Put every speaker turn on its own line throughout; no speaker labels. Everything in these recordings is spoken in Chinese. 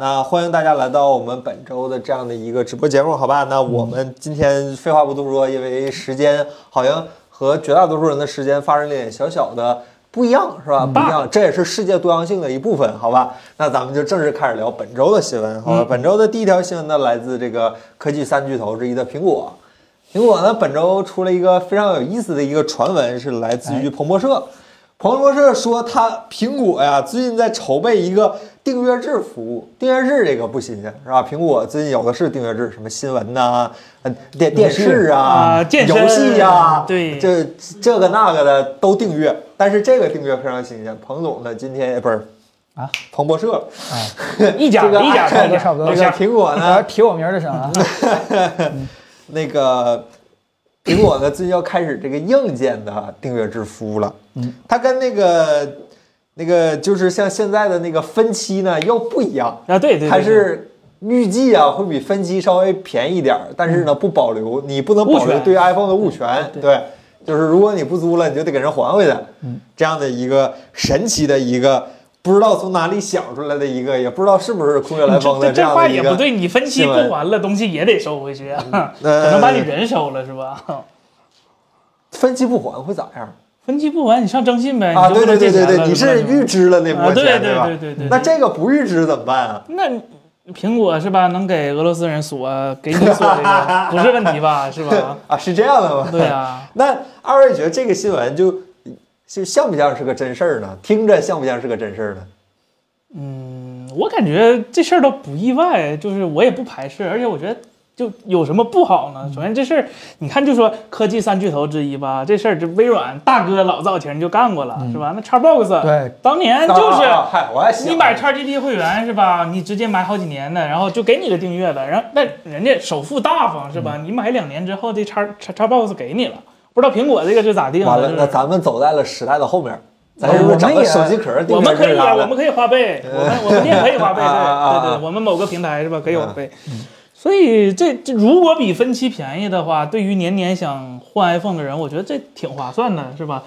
那欢迎大家来到我们本周的这样的一个直播节目，好吧？那我们今天废话不多说，因为时间好像和绝大多数人的时间发生了点小小的不一样，是吧？不一样，这也是世界多样性的一部分，好吧？那咱们就正式开始聊本周的新闻，好吧？本周的第一条新闻呢，来自这个科技三巨头之一的苹果。苹果呢，本周出了一个非常有意思的一个传闻，是来自
哎
于彭博社。彭博社说，它苹果呀，最近在筹备一个订阅制服务。订阅制这个不新鲜，是吧？苹果最近有的是订阅制，什么新闻呐、呃电电视啊、
啊健身
游戏啊，
对
这这个那个的都订阅。但是这个订阅非常新鲜，彭总呢，今天呃不是
啊，
彭博社
一
这
家
个
一家
差不多
的，
差不多
这
一
个
家
苹果
你
呢
要，提我名儿就行了。
那个苹果呢，最近要开始这个硬件的订阅制服务了。嗯，它跟那个那个就是像现在的那个分期呢又不一样，
啊，对对对，
它
对
是预计啊会比分期稍微便宜一点儿，但是呢不保留，你不能
嗯物
保留
权嗯
对 iPhone 的物权，对。就是如果你不租了，你就得给人还回去，这样的一个神奇的一个不知道从哪里想出来的一个，也不知道是不是空穴来风的
这
样
话
的一
也
个
不对，你分期
新
不
闻
还了，东西也得收回去啊，
呃
可能把你人收了是吧？
分期不还会咋样？
分期不还，你上征信呗，
啊，
你就
对对
不能
对
借
对对，
钱了
你是预支了那部
啊，
分
对对
钱，吧
对？对对，
那这个不预支怎么办啊？
那苹果是吧，能给俄罗斯人锁，给你锁这 个不是问题吧，是吧？
啊，是这样的吗？
对啊，
那二位觉得这个新闻就就像不像是个真事儿呢？听着像不像是个真事儿呢？
嗯，我感觉这事儿倒不意外，就是我也不排斥，而且我觉得。就有什么不好呢？首先这事儿，你看，就说科技三巨头之一吧，这事儿这微软大哥老早前就干过了，是吧？那 Xbox
对，
当年就
啊
是
嗯啊啊嗨，我还想
你买 XGD 会员是吧？你直接买好几年的，然后就给你个订阅呗。然后那人家首付大方是吧？
嗯
你买两年之后，这叉叉叉 box 给你了。不知道苹果这个是咋定的？
完了，
是
那咱们走在了时代的后面，咱是不是
我们
整个
也
手机壳儿
我
定
们
制
可
是
以
啥
啊，我
的？
们可以花呗，我们我们也可以花呗，
啊啊啊嗯
对对
啊
对，我们某个平台是吧？可以花呗。所以这这如果比分期便宜的话，对于年年想换 iPhone 的人，我觉得这挺划算的，是吧？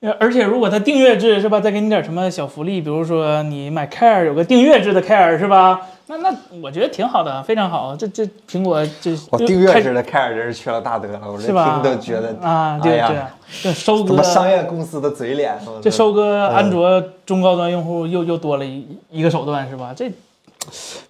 呃而且如果它订阅制是吧，再给你点什么小福利，比如说你买 Care 有个订阅制的 Care 是吧？那那我觉得挺好的，非常好。这这苹果这
我订阅
开
制的开尔真是缺了大德了，我这
是吧
听都觉得
啊，
哎
对
呀
对，这收
他
割
妈商业公司的嘴脸。我
这
的
收割安卓中高端用户又又多了一一个手段是吧？这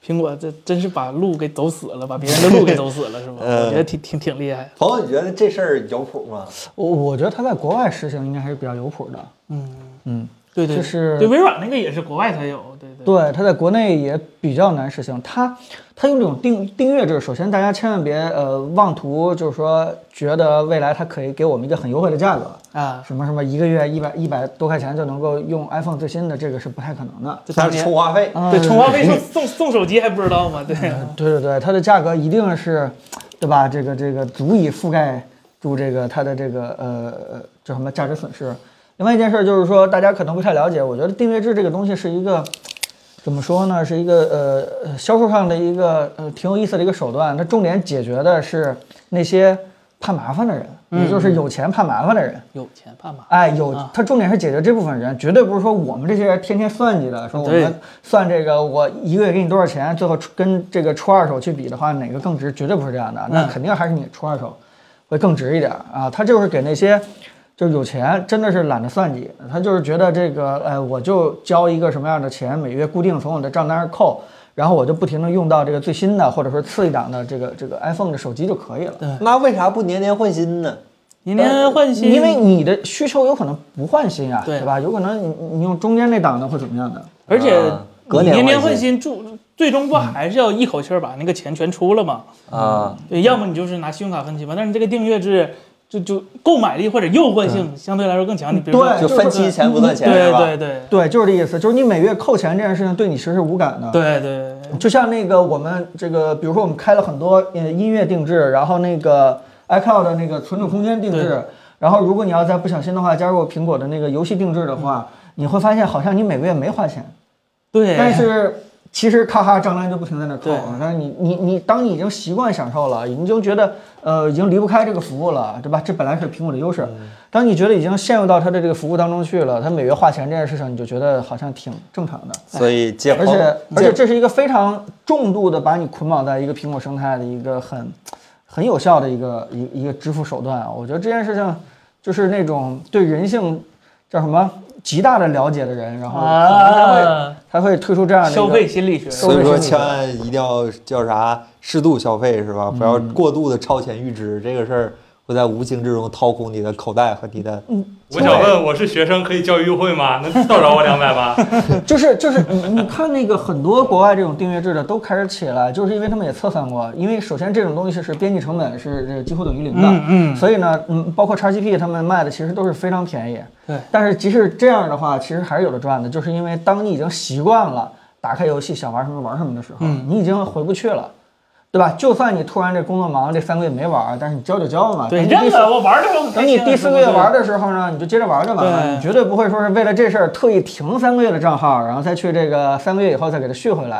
苹果这真是把路给走死了，把别人的路给走死了是吧？
嗯
我觉得挺挺挺厉害。
朋友，你觉得这事儿有谱吗？
我我觉得他在国外实行应该还是比较有谱的。
嗯，
嗯，
对对，
就是
对微软那个也是国外才有，对对。
对，他在国内也比较难实行。他他用这种订订阅制，首先大家千万别呃妄图，就是说觉得未来他可以给我们一个很优惠的价格，
啊，
什么什么一个月一百一百多块钱就能够用 iPhone 最新的，这个是不太可能的。
这当
但是
年
充话费，
啊
对充话费送送送手机还不知道 吗？对啊
对对对，它的价格一定是，对吧？这个这个足以覆盖住这个它的这个呃呃叫什么价值损失。另外一件事就是说，大家可能不太了解，我觉得订阅制这个东西是一个怎么说呢？是一个呃呃销售上的一个呃挺有意思的一个手段。它重点解决的是那些怕麻烦的人，也就是有钱怕麻烦的人。
有钱怕麻烦。
哎，有
啊，
它重点是解决这部分人，绝对不是说我们这些人天天算计的，说我
对
们算这个我一个月给你多少钱，最后出跟这个出二手去比的话，哪个更值，绝对不是这样的，那
嗯
肯定还是你出二手会更值一点儿啊。他就是给那些就是有钱，真的是懒得算计，他就是觉得这个，哎，我就交一个什么样的钱，每月固定从我的账单上扣。然后我就不停的用到这个最新的，或者说次一档的这个这个 iPhone 的手机就可以了。
那为啥不年年换新呢？
年年换新，
因为你的需求有可能不换新啊，
对
吧？有可能你你用中间那档的会怎么样的？
而且
啊隔
你
年
年年
换
换新，注最终不还是要一口气儿把那个钱全出了吗？
啊，
对，要么你就是拿信用卡分期嘛，但是你这个订阅制就就购买力或者诱惑性相对来说更强。你比如说，
嗯对
就分期钱不算钱是
对
吧？
对对
对，就是这意思，就是你每月扣钱这件事情对你其实是无感的。，
对对，
就像那个我们这个，比如说我们开了很多呃音乐定制，然后那个 iCloud 的那个存储空间定制
对，
然后如果你要再不小心的话加入苹果的那个游戏定制的话，
嗯
你会发现好像你每个月没花钱，
对，
但是其实咔咔账单就不停在那扣啊
对，
但是你你你，当你已经
嗯
习惯享受了，已经觉得呃已经离不开这个服务了，对吧？这本来是苹果的优势，当你觉得已经陷入到它的这个服务当中去了，它每月花钱这件事情，你就觉得好像挺正常的。
所以借
哎而
朋
且而且
借
这是一个非常重度的把你捆绑在一个苹果生态的一个很很有效的一个一一个支付手段啊！我觉得这件事情就是那种对人性叫什么极大的了解的人，然后可能才会、
啊，
才会推出这样的一个
消费心理学，
所以说
收费是
千万一定要叫啥适度消费是吧？不要
嗯
过度的超前预支，这个事儿会在无形之中掏空你的口袋和你的。
嗯
我想问，我是学生可以教育优惠吗？能倒找我两 百吗？
就是就是你你看那个很多国外这种订阅制的都开始起来，就是因为他们也测算过，因为首先这种东西是边际成本是这个几乎等于零的，
嗯嗯
所以呢，嗯，包括 XGP 他们卖的其实都是非常便宜，
对
但是即使这样的话，其实还是有的赚的，就是因为当你已经习惯了打开游戏想玩什么玩什么的时候，
嗯
你已经回不去了。对吧？就算你突然这工作忙，这三个月没玩，但是你交就交嘛。
对，
等你第
认
四
了，我玩的时候很开
等
心
你
啊
第四个月玩
对
的时候呢，你就接着玩着吧，
对
你绝对不会说是为了这事儿特意停三个月的账号，然后再去这个三个月以后再给它续回来，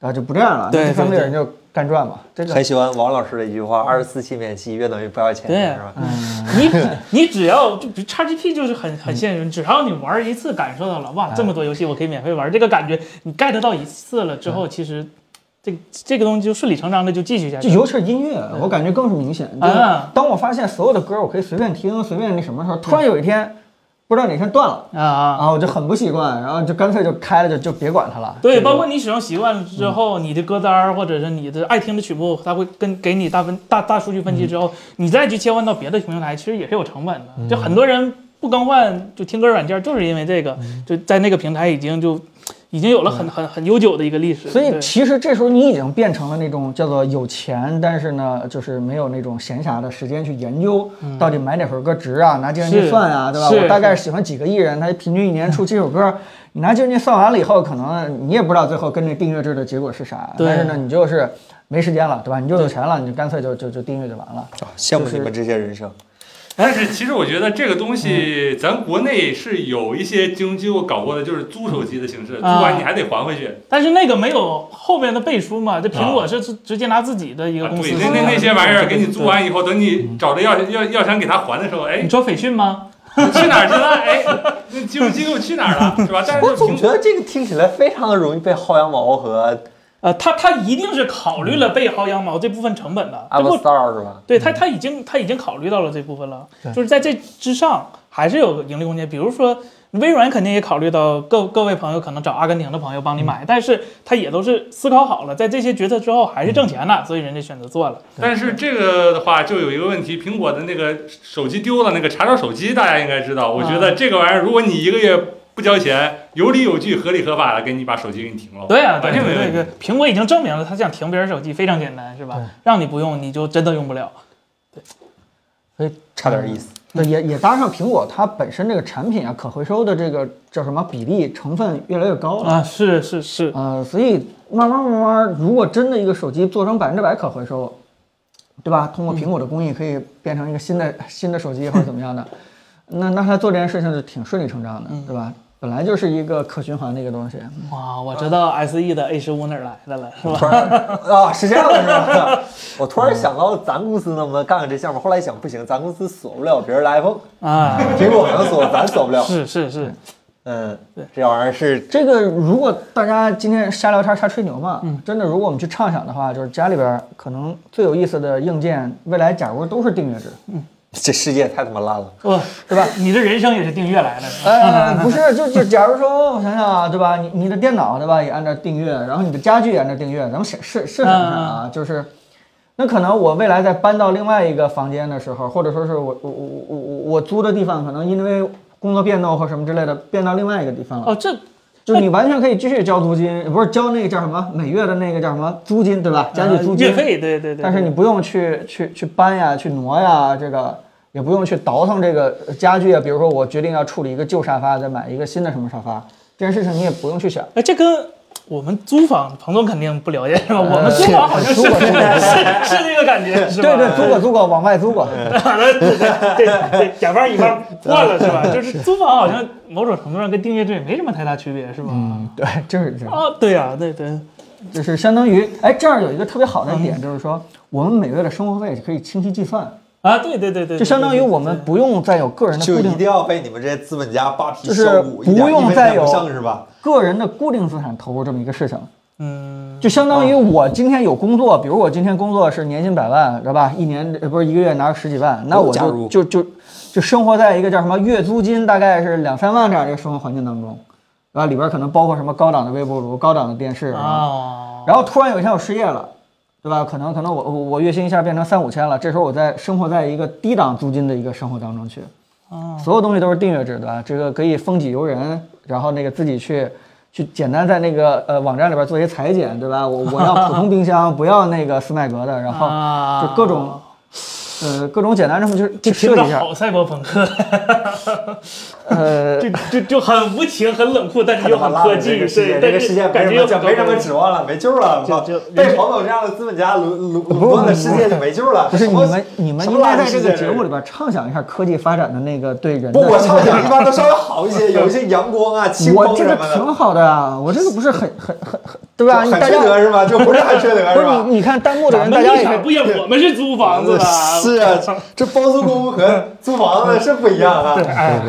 然后就不这样了。
对
那第三个月
对
人就干赚嘛，这个
很喜欢王老师的一句话：“二十四期免息，约等于不要钱，
对
是吧？”
哎嗯
你你只要就比 XGP 就是很很现实，只要你玩一次感受到了哇，这么多游戏我可以免费玩，这个感觉你 get 到一次了之
嗯
后，其实这这个东西就顺理成章的就继续下
就
去。
尤其是音乐，我感觉更是明显。就是
啊
当我发现所有的歌我可以随便听、随便那什么的时候，
嗯
突然有一天，不知道哪天断了，
啊啊！
然后我就很不习惯，然后就干脆就开了，就就别管它了。
对，包括你使用习惯了之后，
嗯
你的歌单儿或者是你的爱听的曲目，它会跟给你大分大大数据分析之后，
嗯
你再去切换到别的平台，其实也是有成本的。就很多人不更换就听歌软件，就是因为这个，
嗯
就在那个平台已经就已经有了很很很悠久的一个历史。
所以
对
其实这时候你已经变成了那种叫做有钱，但是呢，就是没有那种闲暇的时间去研究到底买哪首歌值啊，拿计算机
嗯是
算啊，对吧？
是
我大概喜欢几个艺人，他平均一年出几首歌，你拿计算机算完了以后，可能你也不知道最后跟这订阅制的结果是啥，
对
但是呢，你就是没时间了，对吧？你就有钱了，你就干脆就就就订阅就完了。
啊羡慕你们这些人生。
但是其实我觉得这个东西，咱国内是有一些经济机构搞过的，就是租手机的形式，租
啊
完你还得还回去。
但是那个没有后面的背书嘛，这苹
啊
果是直直接拿自己的一个
啊
公司去
对，那
做的。
那那些玩意儿给你租
对，嗯
完以后，等你找着要要要想给他还的时候，哎
你，说斐讯吗？
去哪儿去了？哎，那金融机构去哪儿了？是吧？但是
我
这
总
苹
觉
果
得这个听起来非常容易被薅羊毛和
呃，他他一定是考虑了被薅羊毛这部分成本的，这
啊
App
不
Store 是吧？
嗯
对他，他已经他已经考虑到了这部分了，就是在这之上还是有盈利空间。比如说，微软肯定也考虑到各各位朋友可能找阿根廷的朋友
嗯
帮你买，但是他也都是思考好了，在这些决策之后还是挣钱
嗯
的，所以人家选择做了。
但是这个的话，就有一个问题，苹果的那个手机丢了，那个查找手机，大家应该
啊
知道。我觉得这个玩意儿，如果你一个月不交钱，有理有据、合理合法的，给你把手机给你停了。
对啊，对
完全哦没
对
问
对
题。，
苹果已经证明了，他想停别人手机非常简单，是吧？让你不用，你就真的用不了。
差点意思。
嗯对，也也搭上苹果它本身这个产品啊，可回收的这个叫什么比例成分越来越高
哦
了。
啊，是是 是，
呃，所以慢慢慢慢，如果真的一个手机做成百分之百可回收，对吧？通过苹果的工艺可以变成一个新的新的手机或者怎么样的，那那他做这件事情就挺顺理成章的，对吧？本来就是一个可循环的一个东西，
哇，我知
啊
道 S E 的 A 十五哪儿来的了，是吧？
突然 啊，是这样的，是 吧？我突然想到，咱公司能不能干干这项目？后来一想，不行，咱公司锁不了别人的 iPhone，
哦
啊，
苹果能锁，咱锁不了。
是是是，
嗯，这玩意儿是
这个如果大家今天瞎聊天瞎吹牛嘛，真的，如果我们去畅想的话，就是家里边儿可能最有意思的硬件，未来假如都是订阅制，
这世界太他妈烂了。
哇，
对吧？
你的人生也是订阅来的。
嗯
是吧
呃，不是，就就假如说，我想想啊，对吧？你你的电脑对吧，也按照订阅，然后你的家具也按照订阅，咱们试试试想一
嗯
下啊，就是，那可能我未来在搬到另外一个房间的时候，或者说是我我我我我我租的地方，可能因为工作变动或什么之类的，变到另外一个地方了。
哦，这
就你完全可以继续交租金，不是交那个叫什么每月的那个叫什么租金，对吧？家具租金。
呃月费，对对对。
但是你不用去去去搬呀，去挪呀，这个也不用去倒腾这个呃家具啊。比如说，我决定要处理一个旧沙发，再买一个新的什么沙发，这件事情你也不用去想。
哎，这跟我们租房，彭总肯定不了解是吧？我们
呃
租房好 像是
租过租过
是是这个感觉，是吧？
对对，租过租过，往外租 过。
对对对对，对甲方乙方换了是吧？就是租房好像某种程度上跟订阅制也没什么太大区别，是吧？
嗯， 对，就是这样，
啊，对呀、对对，嗯
就是相当于，哎，这样有一个特别好的一点，就是说我们每月的生活费可以清晰计算。
啊，对对对对，
就相当于我们不用再有个人的
就
固
一
定
定要被你们这些资本家扒皮
就是
削骨一点，
不用
因为
再
太
有
不像是吧？
个人的固定资产投入这么一个事情，
嗯
就相当于我今天有工作，比如我今天工作是年薪百万，是吧？一年呃不是一个月拿十几万，那我
加入
就就就就生活在一个叫什么月租金大概是两三万这样的一个生活环境当中，然后里边可能包括什么高档的微波炉、高档的电视，
啊，
然后突然有一天我失业了，对吧？可能可能我我我月薪一下变成三五千了，这时候我在生活在一个低档租金的一个生活当中去，
哦
所有东西都是订阅制，对吧？这个可以风起游人，然后那个自己去去简单在那个呃网站里边做一些裁剪，对吧？我我要普通冰箱，不要那个斯麦格的，然后
啊，
就各种呃各种简单这么去去
听
设
着
计一下，
好赛博朋 克，
呃
就就就很无情、很冷酷，但是
太
又
他妈
很
烂
科
了，这
技，
个世界，这
对，但
个世界
是感
没
觉
什
又
么没
很
什
高
么
端
指望了，没救了，我操
就！
被彭总这样的资本家垄垄垄断的世界就没救了。
不是
什
你
么
们，你们
什
应
么
该
烂的
在这
世
个
界
节目里边畅想一下科技发展的那个对人
不，
的
我畅想一般都稍微好一些，有一些阳光啊、清
我
风什
这
么
个
的，
挺好的啊，我这个不是很很很很对吧？
就
你
很
大
缺
家
德是吧？就不是很缺德
不
是
是
吧？
你你看弹幕的
咱
人，
们
大家
立
也可以
场不一样，我们是租房子的，
是啊， 这包租公和租房子是不一样啊。
哎，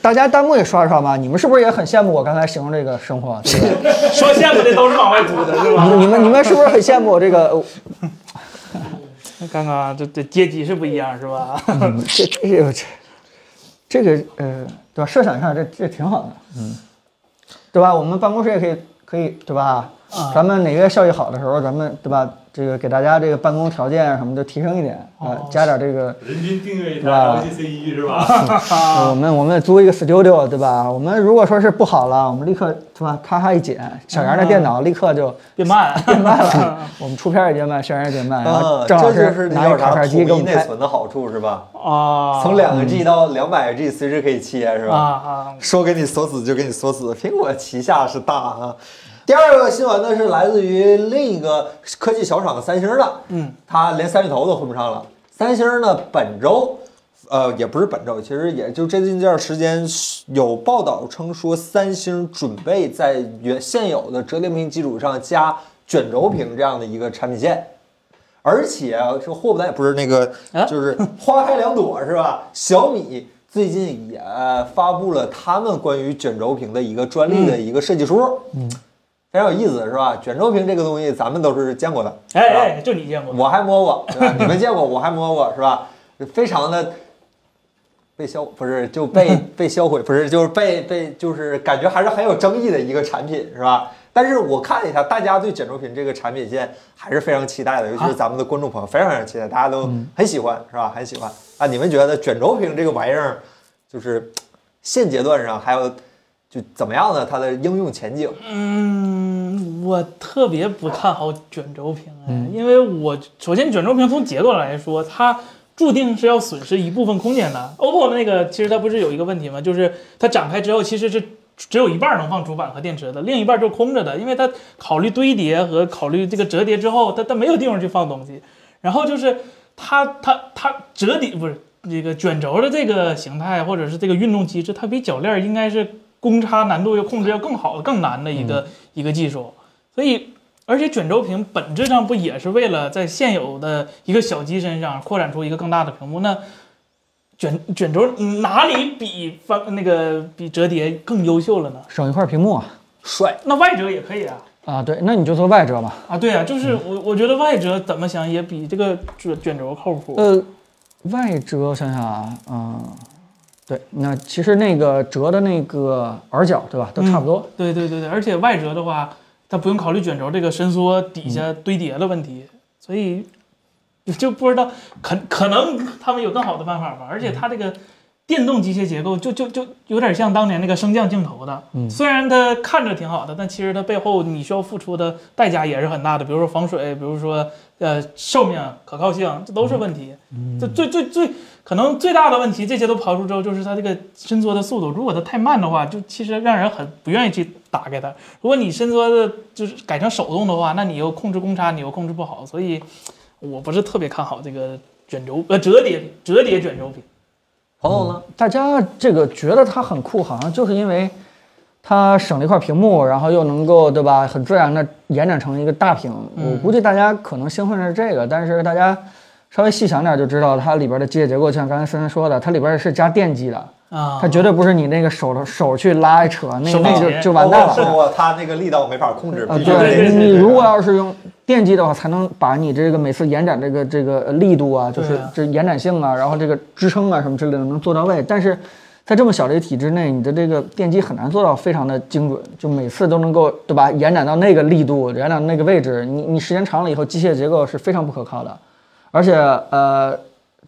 大家弹幕也刷一刷嘛，你们是不是也很羡慕我刚才形容这个生活？啊对吧
说羡慕的都是往外租的， 是吧？
你你们你们是不是很羡慕我这个？ 呃
看看啊这这阶级是不一样，是吧？
这这这这个呃，对吧？设想一下，这这挺好的，嗯，对吧？我们办公室也可以可以，对吧？
嗯
咱们哪个月效益好的时候，咱们对吧？这个给大家这个办公条件啊什么的提升一点啊，
哦
加点这个
人均订阅一
哇
台 LGC 一是吧？
呃我们我们租一个 studio 对吧？我们如果说是不好了，我们立刻对吧？咔咔一剪，小杨的电脑立刻就
别慢，
变卖了。我们出片儿也变卖，宣传也变卖，然后
嗯啊，
哎正好
这就是
拿
那
一
叫
卡
啥
片
统
机给我
一
们
内
拍。
存的好处是吧？
啊，
从两个 G 到两百个 G 随时可以切是
啊
吧？
啊，
说给你锁死就给你锁死，苹果旗下是大啊。第二个新闻呢是来自于另一个科技小厂三星的，
嗯，
它连三巨头都混不上了。三星呢本周，呃，也不是本周，其实也就最近这段时间有报道称说，三星准备在原现有的折叠屏基础上加卷轴屏这样的一个产品线。而且啊说祸不单不是那个
啊，
就是花开两朵是吧？小米最近也发布了他们关于卷轴屏的一个专利的一个设计书，嗯，非常有意思是吧？卷轴屏这个东西咱们都是见过的，
哎
是吧
哎，就你见过，
我还摸过，对 吧？你们见过，我还摸过，是吧？非常的被销，不是就 被被销毁，不是就是被被就是感觉还是很有争议的一个产品，是吧？但是我看了一下，大家对卷轴屏这个产品线还是非常期
啊
待的，尤其是咱们的观众朋友非常非常期待，大家都
嗯
很喜欢，是吧？很喜欢啊！你们觉得卷轴屏这个玩意儿，就是现阶段上还有就怎么样呢？它的应用前景？
嗯，我特别不看好卷轴屏，哎，因为我首先卷轴屏从结构来说，它注定是要损失一部分空间的。OPPO 那个其实它不是有一个问题吗？就是它展开之后其实是只有一半能放主板和电池的，另一半就是空着的，因为它考虑堆叠和考虑这个折叠之后，它它没有地方去放东西。然后就是它它它折叠不是这个卷轴的这个形态或者是这个运动机制，它比铰链应该是公差难度要控制要更好更难的一个、一个技术。所以，而且卷轴屏本质上不也是为了在现有的一个小机身上扩展出一个更大的屏幕？那卷卷轴哪里比翻那个比折叠更优秀了呢？
省一块屏幕啊
帅，
那外折也可以啊。
啊，对，那你就做外折嘛。
啊，对啊，就是我，我觉得外折怎么想也比这个卷卷轴靠谱。
嗯
呃，外折我想想啊，嗯，对，那其实那个折的那个耳角，对吧，都差不多。
对对对对，而且外折的话，它不用考虑卷轴这个伸缩底下堆叠的问题，所以就不知道可可能他们有更好的办法吧。而且它这个电动机械结构就就就有点像当年那个升降镜头的，虽然它看着挺好的，但其实它背后你需要付出的代价也是很大的，比如说防水，比如说呃寿命、可靠性，这都是问题。这最最最可能最大的问题，这些都刨除之后，就是它这个伸缩的速度，如果它太慢的话，就其实让人很不愿意去打开它。如果你伸缩的就是改成手动的话，那你又控制公差，你又控制不好，所以我不是特别看好这个卷轴呃折叠折叠卷轴屏。
彭总呢？
嗯大家这个觉得它很酷，好像就是因为它省了一块屏幕，然后又能够对吧，很自然的延展成一个大屏。我估计大家可能兴奋的是这个，但是大家稍微细想点就知道，它里边的机械结构，就像刚才森森说的，它里边是加电机的，
啊，
它绝对不是你那个手的手去拉一扯，那
手
那
拧
就就完蛋了。
包括它那个力道没法控制，
啊，
必须得
对
对，你
这个
如果要是用电机的话，才能把你这个每次延展这个这个力度啊，就是
对啊
这延展性啊，然后这个支撑啊什么之类的能做到位。但是在这么小的一体制内，你的这个电机很难做到非常的精准，就每次都能够对吧？延展到那个力度，延展到那个位置，你你时间长了以后，机械结构是非常不可靠的，而且呃，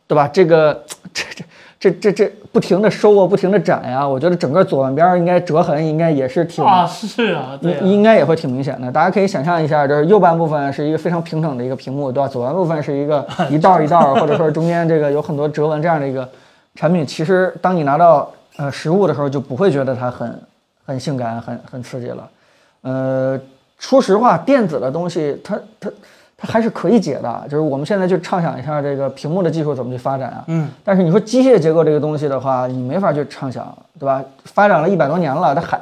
对吧？这个这这。这这这不停的收啊，不停的展呀、我觉得整个左半边儿应该折痕应该也是挺
啊，是啊，对啊
应应该也会挺明显的。大家可以想象一下，就是右半部分是一个非常平整的一个屏幕，对吧？左半部分是 一个一道一道，或者说中间这个有很多折纹这样的一个产品。其实当你拿到呃实物的时候，就不会觉得它很很性感、很很刺激了。呃，说实话，电子的东西它它它还是可以解的。就是我们现在就畅想一下这个屏幕的技术怎么去发展啊。
嗯，
但是你说机械结构这个东西的话，你没法去畅想，对吧？发展了一百多年了，它还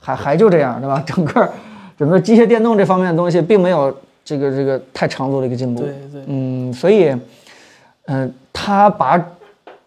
还还就这样，对吧？ 整个整个机械电动这方面的东西，并没有这个这个太长足的一个进步。
对对，
嗯，所以，嗯、他把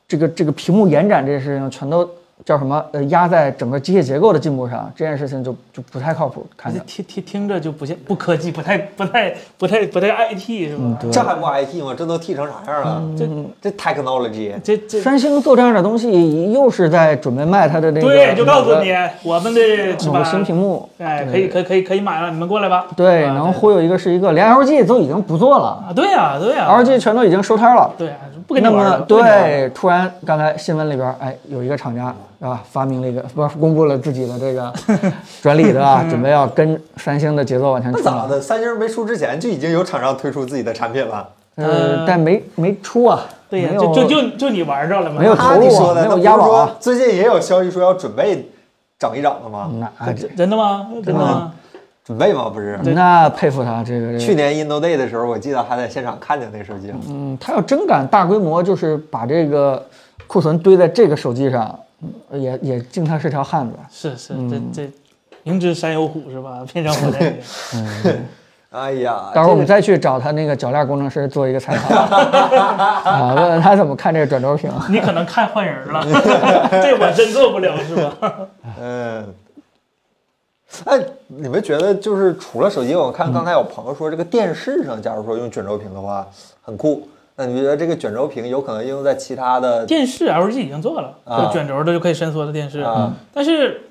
这个这个屏幕延展这件事情全都叫什么？呃，压在整个机械结构的进步上，这件事情就就不太靠谱，看
而
着
且。听听听着就啊不像不科技，不太不太不太不太 IT 是
嗯
吧？
这还不 IT 吗？这都 T 成啥样了？这这 technology
这这
三星嗯做这样的东西，又是在准备卖它的那个
对，就告诉
某
你
个
我们的是
某
吧
个？新屏幕，
哎，可以可以可以可以买了，你们过来吧。
对，
啊
能忽悠一个是一个，连 LG 都已经不做了
啊，对呀对呀
，LG 全都已经收摊了。
对啊，不跟你
那
玩
么
了，不跟你玩了
对，突然刚才新闻里边，哎，有一个厂家啊，发明了一个，不是公布了自己的这个 专利，对吧？准备要跟三星的节奏往前
那
冲
咋
了。
的？三星没出之前就已经有厂商推出自己的产品了。
呃，但没没出啊，
嗯对呀，
没
就
有
就就就你玩着了嘛。
没有
那
投入
你
啊
说的
没
那
有
不是
押宝啊
说最近也有消息说要准备整一整了吗？
那
真真的吗？真的吗？
嗯
准备吗？不是。
那佩服他这个。这
去
个
年 Indo Day 的时候，我记得还在现场看见那手机了。
嗯，他要真敢大规模，就是把这个库存堆在这个手机上，嗯也也敬他是条汉子。
是是，这
嗯
这明知山有虎是吧？偏向虎山 行。
哎
啊
呀，
到时候我们再去找他那个脚链工程师做一个采 访，啊，问问他怎么看这个转轴屏。
你可能看换人了， 这我真做不了是吧？
嗯，哎，你们觉得就是除了手机，我
嗯
看刚才有朋友说这个电视上，假如说用卷轴屏的话，很酷。那你们觉得这个卷轴屏有可能应用在其他的？
电视 LG 已经做了，
啊
就卷轴的就可以伸缩的电视
啊，
但是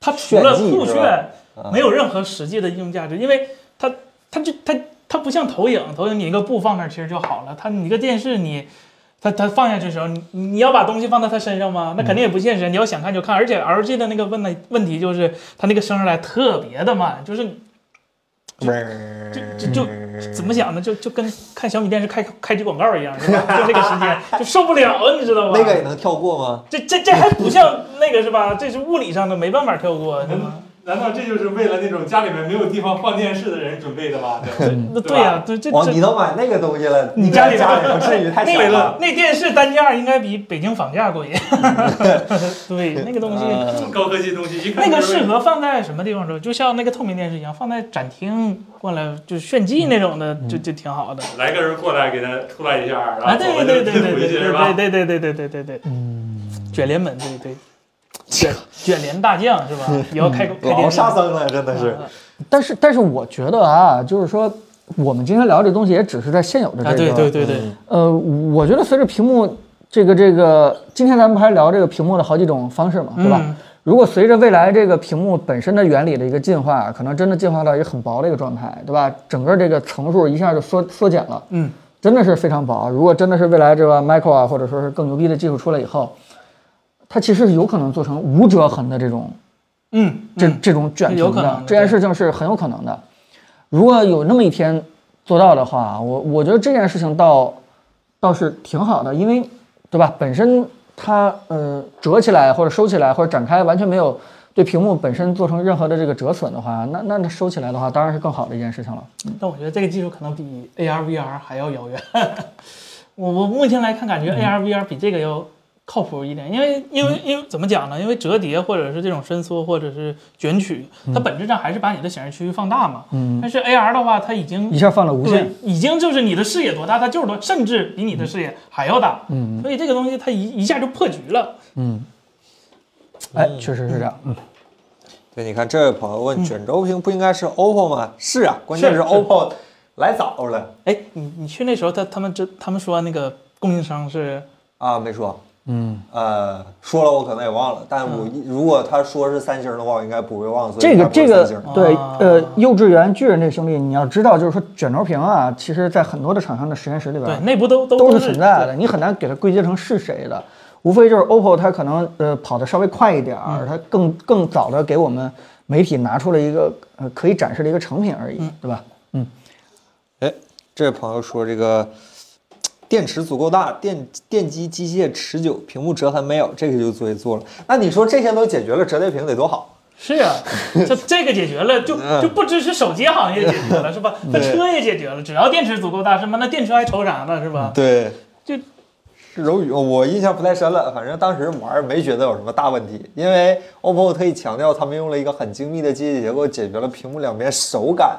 它除了
炫技
酷
是
炫
吧，
嗯
没有任何实际的应用价值，因为它它就它它不像投影，投影你一个布放那儿其实就好了，它你一个电视你。它它放下去的时候，你你要把东西放到它身上吗？那肯定也不现实。你要想看就看，而且 LG 的那个问的问题就是它那个升上来特别的慢，就是就就就怎么讲呢？就就跟看小米电视开开局广告一样，是吧？就这个时间就受不了，啊你知道吧？
那个也能跳过吗？
这这这还不像那个是吧？这是物理上的，没办法跳过，是吧？
难道这就是为了那种家里面没有地方放电视的人准备的吗？ 对吧
那对呀、对这
哇，你
这
都买那个东西了，
你
你
家里
家里不至于太小
那
了
个。那电视单价应该比北京房价贵，
嗯
对那个东西。
呃
这么高科技的东西，一看
那个
就是
适合放在什么地方说？就像那个透明电视一样，放在展厅过来就炫技那种
嗯
的，就就挺好的。
来个人过来给他出来一下，嗯然
啊，
后
对
我们
对对
就退
对
回
对
去是
对
吧？
对对对对对对对，嗯，卷帘门，对对，卷卷帘大将是吧？也要开个开
嗯老
电视
杀僧了，真的是。
啊
但是，但是我觉得啊，就是说，我们今天聊这东西也只是在现有的这
啊，
个，
对对对对，
嗯
呃，我觉得随着屏幕这个这个，今天咱们不还聊这个屏幕的好几种方式嘛，对吧？
嗯
如果随着未来这个屏幕本身的原理的一个进化，可能真的进化到一个很薄的一个状态，对吧？整个这个层数一下就缩缩减了，
嗯，
真的是非常薄。如果真的是未来这个 micro 啊，或者说是更牛逼的技术出来以后，它其实是有可能做成无折痕的这种
嗯，
这
嗯
这种卷
有
屏
可能的
这件事情是很有可能的。如果有那么一天做到的话，我我觉得这件事情倒倒是挺好的，因为对吧？本身它呃折起来或者收起来或者展开，完全没有对屏幕本身做成任何的这个折损的话，那那那收起来的话，当然是更好的一件事情了。
但我觉得这个技术可能比
嗯
AR VR 还要遥远。我我目前来看，感觉 AR VR 比这个要靠谱一点，因为因为因为怎么讲呢？因为折叠或者是这种伸缩或者是卷取，它本质上还是把你的显示区域放大嘛。
嗯
但是 AR 的话，它已经
一下放了无
对
限，，
已经就是你的视野多大，它就是多，甚至比你的视野还要大。
嗯
所以这个东西它一一下就破局了。
嗯，哎，确实是这样，嗯，
对，你看这位朋友问，卷轴屏不应该是 OPPO 吗？是啊，关键
嗯
是
是是
OPPO 来早了
哎，你你去那时候他，他们这他们说那个供应商是
啊，没说。
嗯，
呃，说了我可能也忘了，但我
嗯
一如果他说是三星的话，我应该不会忘。所以
这个
他不
这
是
个
三星
对
啊，
呃，幼稚园巨人这兄弟，你要知道，就是说卷轴屏啊，其实在很多的厂商的实验室里边
对，内部都都
都
是
是存在的，你很难给它归结成是谁的，无非就是 OPPO 它可能呃跑得稍微快一点
嗯
儿，它更更早的给我们媒体拿出了一个呃可以展示的一个成品而已，对吧？嗯，
哎，这位朋友说这个电池足够大，电电机机械持久，屏幕折痕没有，这个就作为做了。那你说这些都解决了，折叠屏得多好？
是啊，这这个解决了，就就不只是手机行业解决了，是吧？那车也解决了，只要电池足够大，是吗？那电车还愁啥呢，是吧？
对，
这
柔宇，我印象不太深了，反正当时玩儿没觉得有什么大问题，因为 OPPO 特意强调他们用了一个很精密的机械结构解决了屏幕两边手感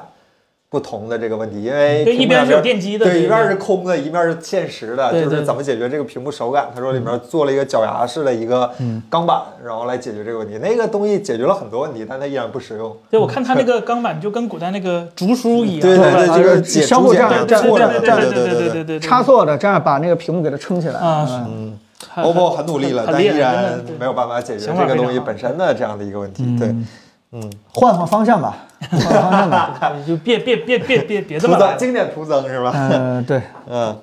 不同的这个问题，因为
对
屏幕
一边
两
是有电机的
对，
对
一边是空的，一边是现实的，
对
就
对
是
对
怎么解决这个屏幕手感？他说里面做了一个绞牙式的一个钢板，然后来解决这个问题。那个东西解决了很多问题，但它依然不实用。
对，我看它那个钢板就跟古代那个竹书一样，
对
是
对
吧
对，
啊
这个
是
解
相互
竹简
这样
的
这样
错了
对
的，
对对
对
对
对。
对对，
插座的这样把那个屏幕给它撑起来
啊是
嗯
很
OPPO 哦很努力了，
很
但
厉
依
害
然
真的
没有办法解决
想法
这个
非常
东西
好
本身的这样的一个问题。对，嗯，
换换方向吧，换换方 向吧，
对就别别别别别别这
徒
么来
增，经典徒增是吧？
呃，对，
嗯，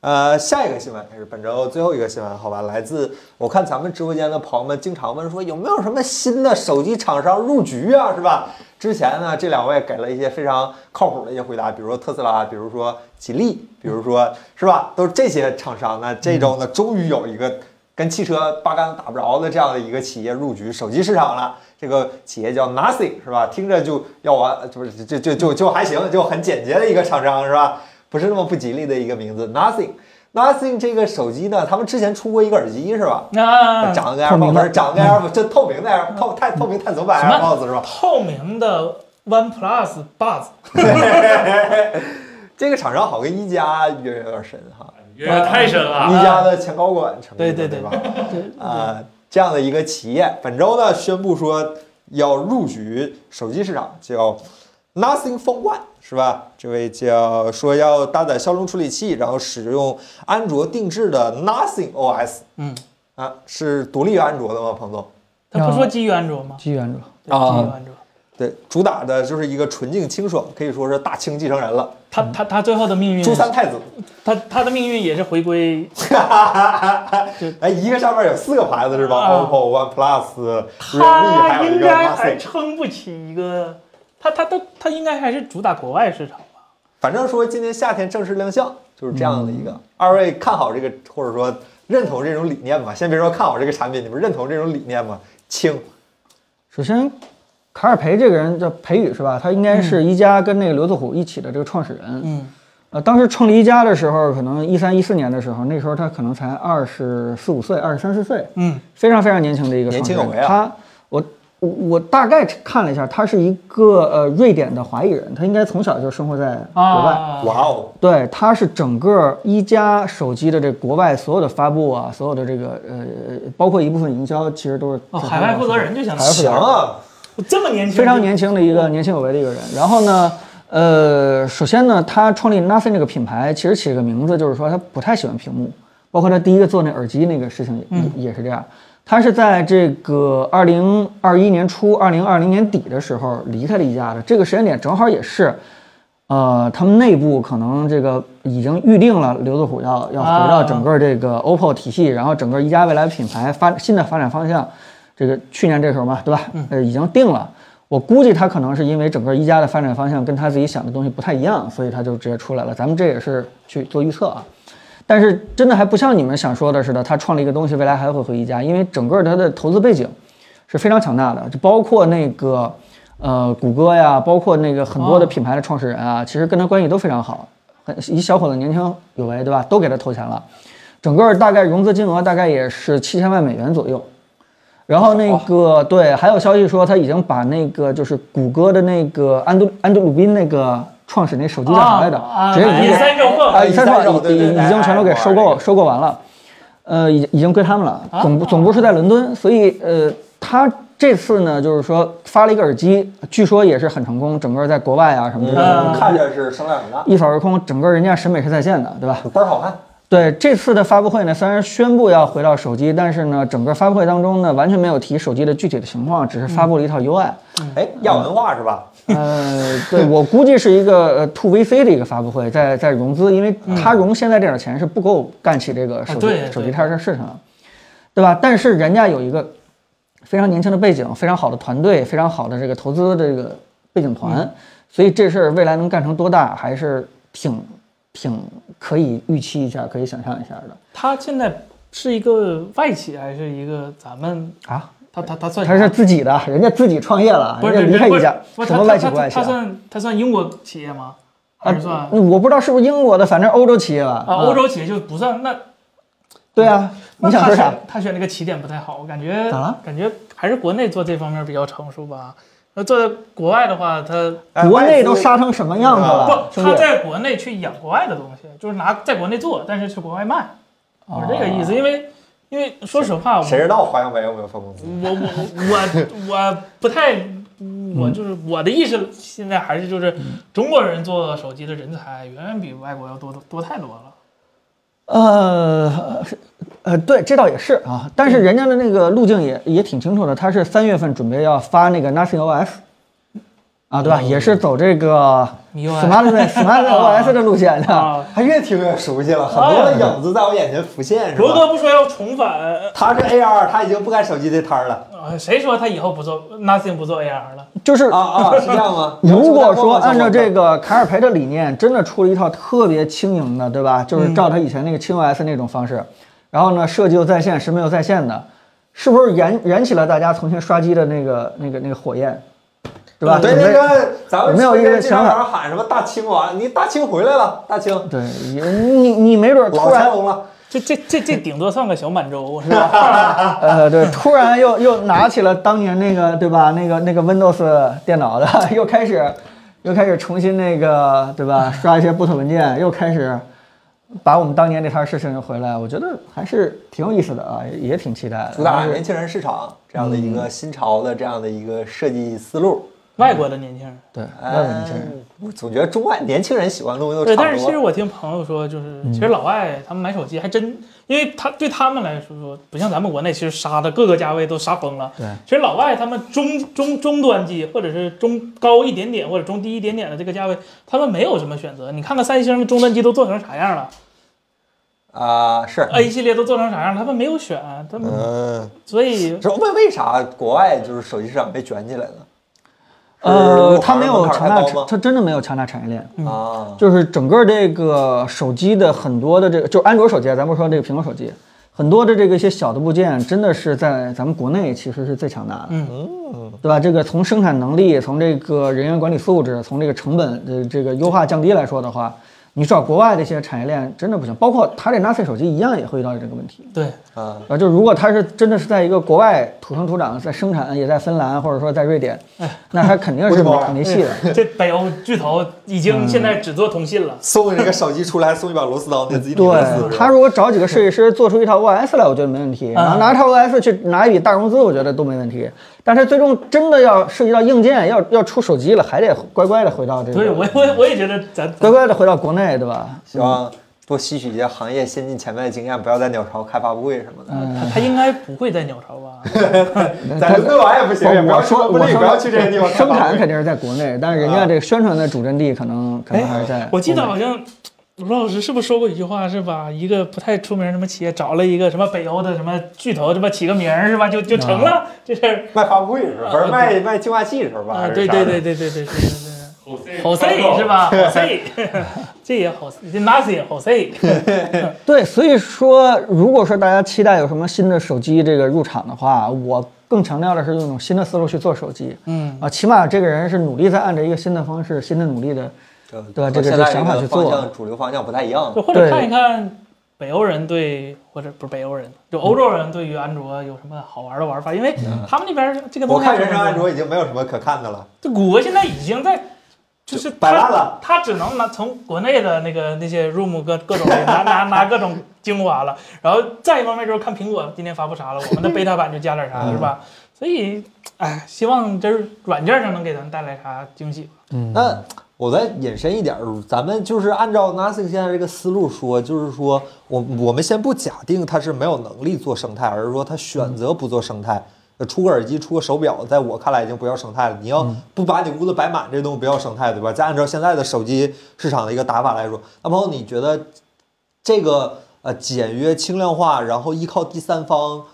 呃，下一个新闻也是本周最后一个新闻，好吧？来自我看咱们直播间的朋友们经常问说有没有什么新的手机厂商入局啊，是吧？之前呢，这两位给了一些非常靠谱的一些回答，比如说特斯拉，比如说吉利，比如说是吧，都是这些厂商呢。这周呢，终于有一个跟汽车八竿子打不着的这样的一个企业入局手机市场了。这个企业叫 Nothing 是吧？听着就要完，不是就就就就还行，就很简洁的一个厂商是吧？不是那么不吉利的一个名字，Nothing。Nothing 这个手机呢，他们之前出过一个耳机是吧？
那
长得跟
嗯透
AirPods
明的嗯
不是长得跟 AirPods，这透明的 AirPods，透太透明探索版
什么
AirPods 是吧？
透明的 OnePlus Buds，
这个厂商好跟一加渊源有点深哈，
渊源太深了。
一加的前高管成立的
啊对对
对
对
吧？啊、这样的一个企业，本周呢宣布说要入局手机市场，叫 Nothing Phone One 是吧？这位叫说要搭载骁龙处理器，然后使用安卓定制的 Nothing OS
嗯，
啊，是独立于安卓的吗，彭总？
它不说基于安卓吗？
机缘者，
对基于安卓。
对，主打的就是一个纯净清爽，可以说是大清继承人了，
他他他最后的命运，
朱三太子。
他他的命运也是回归
哎，一个上面有四个牌子是吧、
啊
o p p o OnePlus、realme，
他
还有
应
一个
该还
Nothing。
撑不起一个，他他他他应该还是主打国外市场吧？
反正说今年夏天正式亮相，就是这样的一个。二位看好这个，或者说认同这种理念吗？先别说看好这个产品，你们认同这种理念吗？轻，
首先，卡尔培这个人叫培宇是吧？他应该是一加跟那个刘子虎一起的这个创始人。
嗯，
呃，当时创立一加的时候，可能一三一四年的时候，那时候他可能才二十四五岁，二十三四岁，
嗯，
非常非常年轻的一个
年轻
创始
有为啊
人他，我我我大概看了一下，他是一个呃瑞典的华裔人，他应该从小就生活在国外。
啊，
哇哦！
对，它是整个一加手机的这国外所有的发布啊，所有的这个呃，包括一部分营销，其实都是
哦，海外负责人就相当于
海外负责
行
人
啊，
我这么年轻，
非常年轻的一个年轻有为的一个人。然后呢，呃，首先呢，他创立 Nothing 这个品牌，其实起这个名字就是说他不太喜欢屏幕，包括他第一个做那耳机那个事情也、
嗯
也是这样。他是在这个二零二一年初、二零二零年底的时候离开了一加的，这个时间点正好也是。呃，他们内部可能这个已经预定了刘子虎要要回到整个这个 OPPO 体系，然后整个一加未来品牌发新的发展方向，这个去年这时候嘛，对吧？呃，已经定了。我估计他可能是因为整个一加的发展方向跟他自己想的东西不太一样，所以他就直接出来了。咱们这也是去做预测啊。但是真的还不像你们想说的似的，他创立一个东西，未来还会回一家，因为整个他的投资背景是非常强大的，就包括那个呃谷歌呀，包括那个很多的品牌的创始人啊，其实跟他关系都非常好，很一小伙子年轻有为，对吧？都给他投钱了。整个大概融资金额大概也是七千万美元左右。然后那个对，还有消息说他已经把那个就是谷歌的那个安德安德鲁宾那个创始那手机叫啥来着，
啊
直接已经
第
给
三种
啊
凤，
啊，已经
第三手对
已
对
已
对哎
已经全都给收购收购完了，呃，已已经归他们了。
啊
总部总部是在伦敦，所以呃，他这次呢，就是说发了一个耳机，据说也是很成功，整个在国外啊什么之类的，
嗯，看着是声量很大，
一扫而空，整个人家审美是在线的，对吧？
倍儿好看。
对这次的发布会呢，虽然宣布要回到手机，但是呢，整个发布会当中呢，完全没有提手机的具体的情况，只是发布了一套 UI。
哎，亚文化是吧？
呃，对我估计是一个呃 to VC 的一个发布会，在在融资，因为他融现在这点钱是不够干起这个手机、
嗯啊对
手机
对
摊儿这事情的，对吧？但是人家有一个非常年轻的背景，非常好的团队，非常好的这个投资的这个背景团，
嗯
所以这事儿未来能干成多大，还是挺挺可以预期一下，可以想象一下的
他现在是一个外企还是一个咱们？
啊。
他他他算
他是自己的，人家自己创业了，
不
人
是不是
家离开
不
一
是
家，
不是
什
他
么
他
外企
他
不外企
他
啊？嗯
算他算英国企业吗？还是算
我不知道是不是英国的，反正欧洲企业吧。
啊欧洲企业就不算那
对啊，
那
你想
他
说
选
啥？
他选这个起点不太好，我感觉
咋了
感觉还是国内做这方面比较成熟吧。那做在国外的话，他
哎
国内都
外资
杀成什么样子了
不，，
兄
他
弟！
在国内去养国外的东西，就是拿在国内做，但是去国外卖，我
哦
是这个意思。因为因为说实话，我
谁知道华强北有没有分公司？
我我我我不太，我就是我的意识现在还是就是
嗯
中国人做手机的人才远远比外国要多多多太多了。
呃，呃，对，这倒也是啊，但是人家的那个路径也也挺清楚的，他是三月份准备要发那个 Nothing OS，啊，对
哦
吧？也是走这个
MIUI
Smart Smart OS 的路线的。
啊，
他越听越熟悉了，很
哎
多的影子在我眼前浮现，是
罗
吧？
哥不说要重返，
他是 AR，他已经不干手机这摊儿了
啊谁说他以后不做 Nothing 不做 AR 了？
就是？
啊啊，是这样吗
如果说按照这个卡尔培的理念，真的出了一套特别轻盈的，对吧？
嗯
就是照他以前那个轻 OS 那种方式，然后呢，设计又在线，审美又在线的，是不是燃燃起了大家重新刷机的那个那个那个火焰，对吧？
嗯对
准
那
备
个，咱们
有没有
这边
一个
经常
想法
有人喊什么大清王，你大清回来了，大清
对，你你没准儿
老嗯
突
乾
然
隆了，
这这这这顶多算个小满洲是吧？
呃，对，突然又 又拿起了当年那个对吧？那个那个 Windows 电脑的， 又开始又开始重新那个对吧？刷一些 boot 文件，又开始把我们当年那摊事情又回来，我觉得还是挺有意思的啊，也也挺期待的。
主打
但是
年轻人市场这样的一个新潮的这样的一个设计思路。
外国的年轻人。
对，外国年轻人，
嗯，我总觉得中外年轻人喜欢的东西都
对，
差
但是
不
其实
多。
我听朋友说，就是其实老外他们买手机还真，因为他对他们来说，不像咱们国内，其实杀的各个价位都杀疯了。
对，
其实老外他们中中中端机或者是中高一点点或者中低一点点的这个价位，他们没有什么选择。你看看三星的终端机都做成啥样了
啊，是，
，A 系列都做成啥样了，他们没有选，他们、
嗯，
所以
说为为啥国外就是手机市场被卷起来了？
呃，
他
它没有强大
高
产，
吗？
它真的没有强大产业链。
啊，
就是整个这个手机的很多的这个，就是安卓手机啊，咱不说这个苹果手机，很多的这个一些小的部件，真的是在咱们国内其实是最强大的，嗯，对吧？这个从生产能力，从这个人员管理素质，从这个成本的这个优化降低来说的话，你找国外的一些产业链真的不行，包括它这 Nothing 手机一样也会遇到这个问题。
对，
啊，
啊，就如果它是真的是在一个国外土生土长，在生产也在芬兰或者说在瑞典，那它肯定哎
不
是啊
是国外
没没戏的。
这北欧巨头已经现在只做通信了。
送你个手机出来，还送一把螺丝刀，你自己拧螺丝。
对他如果找几个设计师做出一套 OS 来，我觉得没问题。然后拿一套 OS 去拿一笔大融资，我觉得都没问题。但是最终真的要涉及到硬件，要要出手机了，还得乖乖的回到这
对，
个，
我我我也觉得咱
乖乖的回到国内，对吧？
希望多吸取一些行业先进前辈的经验，不要在鸟巢开发布会什么的。
他他应该不会在鸟巢吧？
咱伦敦玩也不行，也不
哦我
要
我
去
说
不
我
利，不要
说
去这些地方开
生
发布
产
会。
肯定是在国内，但是人家这个宣传的主阵地可能可能还是在。
我记得好像罗老师是不是说过一句话，是吧？一个不太出名什么企业找了一个什么北欧的什么巨头，这么起个名儿是吧？就就成了这事儿
卖发布会是吧？不是卖卖净化器是吧？
啊！
还是
对
啥
对
的
对。对对对对对对。
好
好 C 是？吧？好 C，这 也好，这 nothing 好 C。
对，所以说，如果说大家期待有什么新的手机这个入场的话，我更强调的是用一种新的思路去做手机。
嗯
啊，起码这个人是努力在按照一个新的方式、新的努力的，
对
对吧
现
这个
在
这个想法去
方
做
向主流方向不太一样
就。或者
对
看一看北欧人对或者不是北欧人，就欧洲人对于安卓有什么好玩的玩法？因为他们那边这个
我
东西
看
还是
人生
很多，
安卓已经没有什么可看的了，
这谷歌现在已经在，就是
摆烂了。
他只能拿从国内的那个那些 room 各各种拿拿拿各种精华了，然后再一方面就是看苹果今天发布啥了，我们的 beta 版就加 点啥，
嗯
是吧？所以，哎，希望就是软件上能给咱们带来啥惊喜。
嗯
那我再引申一点儿，咱们就是按照 Nothing 现在这个思路说，就是说我我们先不假定它是没有能力做生态，而是说它选择不做生态。呃出个耳机，出个手表，在我看来已经不叫生态了。你要不把你屋子摆满，这东西不叫生态，对吧？再按照现在的手机市场的一个打法来说，那朋友，你觉得这个呃简约轻量化，然后依靠第三方，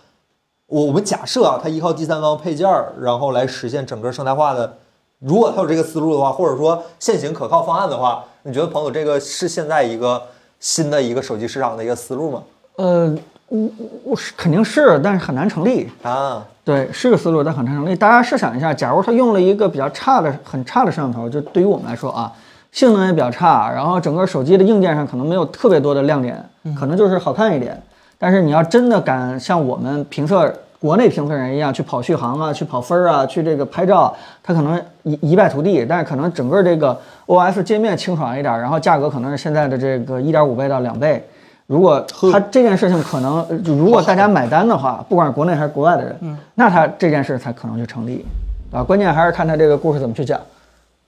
我我们假设啊，它依靠第三方配件儿，然后来实现整个生态化的如果他有这个思路的话，或者说现行可靠方案的话，你觉得彭总这个是现在一个新的一个手机市场的一个思路吗？
呃，我我我是肯定是，但是很难成立。
啊，
对，是个思路，但很难成立。大家设想一下，假如他用了一个比较差的、很差的摄像头，就对于我们来说啊，性能也比较差，然后整个手机的硬件上可能没有特别多的亮点，可能就是好看一点。但是你要真的敢像我们评测国内评测人一样去跑续航啊、去跑分儿啊、去这个拍照，它可能一一败涂地。但是可能整个这个 OS 界面清爽一点，然后价格可能是现在的这个一点五倍到两倍。如果它这件事情可能，呃就如果大家买单的话，不管是国内还是国外的人，那它这件事才可能就成立，啊，关键还是看它这个故事怎么去讲。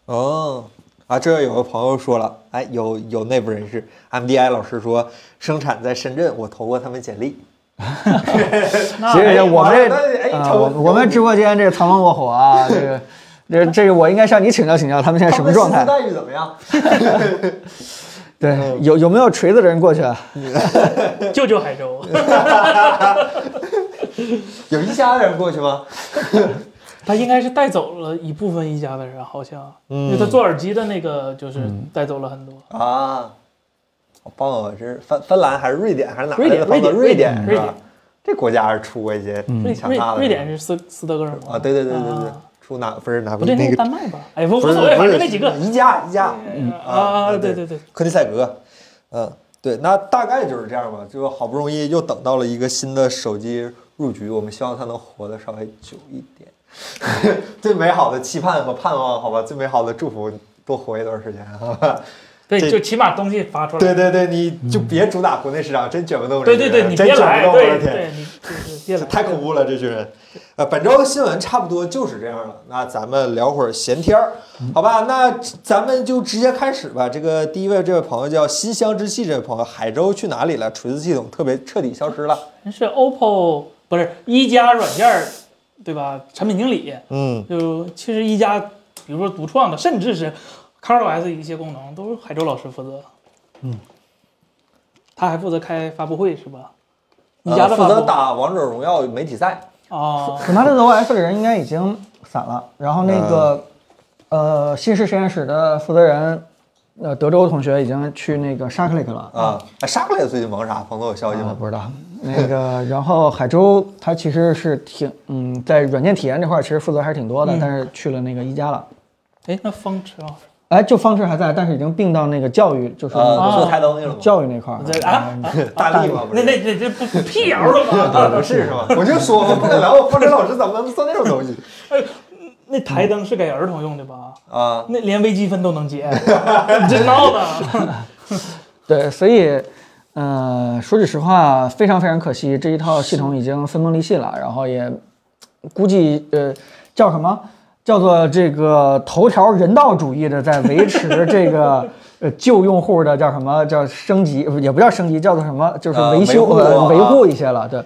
哦，啊，这有个朋友说了，哎，有有内部人士，MDI 老师说生产在深圳，我投过他们简历。
其
那
实
哎
我们
完了哎
这，啊，
成
我我们直播间这藏龙卧虎啊，这个，这这个我应该向你请教请教，他们现在什么状态
他？们薪资待遇怎么样？
对，有有没有锤子的人过去啊？
救救海州，
有一家人过去吗？
他应该是带走了一部分一家的人，好像，
嗯
因为他做耳机的那个就是带走了很多。
啊，我帮我这是芬芬兰还是瑞典还是哪儿
瑞
来
典
的朋友？
瑞典
典
瑞
是
典
吧？这国家是出过一些
瑞
嗯强
瑞
大的
瑞典是斯斯德哥尔摩
啊，对对对对对
啊，
出哪不是哪
不
不
对，那
那个
是丹麦吧？哎，不无
不
所
是
谓，
不
反
是
正那几个
宜家宜家，
啊，对对对，
科尼塞格，嗯，对，那大概就是这样吧。就好不容易又等到了一个新的手机入局，我们希望它能活得稍微久一点。 最美好的期盼和盼望，好吧，最美好的祝福，多活一段时间，好吧。
对，
这
就起码东西发出来。
对对对，你就别主打国内市场，真卷不动人。
对对对，你
真
别
卷
来，
不动，我的
对
天。
对，你就 是别来，
太恐怖了，这群人。呃，本周的新闻差不多就是这样了。那咱们聊会儿闲天儿，好吧？那咱们就直接开始吧。这个第一位这位朋友叫新乡之气，这位朋友，海州去哪里了？锤子系统特别彻底消失了。
是 OPPO 不是一加软件儿，对吧？产品经理
嗯，
就其实一加，比如说独创的，甚至是 ColorOS 一些功能都是海州老师负责。嗯，他还负责开发布会是吧？一加
呃
的
负
发
责
布
打王者荣耀媒体赛。
啊，
s m a r t OS 的人应该已经散了，然后那个，呃，新式实验室的负责人，呃，德州同学已经去那个 Shark Lake 了。
啊，哎沙克也最近忙啥？彭总有消息
啊
吗？
不知道。那个，然后海州它其实是挺，嗯，在软件体验这块儿其实负责还是挺多的，但是去了那个一加了。
哎，那风驰 老师
哎，就方式还在，但是已经并到那个教育，就是
呃，做台灯去了吗？
教育那块儿。
在啊，
大力吗？不
那
是
那那这不不辟谣 了吗？
啊，不是是吗？我就说嘛，不可能，方程老师怎么能做那种东西
那台灯是给儿童用的吧？
啊？
那连微积分都能解，你这闹的。
对，所以，呃，说句实话，非常非常可惜，这一套系统已经分崩离析了，然后也估计呃叫什么叫做这个头条人道主义的在维持这个。呃，旧用户的叫什么叫升级，不也不叫升级，叫做什么，就是
呃
维修、
维护
呃
啊
维护一些了。对，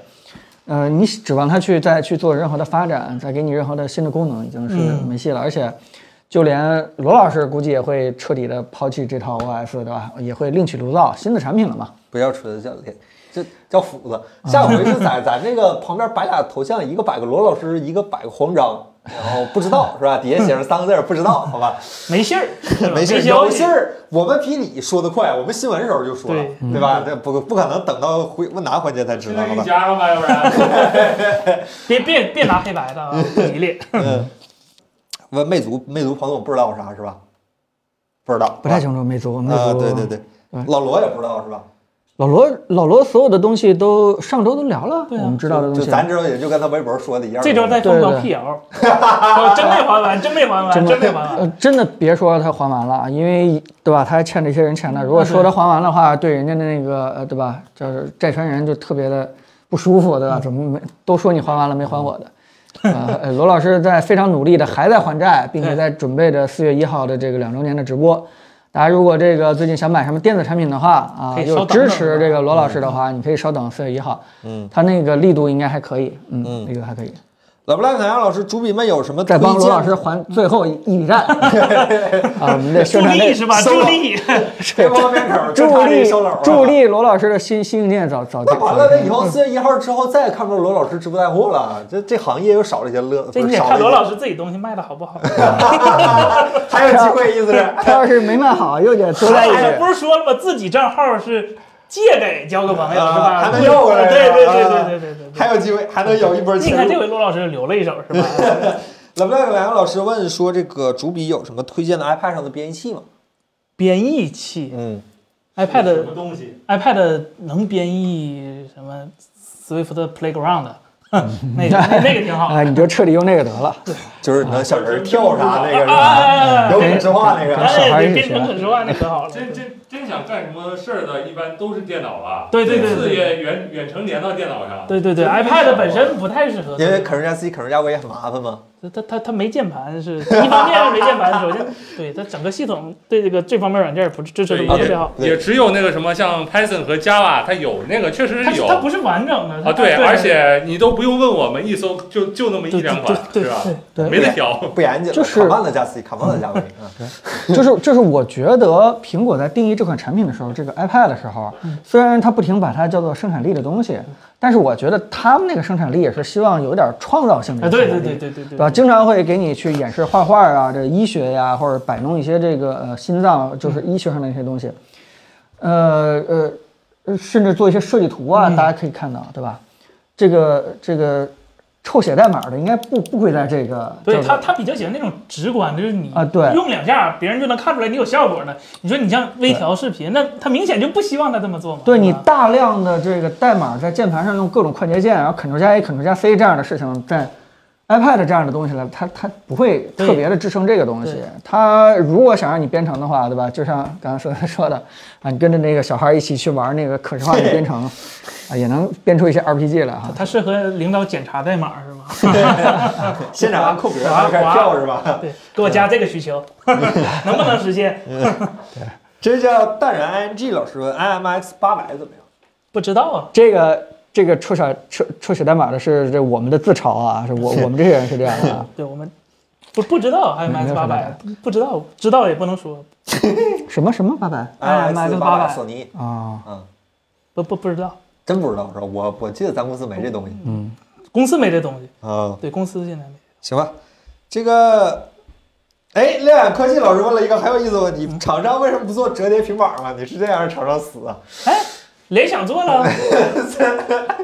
呃，你指望它去再去做任何的发展，再给你任何的新的功能，已经是
嗯
没戏了。而且，就连罗老师估计也会彻底的抛弃这套 OS，对吧？也会另起炉灶，新的产品了嘛。
不叫锤子，叫脸，这叫斧子。下回是在咱这个旁边摆俩头像，一个摆个罗老师，一个摆个黄章，然后不知 道是吧？底下写上三个字儿不知道，好吧？
没信儿，对吧
没事，
消
有
息
信儿，我们比你说的快，我们新闻时候就说了，
对
对
嗯
吧？这不不可能等到回问答环节才知
现
道
在给你
吧？
加上吧，要不 然
别别别拿黑白的啊，不吉利。
嗯，问魅族，魅族朋友不知道啥是吧？不知道，
不太
楚。
清楚，魅族，魅
啊，
族，
对对对，老罗也不知道是吧？
老罗老罗所有的东西都上周都聊了，
对啊
我们知道的东
就
西。
咱知道，也就跟他微博说的一样。
这周在疯狂辟谣， 哦真没还完，真没还完，真没还
呃
完。，
真的别说他还完了啊，因为对吧，他还欠这些人钱呢。
嗯
如果说他还完的话，对人家的那个呃，对吧，就是债权人就特别的不舒服，
嗯
对吧？怎么没都说你还完了没还我的？呃，呃罗老师在非常努力的还在还债，并
嗯
且在准备着四月一号的这个两周年的直播。大家如果这个最近想买什么电子产品的话啊，
可以稍
有
等等嗯
支持这个罗老师的话，你可以稍等四月一号。嗯，他那个力度应该还可以，嗯，力度还可以。
老布莱肯亚老师，主笔们有什么
再
推
帮罗老
荐
师？还最后一笔债 啊！我们的
助
宣传
力
队
是吧？助力，
别光面口，就
助
差这
力
收拢。
助。力罗老师啊的新新硬件早早
那
就
完了，那以后四月一号之后再也看不到罗老师直播带货了，这这行业又少了一些乐，
这
不
你
是
得
少了
看
一
罗
些。
老师自己东西卖的好不哎好。
还有机会，意思是。
他要是没卖好，又得多来一
哎呀，不
句。
是说了吗？自己账号是借给交个朋友是吧？
啊还能要回来
对对对
啊
对对对对对。
还有机会，还能有一波
你
切
看这
入。
回罗老师留了一手是吧？
老布莱克老师问说，这个主笔有什么推荐的 iPad 上的编译器吗？
编译器
嗯，
什
哎 iPad
么东西？
iPad 能编译什么 Swift Playground，哼 那个那 那个挺好的。
啊，你就彻底用那个得了。
就是能小人跳啥那个是
啊啊
吧？
啊啊！
有本事话那个。
小孩
哎，
是
变
谁
成
啊
可说话那可好了。
真真真想干什么事儿的，一般都是电脑了。
对对对对
每次也远远程连到电脑上。
对对对，iPad 本身不太适合，
因为 Ctrl 加 C、Ctrl 加 V 很麻烦嘛。
它它它它没键盘是，一方面是没键盘，首先对它整个系统对这个这方面软件不支持
对
的不是特别好。
对
也也只有那个什么，像 Python 和 Java，它有那个确实
它
是有
它不是完整的
啊，对，而且你都不用问我们，一搜就就那么一两款，
对对
是吧？
对
没得 挑。
不严谨了，
就是
卡慢了加 C，卡慢了加 V 啊。
就是就是，我觉得苹果在定义这款产品的时候，这个 iPad 的时候，
嗯
虽然它不停把它叫做生产力的东西，但是我觉得他们那个生产力也是希望有点创造性的
啊，对
生产
对
力
对对对对
对吧？经常会给你去演示画画啊，这医学呀、或者摆弄一些这个呃心脏，就是医学上的一些东西，呃呃呃，甚至做一些设计图
嗯
啊，大家可以看到，对吧？这个这个臭写代码的应该不不归在这个
对
叫做
他，他比较喜欢那种直观，就是你
啊对
用两下，别人就能看出来你有效果的。你说你像微调视频，那他明显就不希望他这么做嘛。
对
吧
你大量的这个代码在键盘上用各种快捷键，然后 Ctrl 加 A、Ctrl 加 C 这样的事情，在 iPad 这样的东西来，它它不会特别的支撑这个东西
对。
它如果想让你编程的话，对吧？就像刚才思思说的 啊，你跟着那个小孩一起去玩那个可视化的编程，啊，也能编出一些 RPG 来哈。
他适合领导检查代码是吗？
现场按扣别
划
开始跳是吧？
对，给我加这个需求， 能不能实 现？
这叫淡然 ing 老师问 IMX 八百怎么样？
不知道啊。
这个这个臭小臭臭写代码的是这我们的自嘲啊，是我我们这些人是这样的啊。
对我们不不知道 IMX 八百，不知道，知道也不能说，
什么什么八百
IMX
800
索尼，
啊？
嗯，
不不不知道，
真不知道是吧？我我记得咱公司没这东西。嗯
公司没这东西。
啊，
对公司现在没。
行吧，这个。哎，亮眼科技老师问了一个很有意思的问题：厂商为什么不做折叠平板啊？你是这样让厂商死啊？
哎，联想做了，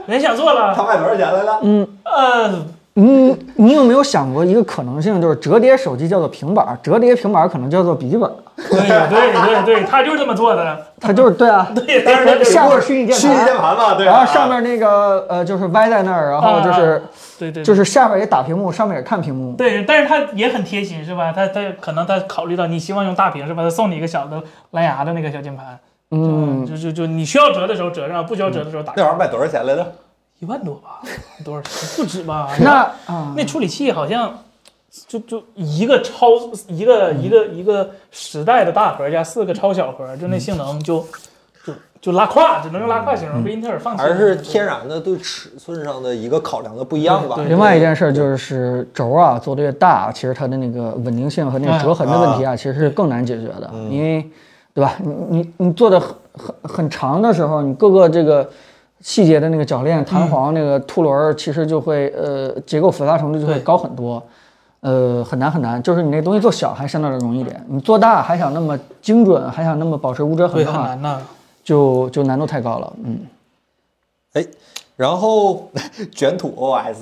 联想做了，
他卖多少钱来了？
呃，
嗯，你有没有想过一个可能性，就是折叠手机叫做平板儿，折叠平板儿可能叫做笔记本儿，
对对对对，他就是这么做 的。
它就是对啊，
对，
但是它只
下
不过
面虚拟键
虚拟
盘
键盘嘛，对吧
然后上面那个呃就是歪在那儿，然后就是
对对，
就是是下面也打屏幕，上面也看屏幕，
对，但是他也很贴心是吧？他他可能他考虑到你希望用大屏是吧？他送你一个小的蓝牙的那个小键盘，
嗯，
就就就你需要折的时候折上，不需要折的时候打
那。玩意儿卖多少钱来着？
一万多吧， 多少钱？不止吧？
那啊
那处理器好像就就一个超一个一个一个时代的大盒加四个超小盒，就那性能就就就拉胯，只能用拉胯形
嗯
容，被英特尔放弃了。
还是天然的对尺寸上的一个考量的不一样吧？
对
另外一件事儿就是轴啊做的越大，其实它的那个稳定性和那个折痕的问题啊，嗯其实是更难解决的，因为对吧？你你你做的很很很长的时候，你各个这个细节的那个铰链、弹簧、那个凸轮儿，其实就会呃结构复杂程度就会
对
高很多。呃，很难很难，就是你那东西做小还相对的容易一点，你做大还想那么精准，还想那么保持无折痕
对
的
很
话，
难呐。
就就难度太高了。嗯，
哎，然后 卷土 OS，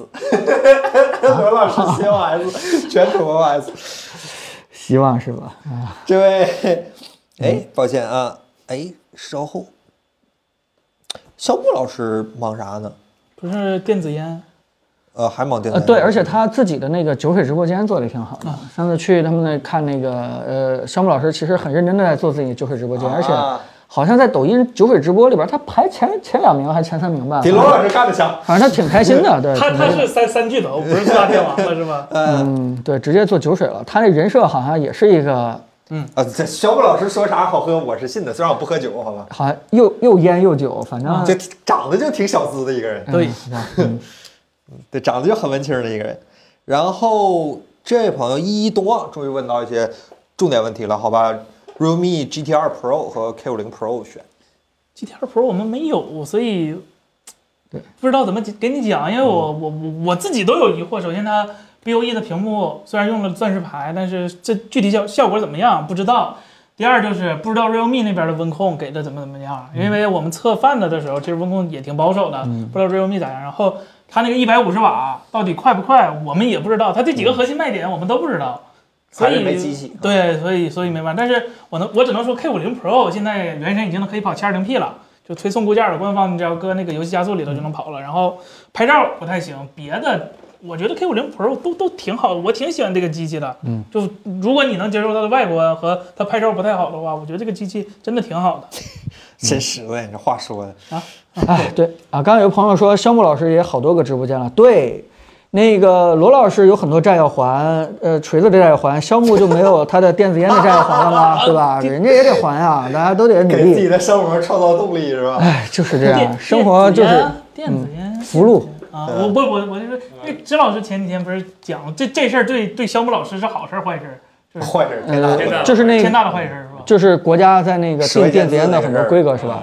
罗老师 COS，卷土 OS，
希望是吧？ 嗯
这位，哎，抱歉啊，哎，稍后，肖布老师忙啥呢？
不是电子烟，
呃，还忙电
呃，
台？
对，而且他自己的那个酒水直播间做的也挺好的。上次去他们那看那个，呃，肖木老师其实很认真的在做自己的酒水直播间，而且好像在抖音酒水直播里边，他排前前两名还是前三名吧。
比罗老师干得强。
反正他挺开心的，对。
他
挺
他
开心
是三三巨头，不是四大天王了是吧？
嗯，对，直接做酒水了。他那人设好像也是一个，
啊，这小布老师说啥好喝，我是信的，虽然我不喝酒，好吧，
好像又又烟又酒，反正
就长得就挺小资的一个人，
对
嗯是吧嗯
对，长得就很文青的一个人。然后这位朋友一一东望终于问到一些重点问题了，好吧，realme GT 2 Pro 和 K 5 0 Pro 选，
GTR Pro 我们没有，所以
对
不知道怎么给你讲，因为我
嗯
我我我自己都有疑惑。首先，它 BOE 的屏幕虽然用了钻石牌，但是这具体效效果怎么样不知道。第二就是不知道 Realme 那边的温控给的怎么怎么样，
嗯
因为我们测泛的的时候，其实温控也挺保守的，不知道 Realme 咋样。然后它那个一百五十瓦到底快不快，我们也不知道。它这几个核心卖点我们都不知道，
嗯
所
还
以
是没机器。
对，所以所以没办法，但是我能我只能说 K 5 0 Pro 现在原神已经可以跑 720P 了，就推送固件的官方，你只要搁那个游戏加速里头就能跑了。然后拍照不太行，别的我觉得 K 5 0 Pro 都都挺好，我挺喜欢这个机器的。嗯，就如果你能接受它的外观和它拍照不太好的话，我觉得这个机器真的挺好的。
真实在，你这话说的，
哎，对啊，刚刚有朋友说肖木老师也好多个直播间了，对，那个罗老师有很多债要还，呃，锤子的债要还，肖木就没有他的电子烟的债要还了吗？对吧？人家也得还呀，大家都得努
给自己
力。
的生活创造动力是吧？
哎，就是这样，
电
生活就是嗯
电子烟电子烟
福禄。
啊！
嗯
我不我我就说，因为甄老师前几天不是讲这这事儿对对肖木老师是好事儿坏事儿，就是
坏事，天大的
天大
呃，
的
就是那
天大的坏事儿是吧？
就是国家在那个定电子烟的很多规格是吧？？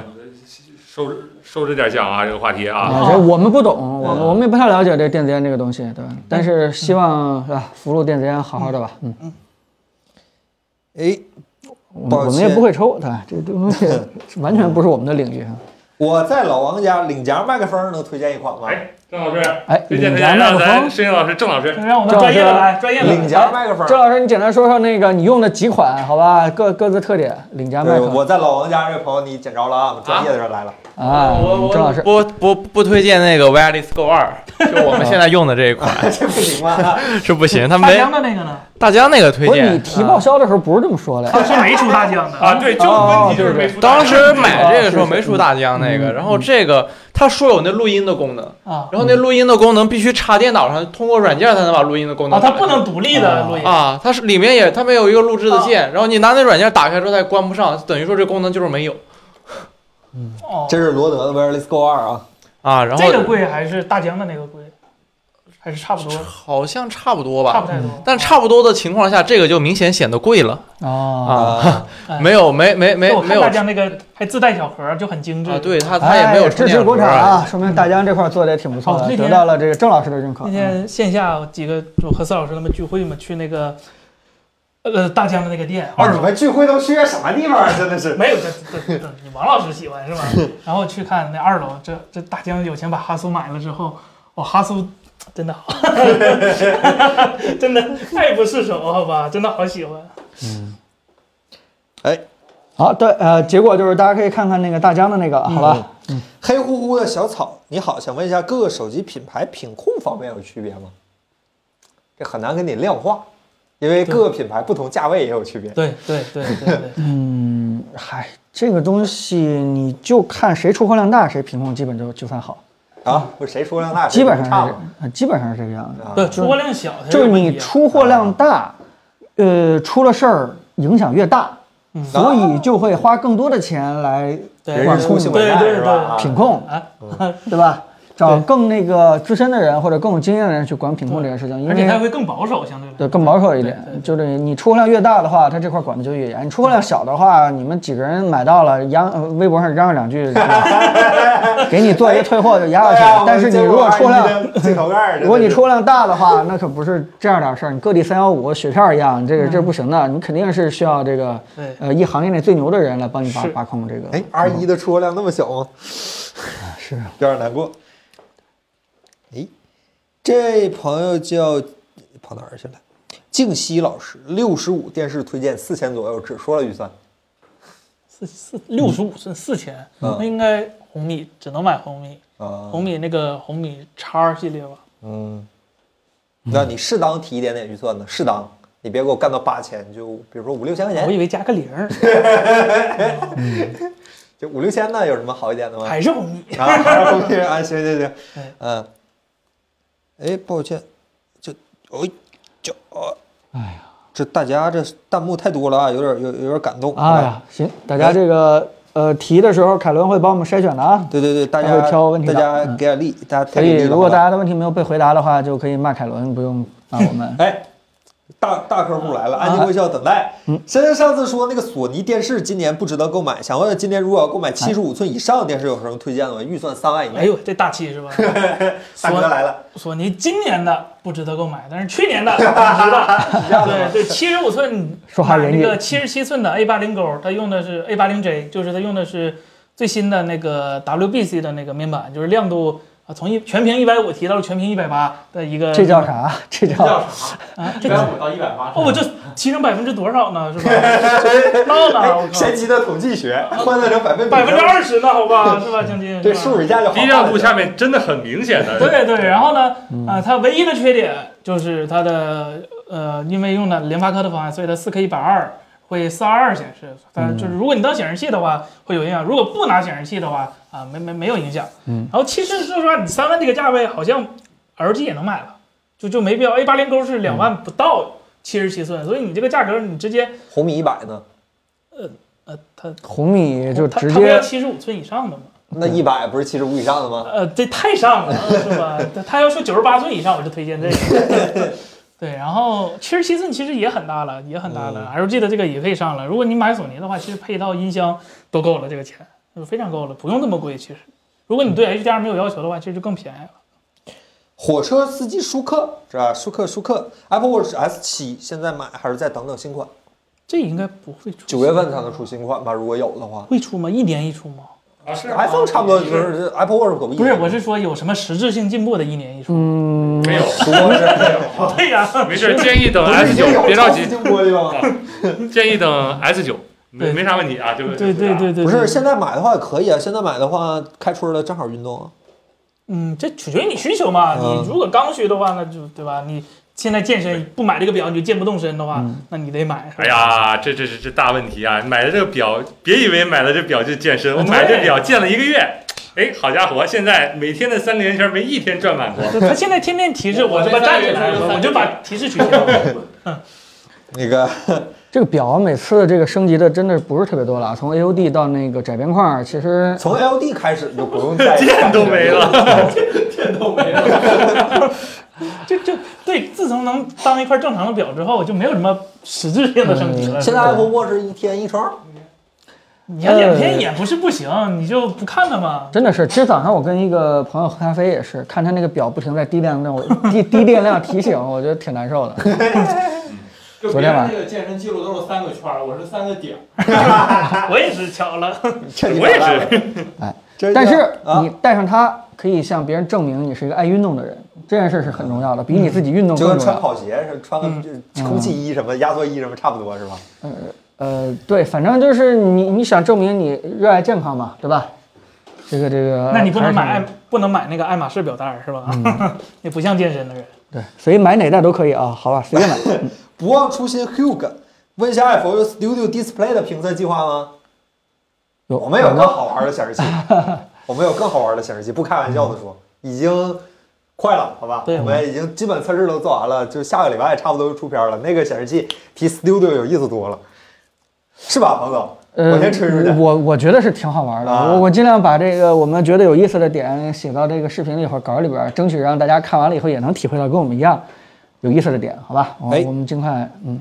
收着收着点讲啊，这个话题啊，
啊，这我们不懂，
嗯
我们我们也不太了解这电子烟这个东西，对吧？但是希望是吧，福禄电子烟好好的吧，嗯，
哎，
我
抱
们
歉
嗯我们也不会抽，对吧？这这东 西完全不是我们的领域啊。
我在老王家领夹麦克风能推荐一款吗？
哎，郑老师，
哎
推荐
领
推
夹
荐，
麦克
让
风
咱摄影老师郑老师，
让我们专业的来，专业的来
领夹麦克风
郑。老师，你简单说说那个你用的几款，好吧？各各自特点，领夹麦
对，
克
我在老王家这位朋友你捡着了啊，我们专业的人来了。
啊，郑老师，
不不不推荐那个 Wireless Go 二， 就我们现在用的这一 款
这不行 吧？
是不行，他
大
没
疆的那个呢？
大疆那个推
不是你
荐。啊
提报销的时候不是这么说的呀？
他是没出大疆的
啊，，对，就是问题就是没出。
当时买这个时候没出大疆那
嗯
个，然后这个他说有那录音的功能，
啊
然后那录音的功能必须插电脑上，通过软件才能把录音的功
啊，
能打
它
开。
不能独立的录音，
啊，它是里面也它没有一个录制的
哦
键，然后你拿那软件打开之后它也关不上，等于说这功能就是没有
哦，
这是罗德的 Wireless Go 二啊，
啊。然后
这个贵还是大疆的那个贵，还是差不多，
好像差不多
差
吧
不，太多。
嗯但差不多的情况下，这个就明显显得贵了
哦，
啊，
啊，
哎
没有没没没
就我
没
看
有
大疆那个还自带小盒，就很精致
啊，。对他他
哎
也没有充
支
电
持
盒
国产啊，说明大疆这块做的也挺不错
哦
的，
那天
得到了这个郑老师的认可
那。
嗯
嗯
天线下几个我和四老师他们聚会嘛，去那个呃大疆的那个店，二
啊，
手
你们聚会都去什么地方啊？真的是，
没有，这这这你王老师喜 欢是吧？然后去看那二楼，这这大疆有钱把哈苏买了之后，哇，哈苏真的好， 真的爱不释手，好吧，真的好喜欢。
好，对，呃，结果就是大家可以看看那个大疆的那个，好吧？
黑乎乎的小草，你好，想问一下各个手机品牌品控方面有区别吗？这很难跟你量化，因为各个品牌不同价位也有区别。
对对对对对，
嗯，嗨，这个东西你就看谁出货量大，谁品控基本就就算好，
啊，不是谁说量大，
基本
谁说差
上是
嘛。
呃基本上是这个样
啊
子。
对出货量小才
就是
有问
你
题啊，
出货量大，呃，出了事儿影响越大，所以就会花更多的钱来
嗯对
人是出性本
对
善
对
是吧？
对
啊
品控，
啊，
对吧？找更那个资深的人或者更有经验的人去管品控这件事情，因
而且它
为
会更保守，相对来
对
说。
更保守一点
对对。
就是你出货量越大的话，他这块管的就越严；你出货量小的话，你们几个人买到了，嚷呃微博上嚷嚷两句， 给你做一个退货就压
哎
下去
呀
了。但是你如果出货量，
镜头盖儿，
如果你出货量大的话，那可不是这样点事儿，你各地三幺五雪片儿一样，这个这不行的，你肯定是需要这个
对
呃一行业内最牛的人来帮你把
是
把控这个。
哎，R 一的出货量那么小吗？
是啊
有点难过。哎，这朋友叫跑哪儿去了？静熙老师，六十五电视推荐四千左右，只说了预算。
四四六十五寸四千，那应该红米只能买红米，
啊，
嗯
红米那个红米叉系列吧，
嗯，那你适当提一点点预算呢，适当，你别给我干到八千，就比如说五六千块
我
哦
钱，
以为加个零儿，
就五六千呢，有什么好一点的吗？
还是红 米。
啊，还是 OK 啊，行行行
哎，
嗯，哎，抱歉，就哦，就哦，
哎呀，
这大家这弹幕太多了啊，有点有有点感动，好
哎
吧
呀，行，大家这个呃提的时候，凯伦会帮我们筛选的啊。
对对对，大
还
家
会挑问题
大
的
家给点力，大家
嗯所
太给
以
力了。
如果
好吧。
大家的问题没有被回答的话，就可以骂凯伦，不用骂我们
哎，大大客户来了，
啊
安静微笑等待。
嗯
珊珊上次说那个索尼电视今年不值得购买，想问问今年如果要购买七十五
哎
寸以上的电视有什么推荐的吗？预算三万以
哎
内。
呦，这大气是吧？
大哥来了，
索尼今年的不值得购买，但是去年的我 值得。对，这七十五寸
说话
买
严
那
谨
个七十七寸的 A 八零勾，它用的是 A 八零 J，就是它用的是最新的那个 WBC 的那个面板，就是亮度啊从一全屏一百五提到了全屏一百八的一个。
这叫啥？这叫
啊？这
一
叫
百五到一百八。
哦，我这提升百分之多少呢？ 是吧？这闹呢，我靠
神，奇的统计学，换算成百分
百分之，二十呢，好吧，是吧，将近
这
是吧
数一下就好。
低亮度下面真的很明显 的，
对对，然后呢，
嗯
啊、它唯一的缺点就是它的呃，因为用的联发科的方案，所以它四 K 一百二会四二二显示。但
嗯
就是如果你当显示器的话会有影响，如果不拿显示器的话啊、没没没有影响。
嗯，
然后其实说实话，你三万这个价位好像 LG 也能买了，就就没必要。A 八零勾是两万不到七十七寸，所以你这个价格你直接
红米一百呢？
呃，它
红米就
它
直
它不要
接
七十五寸以上的吗？
那一百不是七十五以上的吗？
呃，这太上了，是吧？他他要说九十八寸以上，我就推荐这个。 对，然后七十七寸其实也很大了，也很大
嗯
了。LG 的这个也可以上了。如果你买索尼的话，其实配一套音箱都够了，这个钱就非常够了，不用那么贵。其实，如果你
嗯
对 HDR 没有要求的话，其实就更便宜了。
火车司机舒克是吧？舒克舒克，Apple Watch S 七现在买还是再等等新款？
这应该不会出。
九月份才能出，新款吧？如果有的话
会出吗？一年一出吗？
啊是啊
，iPhone 差不多就是 Apple Watch 可不一
不是，
样
我是说有什么实质性进步的，一年一出。
嗯，
没有，
说是
对呀、
没事，建议等
不是
S
已经有
九，别着
超级
急，
静波的吗？
建议等 S 九，没
对
没啥问题啊，这个
对对对，对，
不
对
是，现在买的话也可以啊，现在买的话开春了正好运动啊。
嗯，这取决于你需求嘛。
嗯
你如果刚需的话，那就对吧？你现在健身不买这个表，你就健不动身的话，那你得买。
哎，呀，这这这这大问题啊！买了这个表，别以为买了这表就健身，我
对
买这表健了一个月，哎，好家伙，现在每天的三个圆圈没一天转满 过。
他现在天天提示我
我
他妈
这
站
三
起
个
来，
月
我
份
我就把提示取消了。
那个
这个表每次这个升级的真的不是特别多了啊，从 AOD 到那个窄边框，其实
从 LD 开始就不用 再
电都没了，
就就对，自从能当一块正常的表之后，就没有什么实质性的升级了。
现在 Apple Watch 一天一双，
你要两天也不是不行，你就不看了嘛。
真的是，今儿早上我跟一个朋友喝咖啡也是，看他那个表不停在低电量，我 低低电量提醒，我觉得挺 难受的。
就别
昨天
人
晚
那个健身记录都是三个圈儿，我是三个点儿。
我也是巧了，
彻底
我也
摆烂了
是。
哎真
但是
啊
你带上它，可以向别人证明你是一个爱运动的人，这件事是很重要的，比你自己运动
就
更
跟
重
穿
要。
跑鞋似的，穿个就空气衣什么、压缩衣什么差不多是吧？
呃，对，反正就是你你想证明你热爱健康嘛，对吧？这个这个，
那你不能买
还
爱
是
不能买那个爱马仕表带儿是吧？ 你不像健身的人。
对，所以买哪代都可以啊，好吧，随便买。
不忘初心 Hug，问一下 Apple 有 Studio Display 的评测计划吗？
有
我们有更好玩的显示器， 我们有更好玩的显示器，不开玩笑的说，已经快了，好吧？
对
我们已经基本测试都做完了，就下个礼拜差不多就出片了。那个显示器比 Studio 有意思多了，是吧，彭总？
呃，
我先吹出去。
我我觉得是挺好玩的，
啊
我我尽量把这个我们觉得有意思的点写到这个视频里或者稿里边儿，争取让大家看完了以后也能体会到跟我们一样有意思的点，好吧？我
哎
我们尽快，嗯，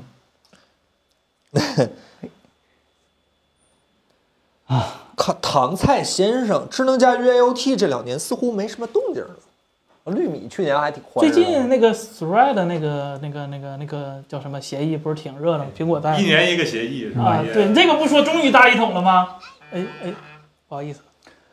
看唐菜先生，智能家居 IoT 这两年似乎没什么动静了。绿米去年还挺欢
最
乐的，
近那个 Thread 的那个那个那个那个叫什么协议不是挺热的吗？苹果在
哎一年一个协议是吧
啊？，对，你这个不说终于大一统了吗？哎哎，不好意思，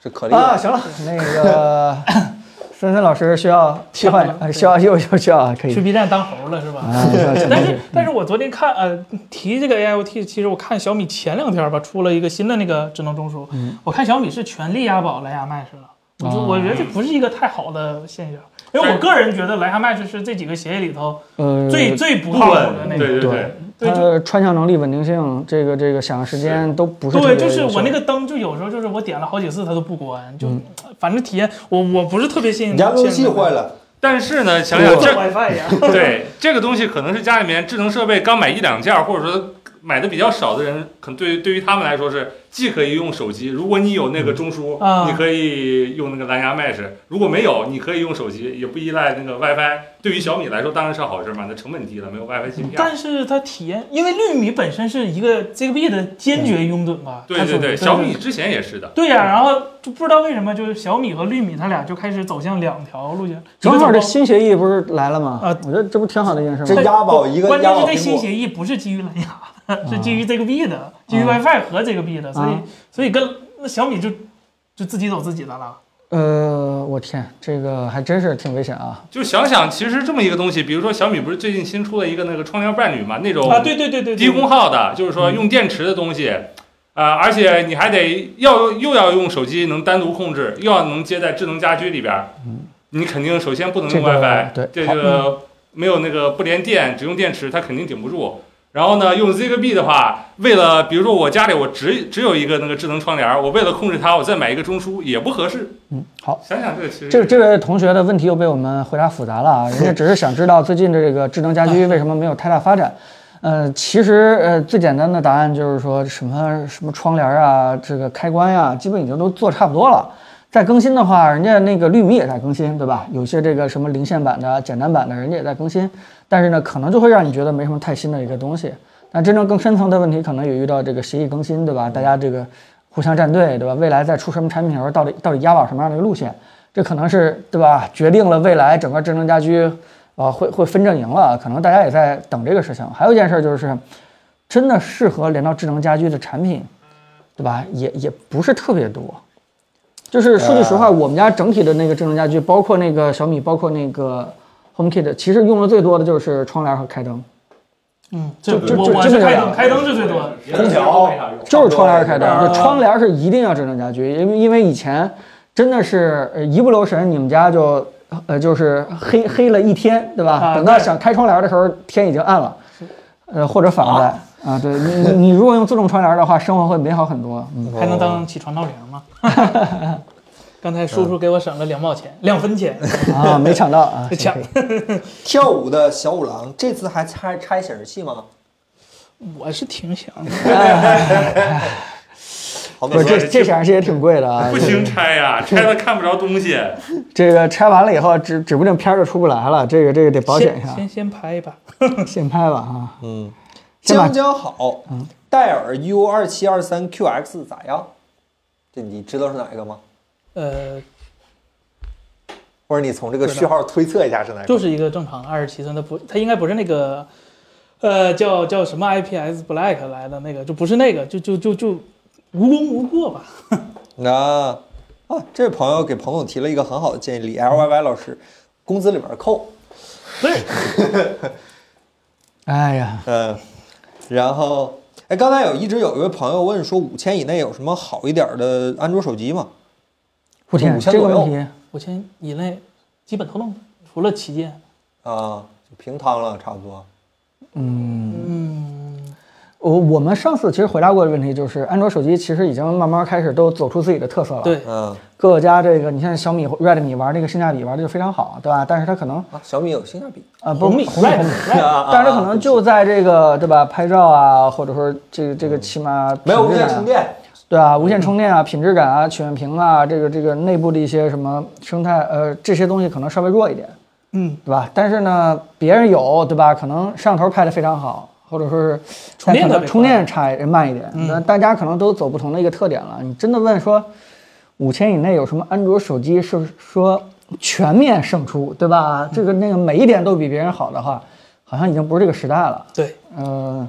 是可丽
啊，行了，那个 森森老师需要替换
抢了，
呃需要又又需要啊可
去
以
B 站当猴了是吧？
啊，需要抢
但是，但是我昨天看，呃，提这个 AIoT，其实我看小米前两天吧，出了一个新的那个智能中枢。
嗯
我看小米是全力押宝蓝牙 Mesh 了，我就、
哦
我觉得这不是一个太好的现象，因为我个人觉得蓝牙 Mesh 是这几个协议里头
呃
最、最不靠谱的那
对
个。
对
对
对就
它穿墙能力、稳定性，这个这个响应时间都不是特
对，
别
就是我那
优秀
个灯，就有时候就是我点了好几次它都不关，就、反正体验我我不是特别信
嗯
任。
你家路由器坏，了，
但是呢，想想
像
这
WiFi 一样。
对这个东西，可能是家里面智能设备刚买一两件儿，或者说买的比较少的人，可能对于对于他们来说是既可以用手机，如果你有那个中枢，
啊
你可以用那个蓝牙 Mesh；如果没有，你可以用手机，也不依赖那个 WiFi。对于小米来说，当然是好事嘛，那成本低了，没有 WiFi 芯片。
但是它体验，因为绿米本身是一个 ZigBee 的坚决拥趸吧，
对
它属
对
于
对，小米之前也是的，
对呀、然后就不知道为什么，就是小米和绿米它俩就开始走向两条路线。
正好
一个走
这新协议不是来了吗？
啊
我觉得这不挺好的一件事
这
吗？
押宝一个
关
押
键是
宝
这
苹
新
果，嗯
协议不是基于蓝牙的，是基于这个 B 的，基于 WiFi 和这个 B 的，所以、
啊
所以跟那小米就就自己走自己的了。
呃，我天，这个还真是挺危险啊！
就想想其实这么一个东西，比如说小米不是最近新出了一个那个窗帘伴侣嘛，那种
啊，对对对对，对
哦低功耗的，就是
嗯
说用电池的东西，啊，而且你还得要又要用手机能单独控制，又要能接在智能家居里边儿，你肯定首先不能用
嗯这个
WiFi，
对嗯
这个没有那个不连电，只用电池，它肯定顶不住。然后呢，用 Zigbee 的话，为了比如说我家里我只只有一个那个智能窗帘儿，我为了控制它，我再买一个中枢也不合适。
嗯，好，
想想这个其实
这个这位同学的问题又被我们回答复杂了啊，人家只是想知道最近的这个智能家居为什么没有太大发展。呃，其实呃最简单的答案就是说什么什么窗帘啊，这个开关呀、基本已经都做差不多了。再更新的话，人家那个绿米也在更新，对吧？有些这个什么零线版的、简单版的，人家也在更新，但是呢，可能就会让你觉得没什么太新的一个东西。但真正更深层的问题，可能也遇到这个协议更新，对吧？大家这个互相站队，对吧？未来在出什么产品的时候，到底到底押宝什么样的一个路线，这可能是对吧？决定了未来整个智能家居，啊、会会分阵营了。可能大家也在等这个事情。还有一件事就是，真的适合连到智能家居的产品，对吧？也也不是特别多。就是说句实话，我们家整体的那个智能家居，包括那个小米，包括那个 HomeKit，其实用的最多的就是窗帘和开灯。
嗯，这
就就
我
就
我
这
是
么
开
点
灯，开灯是最多的。
空调
没啥用。
就是窗帘儿开灯，
啊
就窗帘儿是一定要智能家居，因为因为以前真的是呃一不留神，你们家就呃就是黑黑了一天，对吧？
啊
等到
对
想开窗帘儿的时候，天已经暗了，呃，或者反过来啊对你你你如果用自动窗帘儿的话，生活会美好很多。嗯，
还能当起床闹铃 吗？刚才叔叔给我省了两毛钱，两分 钱。
啊，没抢到啊，
被抢
行
跳舞的小五郎，这次还拆拆显示器吗？
我是挺想的，
好
可
美
以不是这
说，
这显示器也挺贵的啊，
不
这
行拆 呀、拆了看不着东西。
这个拆完了以后，指指不定片儿就出不来了，这个这个得保险一
先
下，
先先拍吧。
现拍吧啊。
嗯，
先把
将将好，
嗯
戴尔 U 二七二三 QX 咋样？这你知道是哪一个吗？
呃，
或者你从这个
不知道
序号推测一下是哪一个？
就是一个正常二十七寸，它不，它应该不是那个，呃，叫叫什么 IPS Black 来的那个，就不是那个，就就就就无功无过吧。
那啊，这位朋友给彭总提了一个很好的建议，李 LYY 老师，工资里面扣，
不是，
哎呀，
嗯，然后，哎，刚才有一直有一位朋友问说，五千以内有什么好一点的安卓手机吗？
我天，
5000
这个
左右
问题，
五千以内基本都能，除了旗舰。
啊，就平摊了，差不多。
嗯。
嗯，
我呃我们上次其实回答过的问题就是，安卓手机其实已经慢慢开始都走出自己的特色了。，
对，
嗯，
各家这个，你像小米、Redmi 玩这个性价比玩的就非常好，对吧？但是它可能
啊，小米有性价比。
啊，不
红米
是红米，红米
Redmi，Redmi
啊
但是它可能就在这个对吧，拍照啊，或者说这个这个起码
没有无
品质
线
感啊
充，电。
对
嗯
啊，无线充电啊，品质感啊，曲面屏啊，这个这个内部的一些什么生态呃这些东西可能稍微弱一点。
嗯，
对吧？但是呢，别人有，对吧？可能摄像头拍的非常好，或者说是
充电
但可
特
能
别
充电差慢一点。
嗯
那大家可能都走不同的一个特点了。你真的问说，五千以内有什么安卓手机是说全面胜出，对
嗯
吧？这个那个每一点都比别人好的话，好像已经不是这个时代了。
对，
呃嗯，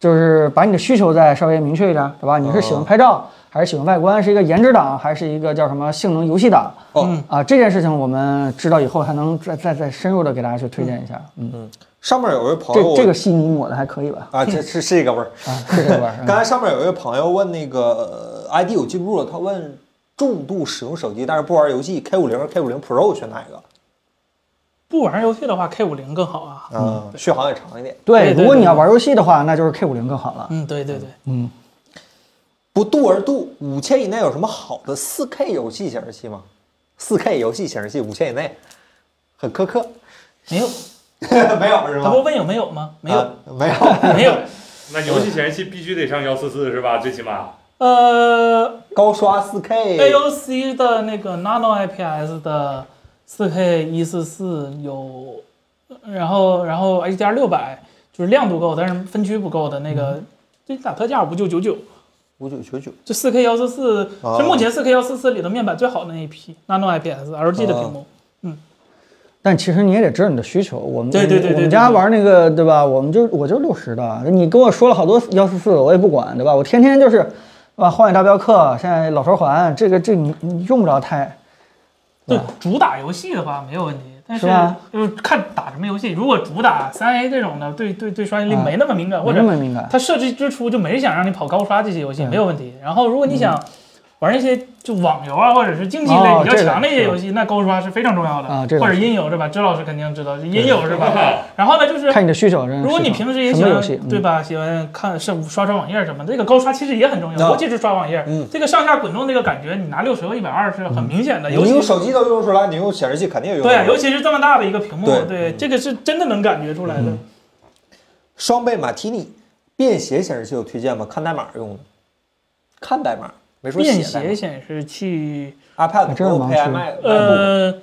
就是把你的需求再稍微明确一点，对吧？你是喜欢拍照，还是喜欢外观，是一个颜值党，还是一个叫什么性能游戏党？
哦，
啊，这件事情我们知道以后，还能再再再深入的给大家去推荐一下。嗯，
上面有位朋友
这这个稀泥抹的还可 以吧？
啊，这是是这个味儿。
啊，是这个味儿。嗯
刚才上面有一位朋友问那个呃 ID 有进步了，他问重度使用手机但是不玩游戏，K 五零、K 五零 Pro 选哪个？
不玩游戏的话，K 五零更好啊。
嗯
啊，续航也长一点。
对
对，
对
如果你
对
要玩游戏的话，那就是 K 五零更好了。
嗯，对对对，
嗯，
不度而度，五千以内有什么好的四 K 游戏显示器吗？四 K 游戏显示器五千以内，很苛刻，
没有，
没有是
他
吗
不？问有没有吗？没 有，
啊没有。
没有。
那游戏显示器必须得上幺四四是吧？最 起码
呃
高刷四 K，
哎，AOC 的那个 Nano IPS 的 4K 一四四有，然后然后 HDR 六百就是亮度够，但是分区不够的那个，
嗯
最近打特价不就九九？
五九九九，
就4 K 幺四四
哦
是目前4 K 幺四四里头面板最好的那一批 Nano IPS LG 的屏
哦
幕。
但其实你也得知道你的需求。我们
对对对对
我
对
们
对
家玩那个对吧？我们就我就六十的，你跟我说了好多幺四四，我也不管对吧？我天天就是，对吧？荒野大镖客，现在老头环，这个这你你用不着太
嗯
对，主打游戏的话没有问题，但是
是吧
就是看打什么游戏。如果主打三 A 这种的，对对对刷新率
啊
没那么敏
嗯
感，或
没
者
那么敏感。
它设置之初就没人想让你跑高刷这些游戏，
对
没有问题。然后如果
嗯
你想玩一些就网游啊，或者是竞技类
哦
比较强的
这个
一些游戏，那高刷是非常重要的。
啊这个
或者音游是吧？支老师肯定知道，是音游是吧？然后呢，就是
看你的需求，真的是
如果你平时也
什
喜
么
欢
游戏，嗯
对？吧？喜欢看是刷刷网页什么的，这个高刷其实也很重
啊
哦
要，尤其是刷网页，
嗯
这个上下滚动这个感觉，你拿六十和一百二
嗯
是很明显的，尤
你
其
用
是。
手机都用出来，你用显示器肯定也用。
哎对啊，尤其是这么大的一个屏幕，
对
对，
嗯
这个是真的能感觉出来的。
双倍马提尼便携显示器有推荐吗？看代码用的，看代码没说
便
写代码
携显示器，
iPad
啊这个
Pro
盲
配
区
iMac，
呃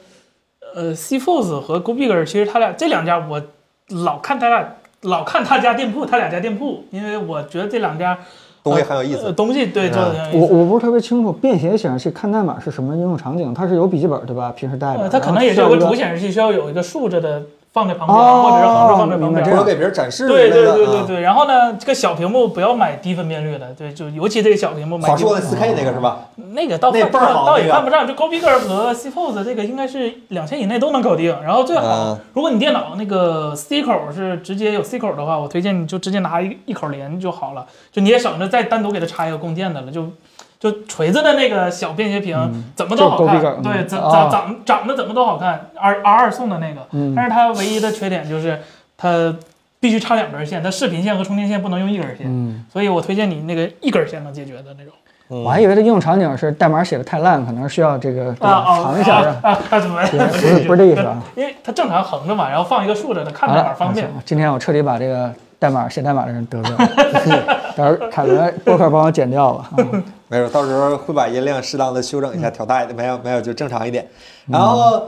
呃，Cforce 和 g o b i g e r 其实他俩这两家我老看他俩，老看他家店铺，他俩家店铺，因为我觉得这两家
东西很有意
呃
思。
东西对
嗯
做的很有
我
意思。
我不是特别清楚便携显示器看代码是什么应用场景，它是有笔记本对吧？平时带着，
呃，它可能也是有个主显示器，需要有一个竖着的放在旁边，
哦
或者是横着放在旁
明白
边
这
或
样。
者给别人展示之
呃对
类
对
的
对对
啊
对，然后呢，这个小屏幕不要买低分辨率的，对，就尤其这个小屏幕买啊
华
低
硕
分
的四 K 那个是吧？
那个倒
那
犯不
倍儿
上，
好
倒也
那个
犯不上。就 g o b i g e r 和 C Pose 这个应该是两千以内都能搞定。然后最好
嗯，
如果你电脑那个 C 口是直接有 C 口的话，我推荐你就直接拿一一口连就好了，就你也省着再单独给它插一个供电的了。就就锤子的那个小便携屏怎么都好
就是 Gobiger，
看，
嗯
对，怎
啊
长长长得怎么都好看。R R 二送的那个，
嗯
但是它唯一的缺点就是它必须插两根线，它视频线和充电线不能用一根线，
嗯，
所以我推荐你那个一根线能解决的那种。
我
我还以为它应用场景是代码写的太烂，可能需要这个对吧
啊
藏一下
啊
啊。
啊啊！怎么
不是不是这意思啊？
因为它正常横着嘛，然后放一个竖着的，看
好
着哪儿
了，
方便
行。今天我彻底把这个代码写代码的人得罪 了，到时候凯伦播客帮我剪掉吧。
嗯
啊
没有，到时候会把音量适当的修整一下，调大一点。没有没有，就正常一点。
嗯
然后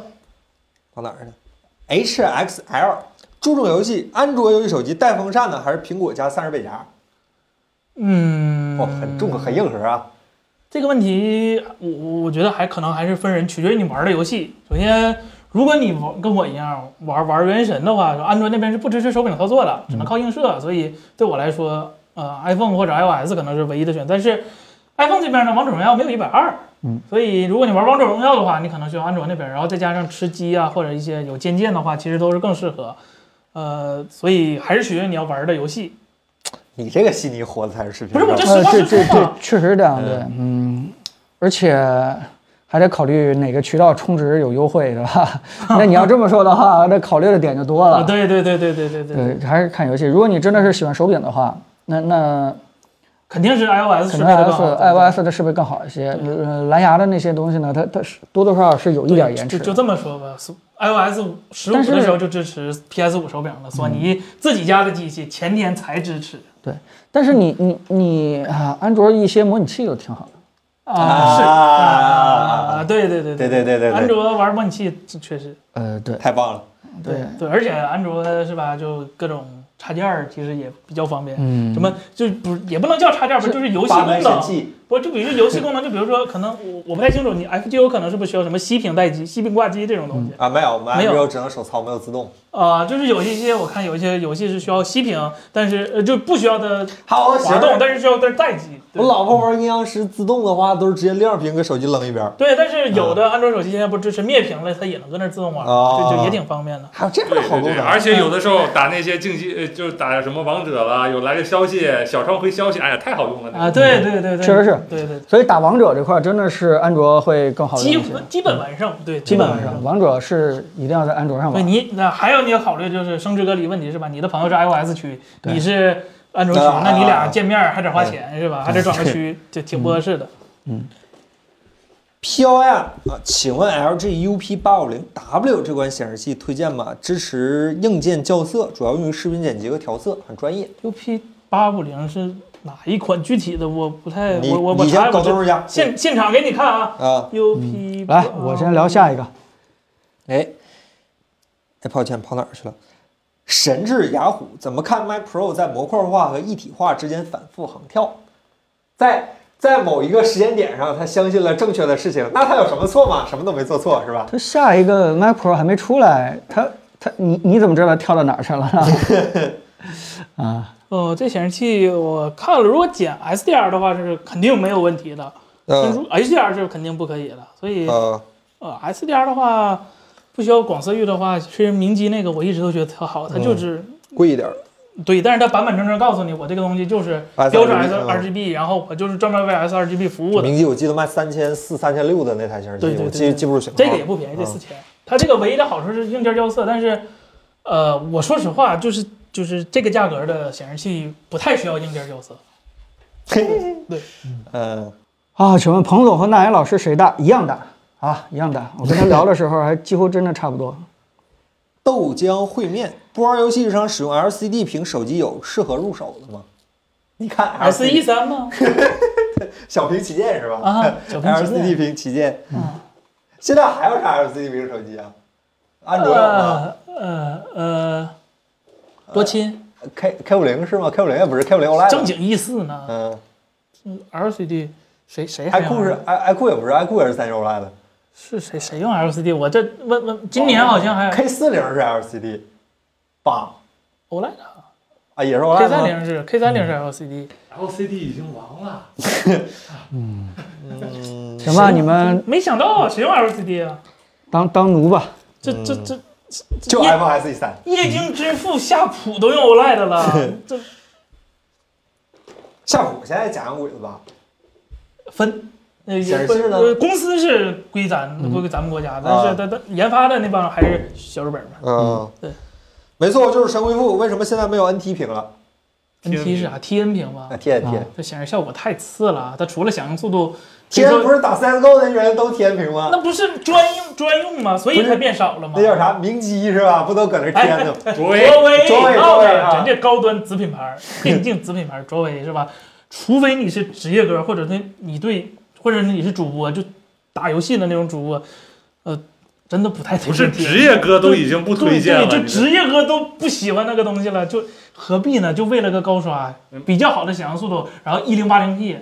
到哪儿呢？HXL 注重游戏，安卓游戏手机带风扇呢，还是苹果加散热背夹？
嗯，
哦，很重很硬核啊！
这个问题，我我我觉得还可能还是分人，取决于你玩的游戏。首先，如果你玩跟我一样玩玩原神的话，安卓那边是不支持手柄操作的，只能靠映射。所以对我来说，呃，iPhone 或者 iOS 可能是唯一的选。但是 iPhone 这边呢，王者荣耀没有一百二，
嗯，
所以如果你玩王者荣耀的话，你可能需要安卓那边，然后再加上吃鸡啊或者一些有键键的话，其实都是更适合。呃，所以还是取决于你要玩的游戏。
你这个悉尼活的才是视频。
不是啊我这
呃
实话
这
实
这
说
这
嘛
确实是这样，对，嗯，而且还得考虑哪个渠道充值有优惠，是吧？那你要这么说的话，那考虑的点就多
啊，
了。
对对对对对对对，
对，还是看游戏。如果你真的是喜欢手柄的话，那那
肯定是 iOS 适
可
配
能呃
的更好
iOS iOS 的设备更好一些。呃，蓝牙的那些东西呢，它它是多多少少是有一点延迟
就。就这么说吧，so-，iOS 十五
但是
的时候就支持 PS 五手柄了，索尼自己家的机器前天才支持
但是你你你啊，安卓一些模拟器就挺好的。
啊
是
啊
啊，对对对
对对对对对
安卓玩模拟器确实
呃，对
太棒了。
对，
对，而且安卓是吧，就各种插件儿其实也比较方便，
嗯
什么就不也不能叫插件儿吧，就是游戏
八
功
门神
能。
器，
不，就比如说游戏功能，就比如说可能我我不太清楚，你 FGO 可能是不是需要什么息屏待机、息屏挂机这种东西
啊，没有，我们
没有
Unreal 只能手操，没有自动。
啊、就是有一些我看有一些游戏是需要息屏，但是呃就不需要的
好
滑动，但是需要的待机。对
我老婆玩阴阳师自动的话，都是直接亮屏给手机扔一边儿。
对，但是
嗯
有的安卓手机现在不支持灭屏了，它也能在那儿自动玩，
哦
就就也挺方便的。
还有这样
对
的好
对
功
对，
能，
而且有的时候打那些竞技，呃，就是打什么王者啦，有来个消息，小窗回消息，哎呀，太好用了那个
啊，对对对对，
嗯确实是，
对对，
所以打王者这块儿真的是安卓会更好用一
基
些，
基本完胜，对，
基
基
本嗯
完
上。王者是一定要在安卓上
对
玩。
你那还有你要考虑就是生殖隔离问题是吧？你的朋友是 iOS 区，
对
你是安卓区，
啊
那你俩见面还得花钱是吧？还得 转个区，就挺不合适的。
P O M 啊，请问 L G U P 八五零 W 这款显示器推荐吗？支持硬件校色，主要用于视频剪辑和调色，很专业。
UP 八五零是哪一款具体的？我不太，
你
我我我
你
查
先
我
搞
这
清楚一下。
现现场给你看啊
啊，
，UP
来，我先聊下一个，
哎，哎，抱歉，跑哪儿去了？神智雅虎怎么看 Mac Pro 在模块化和一体化之间反复横跳？在在某一个时间点上，他相信了正确的事情，那他有什么错吗？什么都没做错，是吧？
它下一个 Mac Pro 还没出来，它它你你怎么知道它跳到哪儿去 了呢？啊，
哦，这显示器我看了，如果剪 SDR 的话是肯定没有问题的，但
嗯
如 HDR 是肯定不可以的，所以
呃，
呃，SDR 的话，不需要广色域的话，其实明基那个我一直都觉得特好，它就是、
贵一点儿，
对，但是它版本正正告诉你，我这个东西就是标
SRGB
准 S
嗯
R G B，然后我就是专门为 S R G B 服务的，
明基我记得卖三千四、三千六的那台显示器，
对对对
我记
对
记不住型号。
这个也不便宜，这四千、它这个唯一的好处是硬件校色，但是，呃，我说实话，就是就是这个价格的显示器不太需要硬件校色。
嗯，
啊，请问彭总和大岩老师谁大？一样大啊，一样大。我跟他聊的时候还几乎真的差不多。
豆浆烩面，不玩游戏日常使用 LCD 屏手机有适合入手的吗？你看
S E 三吗？
小屏旗舰是吧？
啊，小 屏旗
LCD
舰。嗯
屏旗舰，现在还有啥 LCD 屏手机啊？安卓有吗
呃呃呃，多亲，
？K K 五零是吗？K 五零也不是 K 五零 OLED，
正经 E 四呢
嗯
，LCD 谁谁还
，iQOO 是 i iQOO 也不是，iQOO 也是三十 OLED
是谁谁用 LCD？我这问问，今年好像还有
哦 K 四零是 LCD 八
OLED
啊，也是
E K
OLED
三
吗？
零是 K 三零是 LCD，
，LCD 已经亡了。
嗯
行吧，你们
没想到啊谁用 LCD 啊？
当当奴吧。
这这这
就
液
iPhone SE 三，
液晶之父夏普都用 OLED 了，这
夏普现在假洋鬼子吧？
分。呃
显示
不
器呢嗯
呃公司是归咱归咱们国家，但
啊
是它它研发的那帮还是小日本 嘛。
嗯，
对，
没错，就是神回复。为什么现在没有 NT 屏了？
天
NT 是啥？TN 屏 吧
啊，？天
啊
天
这显示效果太次了，啊它除了响应速度，
天
听说
不是打 CSGO 的人都天屏吗？
那不是专用专用吗？所以它变少了吗？
那叫啥明基是吧？不都搁那天呢吗？
哎
卓威，
卓威，
卓威
哦
卓威啊
人家高端子品牌，电竞子品牌，卓威是吧？除非你是职业哥，或者那你对，或者你是主播，就打游戏的那种主播，呃，真的不太推
不是
荐。
职业哥都已经不推荐了，
对对，
你
就
这
职业哥都不喜欢那个东西了，就何必呢？就为了个高刷，
嗯
比较好的响应速度，然后一零八零 P，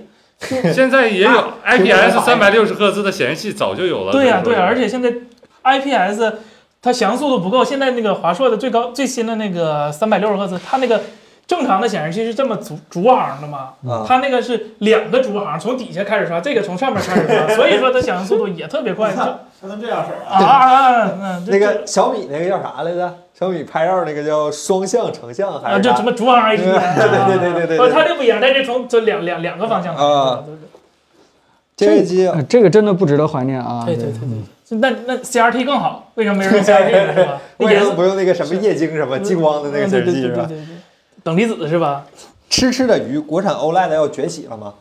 现在也有
啊平台
IPS
版
三百六十赫兹的显示器，早就有了。
对呀、
所
对
以
呀、
说
而且现在 IPS 它响应速度不够，现在那个华硕的最高最新的那个三百六十赫兹，它那个正常的显示器是这么逐逐行的嘛，
啊
它那个是两个逐行，从底下开始刷，这个从上面开 始刷，所以说它响应速度也特别快。就啊
还能这样式儿啊？
啊啊！嗯
那个小米那个叫啥来着？小米拍照那个叫双向成像还
啊，
是
这
啥？
什么逐行 A P，
对对对对对对
哦，它这不一样，但是从这两两两个方向来
啊
对对
这个机
呃这个真的不值得怀念啊。
对对对
嗯
对。对那那 CRT 更好，为什么没人用 CRT 呢？是吧？那
为
颜
什么
色
不用那个什么液晶什么激光的那个显示器是
对对对
吧？
对对对，等离子是吧？
吃吃的鱼，国产 OLED 要崛起了吗？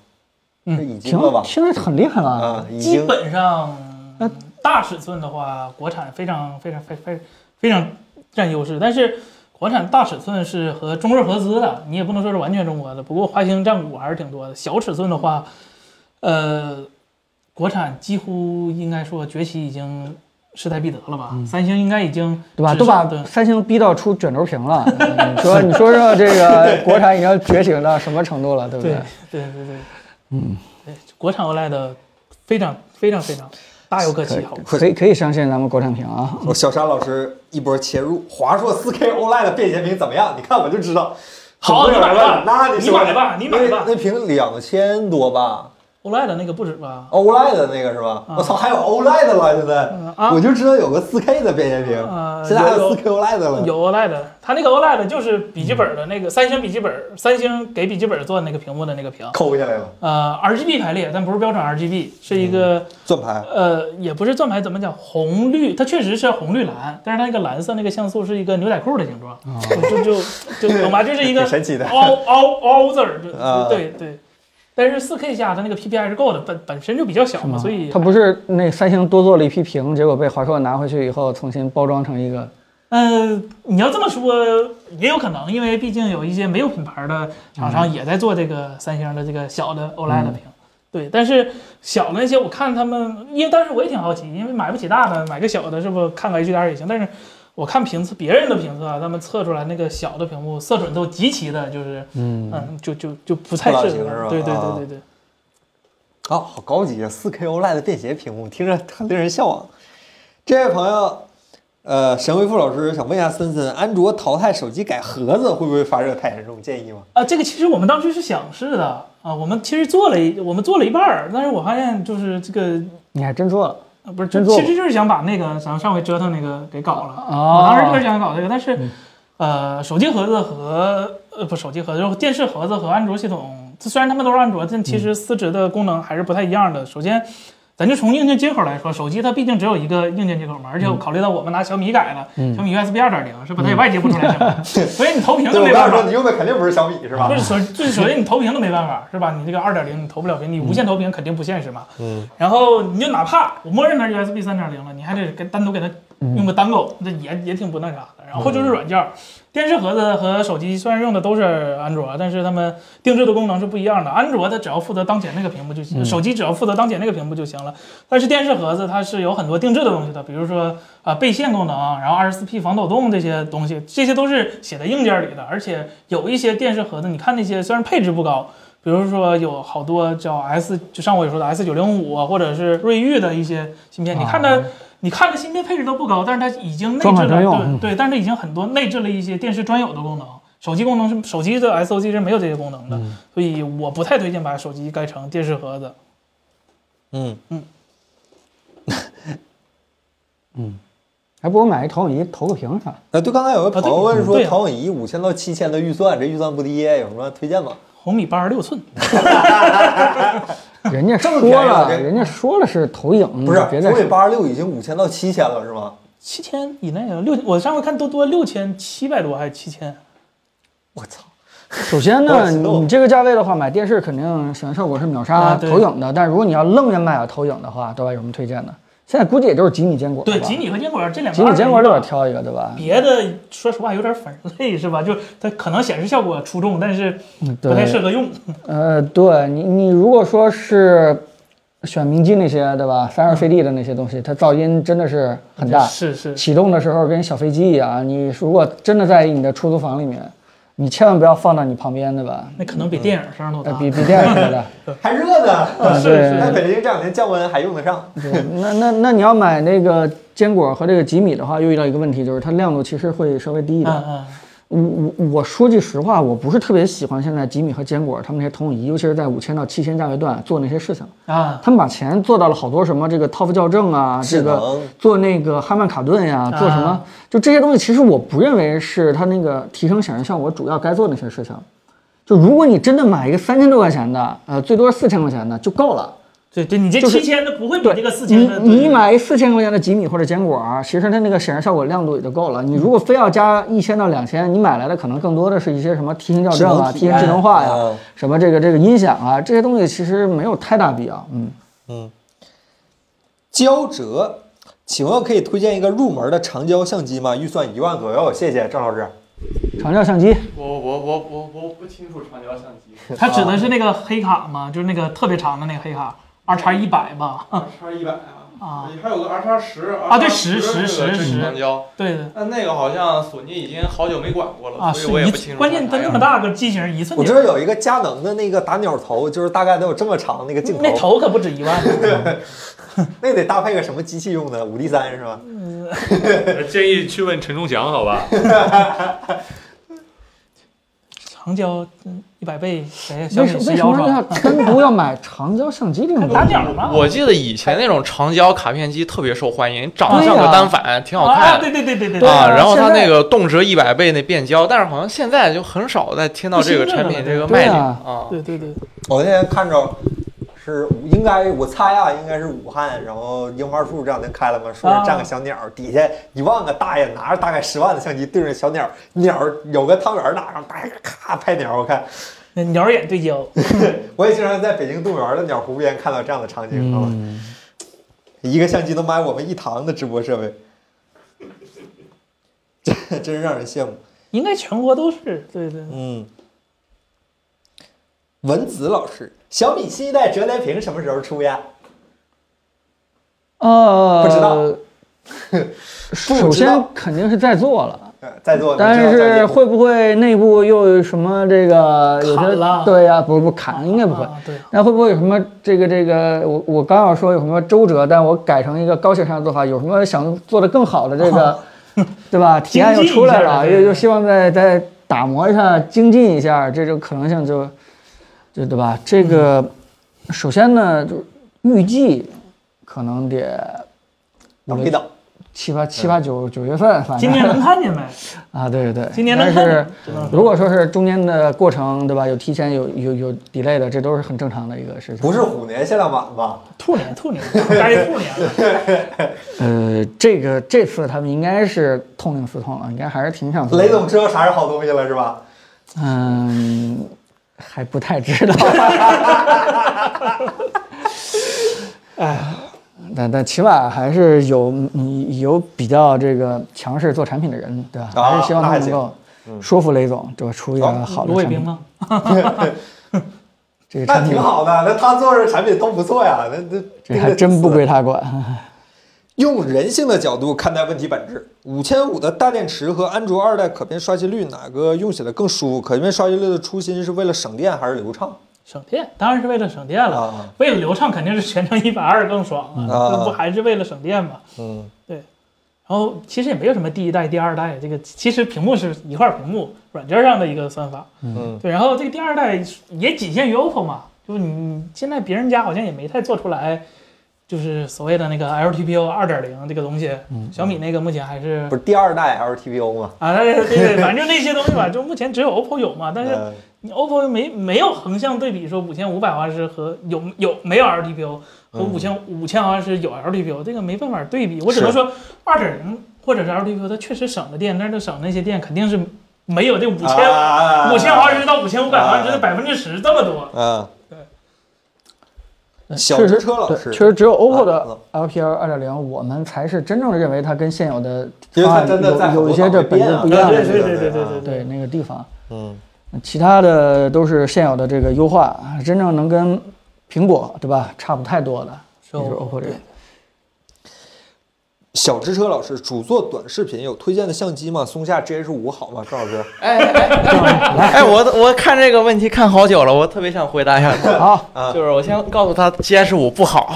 嗯
是已经
听
了吧？
听着很厉害了。
啊，已
基
经
本上
那
大尺寸的话，国产非常非常非非非常占优势，但是国产大尺寸是和中日合资的，你也不能说是完全中国的，不过华星占股还是挺多的。小尺寸的话，呃，国产几乎应该说崛起已经势在必得了吧？
嗯
三星应该已经
对吧？
只
都把
剩对
三星逼到出卷轴 屏了，嗯你说你说说这个国产已经觉醒到什么程度了，对不嗯
对
对？
对对对，国产 OLED 非常非常非常大有可期，好吧？
可以可以上线咱们国产屏啊。
我小山老师一波切入，华硕 4K OLED 便携屏怎么样？你看我就知道。
好
总会有人问
你买吧
那
你
说
买吧你买吧
那那屏两千多吧
OLED 那个不止吧？
，OLED 的那个是吧？
啊
我操，还有 OLED 了，现
嗯
在
啊
我就知道有个 4K 的便携
啊
屏，现在还
有
有 4K OLED 了。
有 OLED，它那个 OLED 就是笔
嗯
记本的那个三星笔记本，三星给笔记本做的那个屏幕的那个屏，
抠下来了，
呃，RGB 排列，但不是标准 RGB，是
嗯
一个
转盘
呃，也不是转盘，怎么讲？红绿，它确实是红绿蓝，但是它那个蓝色那个像素是一个牛仔裤的形状，就就就懂吧？就是一个
哦挺神奇的
凹凹凹字儿，就
啊
对对。但是四 K 下它那个 PPI 是够的，本本身就比较小嘛，所以
嗯它不是那三星多做了一批屏，结果被华硕拿回去以后重新包装成一个
呃，你要这么说也有可能，因为毕竟有一些没有品牌的厂商也在做这个三星的这个小的 OLED 屏。对，但是小的那些我看他们，因为当时我也挺好奇，因为买不起大的，买个小的，是不是看个 HDR 也行？但是我看评测别人的评测啊，他们测出来那个小的屏幕色准都极其的，就是嗯就就就不太
不
适
老型是吧
合。对对
啊
对对对。
啊，好高级啊！4K OLED 的便携屏幕，听着很令人向往。这位朋友，呃，神回复老师想问一下森森，安卓淘汰手机改盒子会不会发热太严重？建议吗？
啊，这个其实我们当时是想试的啊，我们其实做了一我们做了一半儿，但是我发现就是这个
你还真做了
啊，不是，
真
就
做
其实就是想把那个咱们上回折腾那个给搞了。
哦
我当时就是想搞这个，但是，
嗯
呃，手机盒子和呃不手机盒子，然后电视盒子和安卓系统，虽然他们都是安卓，但其
嗯
实司职的功能还是不太一样的。首先，咱就从硬件接口来说，手机它毕竟只有一个硬件接口嘛，而且
嗯
我考虑到我们拿小米改了，小米 USB 二点零是吧？它也外接不出来 什么，所以你投屏
对，
就
我
没
刚才
办法
说。你用的肯定不是小米是吧
不？是首最 首先你投屏都没办法是吧？你这个二点零你投不了屏，你无线投屏肯定不现实嘛。
嗯。
然后你就哪怕我默认它是 USB 三点零了，你还得给单独给它
嗯
用个单构，这也也挺不那啥的。然后就是软件儿，电视盒子和手机虽然用的都是安卓，但是它们定制的功能是不一样的。安卓它只要负责当前那个屏幕就行，手机只要负责当前那个屏幕就行了。但是电视盒子它是有很多定制的东西的，比如说啊、背线功能，然后二十四 P 防抖动这些东西，这些都是写在硬件里的。而且有一些电视盒子，你看那些虽然配置不高，比如说有好多叫 S，就上回说的 S 九零五啊或者是瑞昱的一些芯片，你看它。你看它芯片配置都不高，但是它已经内
专
置
款专
了，
用
对
嗯
对，但是已经很多内置了一些电视专有的功能，手机功能是手机的 SOC 是没有这些功能的，
嗯
所以我不太推荐把手机改成电视盒子。
嗯，
还不如买一投影仪投个屏 啥的。
哎，对，刚才有个朋友
啊对
问说
对啊
投影仪五千到七千的预算，这预算不低，有什么推荐吗？
红米八十六寸，
人家
这么
说
便宜啊
了，
这
人家说了是投影，
不是，
你别再
红米
说
八十六已经五千到七千了是吗？
七千以内啊，六我上回看都多六千七百多还是七千，
我操，
首先
我
呢，
知
你
道了
你这个价位的话，买电视肯定显示效果是秒杀
啊对
投影的。但如果你要愣着买了投影的话，对吧？有什么推荐的？现在估计也就是吉米坚果，
对，
是吧
吉米和坚果这两个，
吉米坚果里边。挑一个，对吧？
别的说实话有点反人类是吧？就它可能显示效果出众，但是
嗯
不太适
对，
合用。
呃，对你你如果说是选明基那些，对吧？散热费力的那些东西，它噪音真的是很大。
是是，
启动的时候跟小飞机一样，你如果真的在你的出租房里面，你千万不要放到你旁边，对吧？
那可能比电影声都大。
呃比比电视的。
还热呢！
啊是
对
在
是，
北京这两天降温还用得上。
对，嗯那那那你要买那个坚果和这个吉米的话，又遇到一个问题，就是它亮度其实会稍微低一
嗯
点。
嗯，
我我我说句实话，我不是特别喜欢现在吉米和坚果他们那些投影仪，尤其是在五千到七千价位段做那些事情。
啊，
他们把钱做到了好多什么这个套负校正啊，
智
这个
能
做那个哈曼卡顿呀、做什么、
啊
就这些东西，其实我不认为是它那个提升显示效果主要该做的那些事情。就如果你真的买一个三千多块钱的，呃，最多四千块钱的就够了。
对对，你这
就是
七千的不会比
对，
这个四千的
你你
对
买四千块钱的吉米或者坚果儿，其实它那个显示效果亮度也就够了。你如果非要加一千到两千，你买来的可能更多的是一些什么提形校正啊、
智能体
提形智能化呀、
嗯
什么这个这个音响啊，这些东西其实没有太大必要。嗯，
焦折，请问可以推荐一个入门的长焦相机吗？预算一万左右，谢谢郑老师。
长焦相机
我我我我我不清楚长焦相机，
啊
它指的是那个黑卡吗？就是那个特别长的那个黑卡， R 叉一百吧？
，R 叉一百啊，
啊，
还有个 R 叉十
啊对10 10 10
智能胶，
对的
但那个好像索尼已经好久没管过了，
啊，
哦所
是
以我也不
一
清楚
关键它
它啥
那
样
么大个机型，一寸
我
点
知道有一个佳能的那个打鸟头，就是大概得有这么长那个镜头，
那头可不止一万。
那得搭配个什么机器用的？五 D 三是吧？
呃建议去问陈忠祥，好吧？
长焦嗯一百倍，谁小
为
米
什
十
为什
幺
么要
吧？
单独要买长焦相机这 种东
打
西？
鸟
啊
嘛，
我记得以前那种长焦卡片机特别受欢迎，长得像
对
个
呀
单反，挺好
啊，
看
对对对对
对啊
然后它
现在
那个动辄一百倍那变焦，但是好像现在就很少再听到这个产
不兴奋
品
了
这个
对
卖点
啊
啊。
对对对，
我那天看着是应该我猜啊，应该是武汉，然后樱花树这两天开了嘛，树
啊
上站个小鸟，底下一万个大爷拿着大概十万的相机对着小鸟，鸟有个汤圆儿大，然后大爷咔拍鸟，我看
那鸟眼对焦，
我也经常在北京动物园的鸟湖边看到这样的场景，好吧、
嗯
一个相机能买我们一堂的直播设备，真真是让人羡慕。
应该全国都是。对对，
嗯，文子老师，小米新一代折叠屏什么时候出呀？
呃，
不知道。
首先肯定是在做了，
呃在座，
但
你知道在
是
座
会不会内部又有什么这个有
砍
些
了
对呀、不不砍应该不会。
啊对，
那会不会有什么这个这个？我我刚要说有什么周折，但我改成一个高情商的做法，有什么想做的更好的 这个，对吧？提案又出来了，
精进一下对
又又希望再再打磨一下，精进一下，这种可能性就就对吧？这
嗯
个首先呢，就预计可能得
等一等，
七八七八九九月份，
嗯
反正
今年能看见没？
啊，对对对，
今年能
但
看
是
见只能说
如果说是中间的过程，对吧？有提前有有有 delay 的，这都是很正常的一个事情。
不是虎年限量版吧？
兔年兔 年该兔年了。
呃，这个这次他们应该是痛定思痛了，应该还是挺想做的
雷总知道啥是好东西了是 吧？
嗯，还不太 知道。哎，但但起码还是有嗯有比较这个强势做产品的人，对吧？
啊
还是希望他
那还
能
行嗯
够说服雷总，对吧？出一个
好
好的
芦苇
产
冰
品。
吗？
这个
那
产
挺
品，
好的，那他做的产品都不错呀，那那
这还真不归他管。
用人性的角度看待问题本质。五千五的大电池和安卓二代可变刷新率哪个用起来更舒服？可变刷新率的初心是为了省电还是流畅？
省电当然是为了省电了，
啊，
为了流畅肯定是全程一百二更爽
啊
啊，这不还是为了省电吗？
嗯，
然后其实也没有什么第一代、第二代，这个其实屏幕是一块屏幕，软件上的一个算法。
嗯，
对。然后这个第二代也仅限于 OPPO 嘛，就是你现在别人家好像也没太做出来，就是所谓的那个 LTPO 二点零这个东西。小米那个目前还嗯是
不是第二代 LTPO 吗？
啊，对对对，反正那些东西吧，就目前只有 OPPO 有嘛，但是
呃
你 OPPO 又没没有横向对比说五千五百毫安时和有有没有 LTPO 和
嗯
五千五千毫安时有 LTPO，这个没办法对比。我只能说二点零或者是 LTPO，它确实省了电，但是它省那些电肯定是没有这五千
啊
五千毫安时到五千五百毫安时的
啊
百分之十这么多。
啊，
对
小
确
之
实
车老
对，
师，
呃确实只有 OPPO
啊
的 LPL 二点零，我们才是真正认为它跟现有的
因为
方
它
案
真的在很
有有
多
一些这
方面
本
变
质
啊
不一样的
对
地
对
方
对对对
啊
对
对那个地方，
嗯，
其他的都是现有的这个优化，真正能跟苹果对吧差不太多的，也
哦
就是 OPPO 这个。
小之车老师主做短视频，有推荐的相机吗？松下 GH 5好吗？郑老师，
哎哎哎哎，我我看这个问题看好久了，我特别想回答一下他，
好，
就是我先告诉他 GS 五不好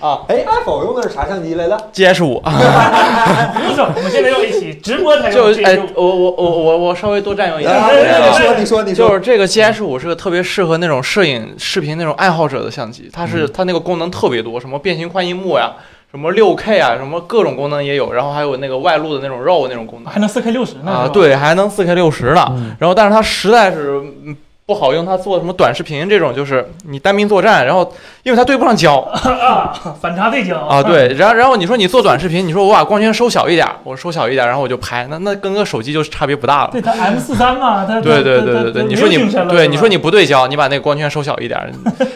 啊
哎，iPhone 用的是啥相机来着？
，GS 五啊，
不是，我们现在要一起直播才
就
有
是
这
哎
种，
我我我我我稍微多占用一点
啊
时
对对
间
对
啊
你
对。
说，你说，你说，
就是这个 GS 五是个特别适合那种摄影视频那种爱好者的相机，它是它那个功能特别多，什么变形宽银幕呀，什么六 K 啊，什么各种功能也有，然后还有那个外露的那种 RAW 那种功能
还能四 K 六十呢
啊，
是吧，
对，还能四 K 六十呢。然后但是它实在是嗯不好用，它做什么短视频这种，就是你单兵作战，然后因为它对不上焦
啊，反差对焦
啊，，对，然后然后你说你做短视频，你说我把光圈收小一点，我收小一点，然后我就拍，那那跟个手机就差别不大了。
对它 M 四三嘛， 它它
对对
它
对
它
对对，
它
你
没
说
有
你
竞争了
对
是
你
吧
说你不对焦，你把那个光圈收小一点儿，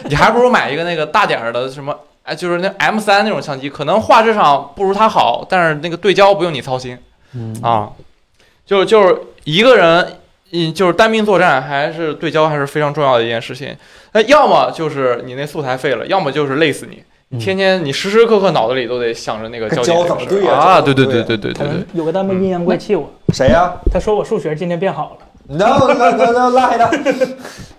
你还不如买一个那个大点儿的什么，哎，就是那 M 三那种相机，可能画质上不如它好，但是那个对焦不用你操心，啊，就就是一个人嗯，就是单兵作战还是对焦还是非常重要的一件事情。那要么就是你那素材废了，要么就是累死你。你天天你时时刻刻脑子里都得想着那个焦点
焦怎么
这个事
对
儿
呀
啊，
焦
对
怎么
对对对
对
对
可
对
能
对，
有个单位阴阳怪气我，
谁呀？
他说我数学今天变好了，
能能能能拉黑他，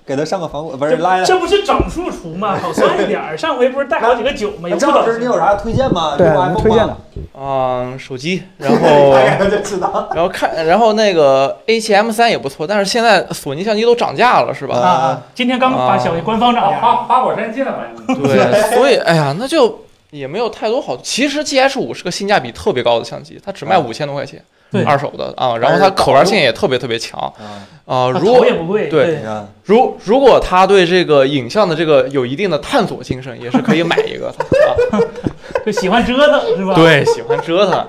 给他上个防火，不是拉黑他。
这不是整数除 吗？好算一点儿。上回不是带好几个九吗？有
张哎老师，你有啥推荐吗？
对，
用
我
iPhone
们推荐的
吗，
嗯，手机， 然后
大概就知道。
然后看，然后那个 A 7 M 三也不错，但是现在索尼相机都涨价了，是吧？
啊啊！今天刚发消息，官方涨
啊
花
价。
花花果山见了，
对，所以哎呀，那就也没有太多好。其实 GH 5是个性价比特别高的相机，它只卖
啊
五千多块钱，
对
二手的啊。然后它可玩性也特别特别强
啊，
啊。
啊
如
头
果
也不贵，
对
你看，
如如果他对这个影像的这个有一定的探索精神，也是可以买一个的啊。
就喜欢折腾 是吧？
对，喜欢折腾，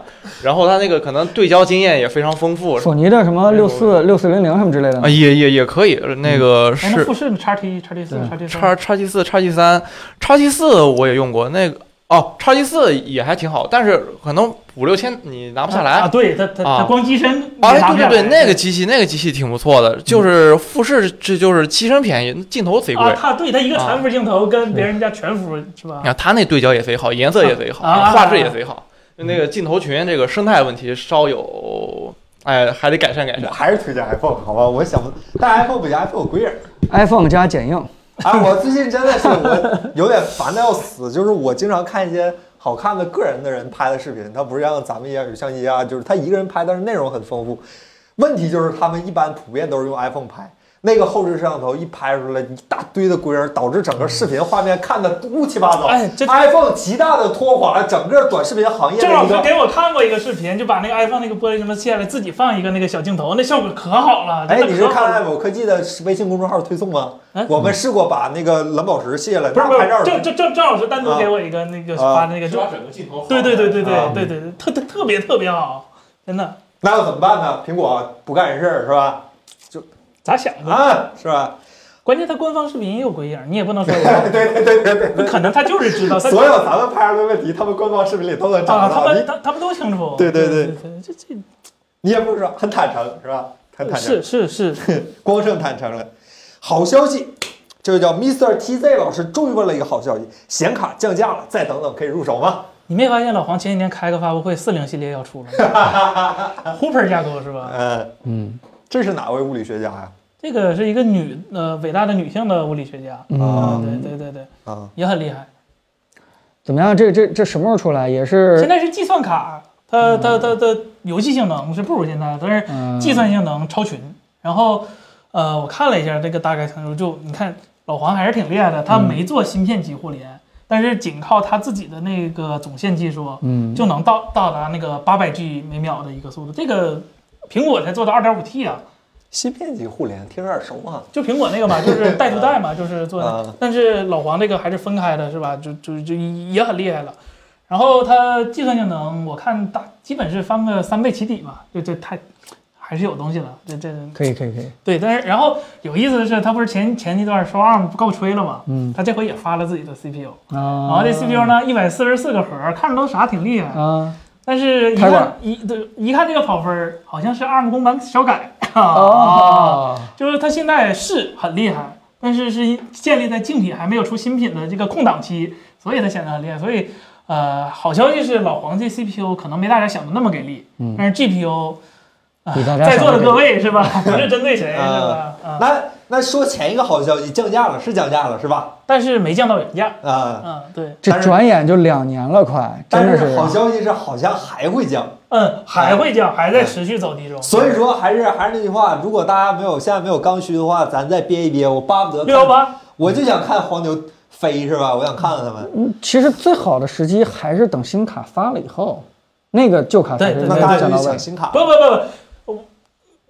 然后他那个可能对焦经验也非常丰 富
索尼的什么
没
六
有
四六四零零什么之类的
啊，。也也也可以。那个
哎，那
是
富士叉 T 叉 T 四叉 T
叉叉 T 四、叉 T 三、叉 T 四我也用过，那个哦，叉 T 四也还挺好，但是可能五六千你拿不下来。
啊！对，它它它
啊
光机身
哎，
也拿不
对
下
对对，
来嗯
那个机器那个机器挺不错的，就是富士，这就是机身便宜，镜头贼贵
啊，。它对它一个全幅镜头跟别人家全幅是吧
你？看它那对焦也贼好，颜色也贼好，
啊啊啊
画质也贼好。那个镜头群这个生态问题稍有，哎，还得改善改
我
善。
还是推荐 iPhone 好吧？我想不，但 iPhone 比 iPhone 有贵儿。
iPhone 加剪映，
啊，我最近真的是我有点烦的要死，就是我经常看一些好看的个人的人拍的视频，他不是像咱们一样有相机啊，就是他一个人拍，但是内容很丰富。问题就是他们一般普遍都是用 iPhone 拍，那个后置摄像头一拍出来一大堆的龟儿，导致整个视频画面看的乌七八糟。
哎这
iPhone 极大的拖垮了整个短视频行业的
郑老
一
师
个。
给我看过一个视频，就把那个 iPhone 那个玻璃什么卸了，自己放一个那个小镜头，那效果可好了。
哎，
真的
你是
可好
看
了
爱某科技的微信公众号推送吗
哎？
我们试过把那个蓝宝石卸了，
不是
那
不是
拍照
郑郑郑郑老师单独给我一个那个
啊
发的那个，就
抓整个镜头。
对对对对
啊
对对对，对特特特别特别好，真的。
那要怎么办呢？苹果不干人事儿是吧？
咋想的？
啊，是吧？
关键它官方视频也有鬼影，你也不能说 我
对对对对
不可能，他就是知道，他
所有咱们拍出来的问题，他们官方视频里都能
啊，
找
他
到。
们
你
他他们都清楚。
对对对
对对，这这
你也不说，很坦诚是吧？很坦诚
是，是是，
光剩坦诚了。好消息，这位叫 Mr. TZ 老师终于问了一个好消息：显卡降价了，再等等可以入手吗？
你没发现老黄前几天开个发布会，四零系列要出了 吗，Hooper 架构是吧？
嗯，
嗯
这是哪位物理学家呀？
这个是一个女呃伟大的女性的物理学家，
啊
对
嗯，
对对对，
啊，
也很厉害。
怎么样？这这这什么时候出来？也是
现在是计算卡，它它它它游戏性能是不如现在，但是
嗯
计算性能超群。然后呃，我看了一下这个大概参数，就你看老黄还是挺厉害的，他
嗯
没做芯片级互联，但是仅靠他自己的那个总线技术，
嗯，
就能到到达那个八百 G 每秒的一个速度。这个苹果才做到二点五 T 啊，
芯片级互联听着耳熟啊。
就苹果那 个嘛，就是带图带嘛，就是做
啊
的。但是老黄这个还是分开的，是吧？就就就也很厉害了。然后它计算性能，我看大基本是翻个三倍起底吧，这这太还是有东西了。这这
可以可以可以，
对，但是然后有意思的是，它不是前前一段说 ARM 不告吹了嘛，
嗯
它这回也发了自己的 CPU，然
啊
后这 CPU 呢一百四十四个核，看着都啥挺厉害，
啊
但是一
开罐
看
儿
一对一看这个跑分儿，好像是 ARM 公版小改啊，
哦，
就是它现在是很厉害，但是是因建立在竞品还没有出新品的这个空档期，所以它显得很厉害。所以呃，好消息是老黄这 CPU 可能没大家想的那么给力，
嗯
但是 GPU 啊、
比大家
在座的
想得
各位是吧？ 不是针对谁是
啊
吧？啊，
那那说前一个好消息，降价了，是降价了是吧？
但是没降到原价。
啊，
嗯，对，
这
但是
转眼就两年了，快，真
但
的
是好消息是好像还会降。
嗯，还会降，还在持续走低中。
所以说，还是还是那句话，如果大家没有现在没有刚需的话，咱再憋一憋。我巴不得看
六幺，八，
我就想看黄牛飞是吧？我想看看他们。
嗯其实最好的时机还是等新卡发了以后，那个旧卡才
对
是
对
那
真
大
正
家
讲
就
到
去
位
抢。新卡
不不不不，我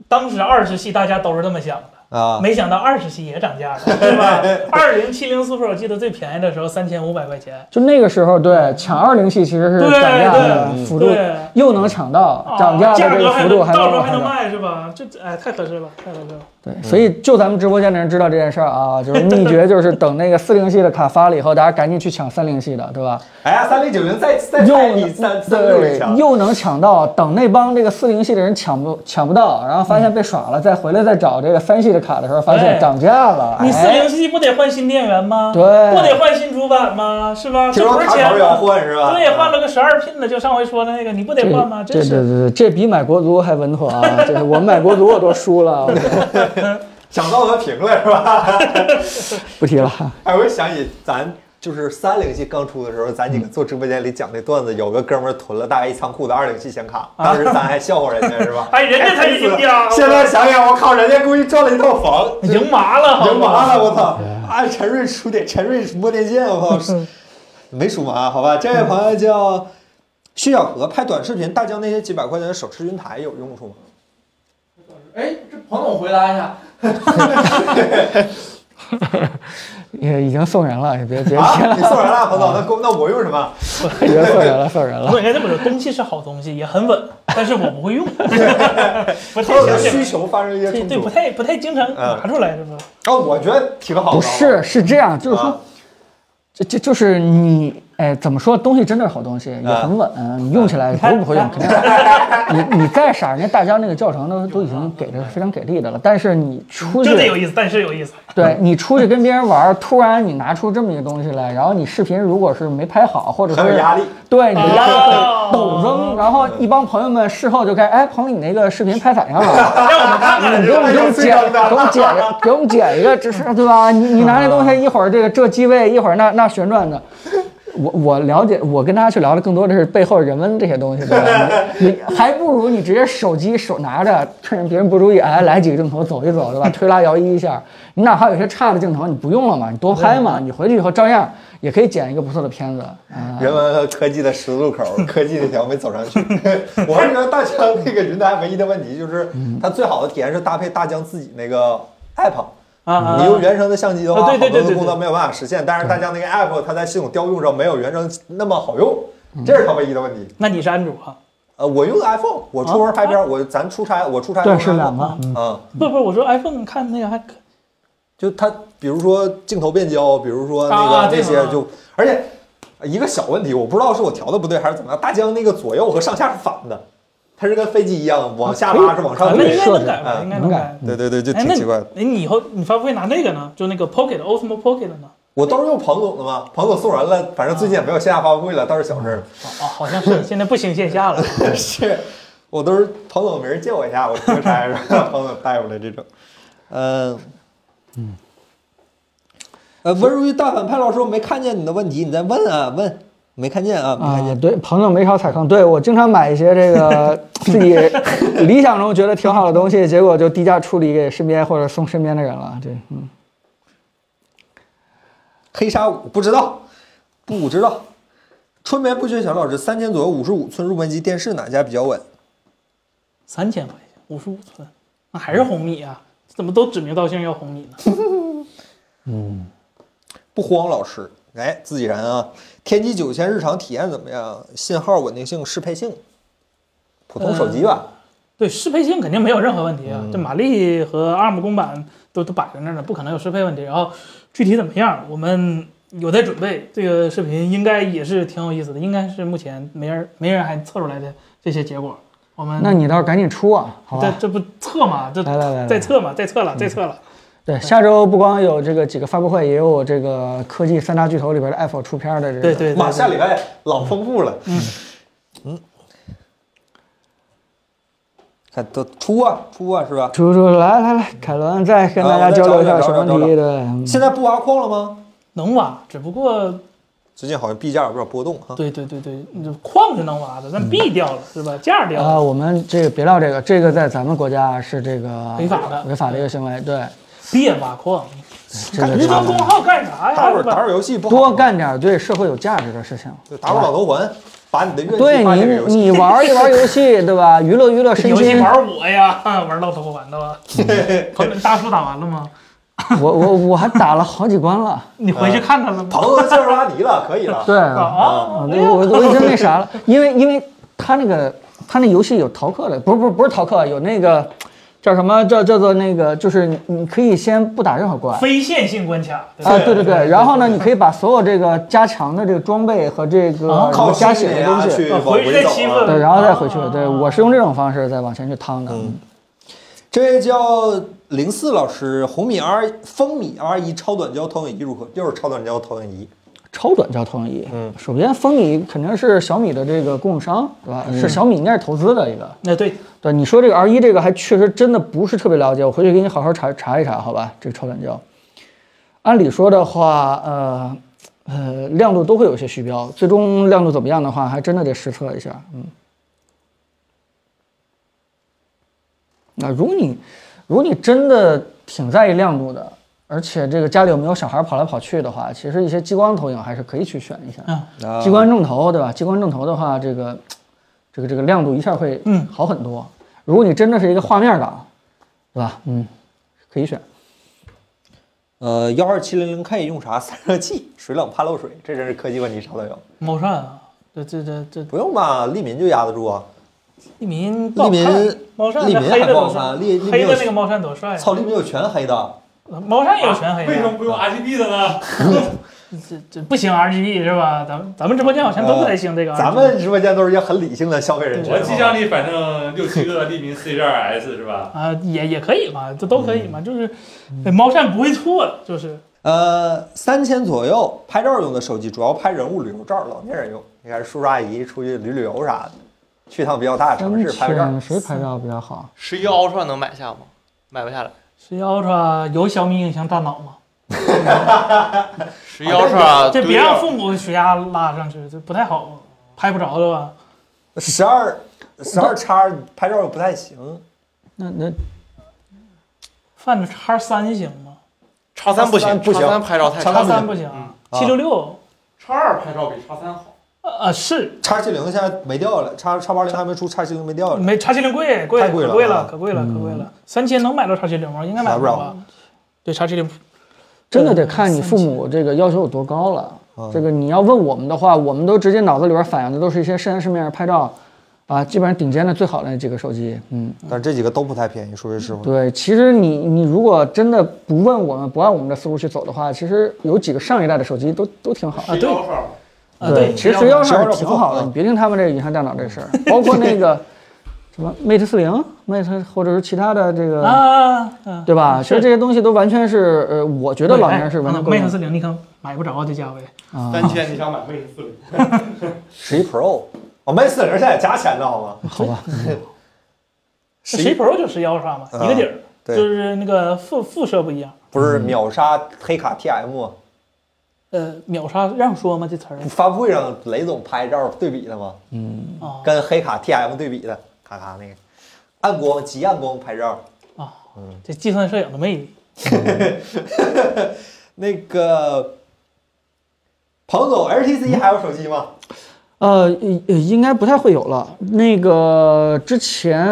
当时二十系大家都是这么想的。
啊！
没想到二十系也涨价了，是吧？二零七零 Super 我记得最便宜的时候三千五百块钱，
就那个时候，对抢二零系其实是
对
涨价的
对
幅度
对，
又能抢到
啊
涨价的
价
这
格
个
还
幅
能
度还能
到时候
往
还
上
能
涨。
卖是吧？这哎太合适了，太合适了。
对，所以就咱们直播间的人知道这件事儿啊，就是秘诀就是等那个四零系的卡发了以后，大家赶紧去抢三零系的，对吧？
哎呀，三零九零再再
又
再比三三六零
对，
强。
又能抢到，等那帮这个四零系的人抢不抢不到，然后发现被耍了，再回来再找这个三系的卡的时候，发现
对
涨价了。
哎你四
哎
零七不得换新电源吗？
对
不得换新主板吗？是吧？
听
这
说
不是
卡
钱
槽
吗
也要换是吧？啊
对，换了个十二 pin 的，就上回说的那个，你不得
这
换吗？
这
真
这
是。
这这比买国足还稳妥啊！这是我买国足我都输了，
想到和平了是吧？
不提了。
哎，我想起咱就是三零系刚出的时候，咱几个做直播间里讲那段子，有个哥们儿囤了大概一仓库的二零系显卡，当时咱还笑话人家是吧？
啊 哎，人家才是赢家，
现在想想，我靠，人家估计赚了一套房，
赢麻 了，好吧
赢麻了，我操！啊，陈瑞输点，陈瑞摸电线，我操，
嗯
没输麻，好吧？这位朋友叫薛小河，拍短视频，大疆那些几百块钱的手持云台有用处吗？
哎，这彭总回答一下，
也已经送人了，也别别嗯
啊，你送人了，彭总，那公那我用什么？
别送人了，送人 了。
我应该这么说，东西是好东西，也很稳，但是我不会 用，不
他有
太
的
想
需
想，
求发生一些
对
冲
对，不
突。
太不太经常
嗯
拿出来，是吧？
哦，我觉得挺好的。
不是，是这样，就是
啊
说，这这就是你，哎，怎么说？东西真的是好东西，也很稳，你用起来不是不会用，肯定。你你再傻，人家大疆那个教程都都已经给的非常给力的了，但是你出去
真的有意思，但是有意思。
对你出去跟别人玩儿，突然你拿出这么一个东西来，然后你视频如果是没拍好，或者是
很有压力，
对你的压力
哦
会陡增，然后一帮朋友们事后就该，哎，彭磊你那个视频拍咋样了？
让我们看看，
给我们给我们
这
剪，给 我们剪一个，给我们剪一个，这是对吧？你你拿那东西一会儿这个这机位，一会儿那那旋转的。我我了解，我跟大家去聊的更多的是背后人文这些东西，对吧？你你还不如你直接手机手拿着，趁别人不注意，哎，来几个镜头走一走，对吧？推拉摇移一下，你哪怕有些差的镜头你不用了嘛，你多拍嘛，你回去以后照样也可以剪一个不错的片子啊。
人文和科技的十字路口，科技那条没走上去。 我是觉得大疆那个云台唯一的问题就是，
嗯
它最好的体验是搭配大疆自己那个 app。
啊啊！
你用原生的相机的话，
啊
好
对对
多
对
的
对
功能没有办法实现。但是大疆那个 app 它在系统调用上没有原生那么好用，
嗯
这是它唯一的问题。
那你是安卓啊？
呃，我用 iPhone，我出门拍片，我咱出差，我出差
对，
用
是
iPhone
两个，嗯
嗯，
不不，我说 iPhone 看那个还可
就它，比如说镜头变焦，比如说那个、
啊
那
对
些
啊
就，而且一个小问题，我不知道是我调的不对还是怎么样，大疆那个左右和上下是反的，它是跟飞机一样往
啊
下拉是往上
那
推。
应该能改吧？
嗯
应该能改。
对对对，就
哎，
挺
那
奇怪的。
你你以后你发布会拿那个呢？就那个 Pocket Osmo Pocket 呢？
我都是用彭总的嘛，彭总送人了，反正最近也没有线下发布会了，倒是小事儿。
哦哦，好像是现在不兴线 下了。
是，我都是彭总没人借我一下，我出差是吧？彭总带过来这种，嗯、嗯。呃，温如玉大反派老师，我没看见你的问题，你再问啊问，没看见啊，没看见。
啊，对，朋友没少踩坑。对我经常买一些 这个自己理想中觉得挺好的东西，结果就低价处理给身边或者送身边的人了。对，嗯，
黑鲨五不知道，不知道。春眠不觉晓老师，三千左右五十五寸入门级电视哪家比较稳？
三千块钱，五十五寸，那还是红米啊？怎么都指名道姓要红米呢？
不慌老师，哎，自己人啊。天玑九千日常体验怎么样？信号稳定性、适配性，普通手机吧。
对，适配性肯定没有任何问题
嗯
啊。这马力和 ARM 公版都都摆在那儿呢，不可能有适配问题。然后具体怎么样，我们有在准备。这个视频应该也是挺有意思的，应该是目前没人没人还测出来的这些结果。我们
那你倒是赶紧出啊，好
这
吧？
这不测吗？这
来来来来
再测嘛，再测了，再测了。
对，下周不光有这个几个发布会，也有这个科技三大巨头里边的 Apple 出片儿的这个。
对对，对
妈，下礼拜老丰富了。嗯看都出啊出啊是吧？
出出来来来，凯伦再跟大
啊
家
我再
交流一
找
下
找
什么
找
问
找
题？对，嗯
现在不挖矿了吗？
能挖，只不过
最近好像币价有点波动啊哈。
对对对对，你矿是能挖的，但币掉了是吧？价掉
啊，
了，
我们这个别聊这个，这个在咱们国家是这个
违法的
违法的一个行为。对，
别挖矿，
这个
余光公号干啥
啊打会儿
呀？是
打会
吧？
儿游戏不好吗
啊多干点对社会有价值的事情。
对打会儿老头环，把你的怨
对
气发泄给游
你，
戏。
你玩一玩游戏，对吧？娱乐娱乐身
游戏
心。
玩我呀， 啊玩到头玩的吧？朋友们大叔打完了吗？
我我我还打了好几关了。
你回去看看了吗？
朋友切尔拉尼了，可以了。
对，
啊
我
啊！哎
我
呦
我已经那啥了，因为因为他那个它那游戏有逃课的，不是不是不是逃课，有那个叫什么叫叫做那个，就是你你可以先不打任何怪。
非线性关卡
啊，对对对，然后呢，你可以把所有这个加强的这个装备和这
啊
个
靠
加
心
血
理
的
啊
东西，
去
啊
往
回去再
回走
欺
啊
负
对，然后再回去。对
啊
我是用这种方式再往前去趟的。
嗯这位叫零四老师，红米 R 风米 R 一超短焦投影仪如何？又是超短焦投影仪，
超短焦投影仪，
嗯
首先风米肯定是小米的这个供应商，对吧？是小米应该是投资的一个。
那对，
对，你说这个 R 一这个还确实真的不是特别了解，我回去给你好好查查一查，好吧？这个超短焦，按理说的话，呃呃，亮度都会有些虚标，最终亮度怎么样的话，还真的得实测一下，嗯。那如果你如果你真的挺在意亮度的，而且这个家里有没有小孩跑来跑去的话，其实一些激光投影还是可以去选一下。
嗯
呃
激光正头，对吧？激光正头的话，这个这个这个亮度一下会
嗯
好很多。如果你真的是一个画面党，对吧？嗯，可以选。
呃，幺二七零零 K 用啥散热器？水冷怕漏水，这真是科技问题啥都有。
猫扇啊，这这这这
不用吧，利民就压得住啊。
利民
利
爆
民
看，猫扇
利
那
民
黑
还
的
爆
多
看
帅，
利利民
黑
有
的那个猫扇多帅啊！
操，利民有全黑的，
猫扇也有全黑
为什么
的，
不用 RGB 的呢？
这这不行 RGB 是吧？咱们咱们直播间好像都不太兴这个 RGB。
呃咱们直播间都是一些很理性的消费人群。啊
我机箱里反正六七个利民 C 1 2 S 是吧？
啊，也也可以嘛，这都可以
嗯
嘛，就是呃猫扇不会错的，就是
呃，三千左右，拍照用的手机，主要拍人物旅游照，老年人用，应该是叔叔阿姨出去旅旅游啥的，去趟比较大的城市拍拍照。
谁拍照比较好？
十一 Ultra 能买下吗？买不下来。
十一 Ultra 有小米影像大脑嘛，
十一
啊
Ultra
啊这
对
别让父母血压拉上去，这不太好，拍不着的吧？
十二十二叉拍照不太行，
那那
泛着叉三行吗？
叉三不行，
不行嗯
叉三拍照太
叉
差
叉
了。
三不行啊，七六六
叉二拍照比叉三好。
呃是
叉七零现在没掉下来，叉叉八零还没出，叉七零没掉下来。
没叉七零贵
哦太贵
贵
了
可贵
啊
了可贵了可贵了，三千能买到叉七零吗？应该买
买不着
吧？对叉七零
真的得看你父母这个要求有多高了
嗯。
这个你要问我们的话，我们都直接脑子里边反映的都是一些山市面拍照，啊，基本上顶尖的最好的那几个手机，嗯。
但这几个都不太便宜，说句实话。
对，其实你你如果真的不问我们，不按我们的思路去走的话，其实有几个上一代的手机都都挺好
啊对啊
其实
11
幺
12
二挺好
不错
的，
嗯
你别听他们这个影像电脑这事儿，包括那 个什么 Mate 四零、Mate 或者是其他的这个，
啊嗯
对吧？其实
是嗯
这些东西都完全是呃，我觉得老年人是完全够用
哎 Mate 四零你可买不着啊这价位。
啊。
三千你想买 Mate 四零？
十一 Pro，我哦卖四零现在也加钱呢，好吗？
好 吧，
那十一 Pro 就是幺刷嘛，
啊
一个底儿，
对
就是那个副副摄不一样。
不是秒杀黑卡 TM
呃，秒杀让说吗？这词儿
发布会上雷总拍照对比的吗？
嗯
啊
跟黑卡 TM 对比的，咔咔那个暗光极暗光拍照。
啊，
嗯
这计算摄影的魅力。
那个彭总，HTC 还有手机吗？
呃，呃应该不太会有了。那个之前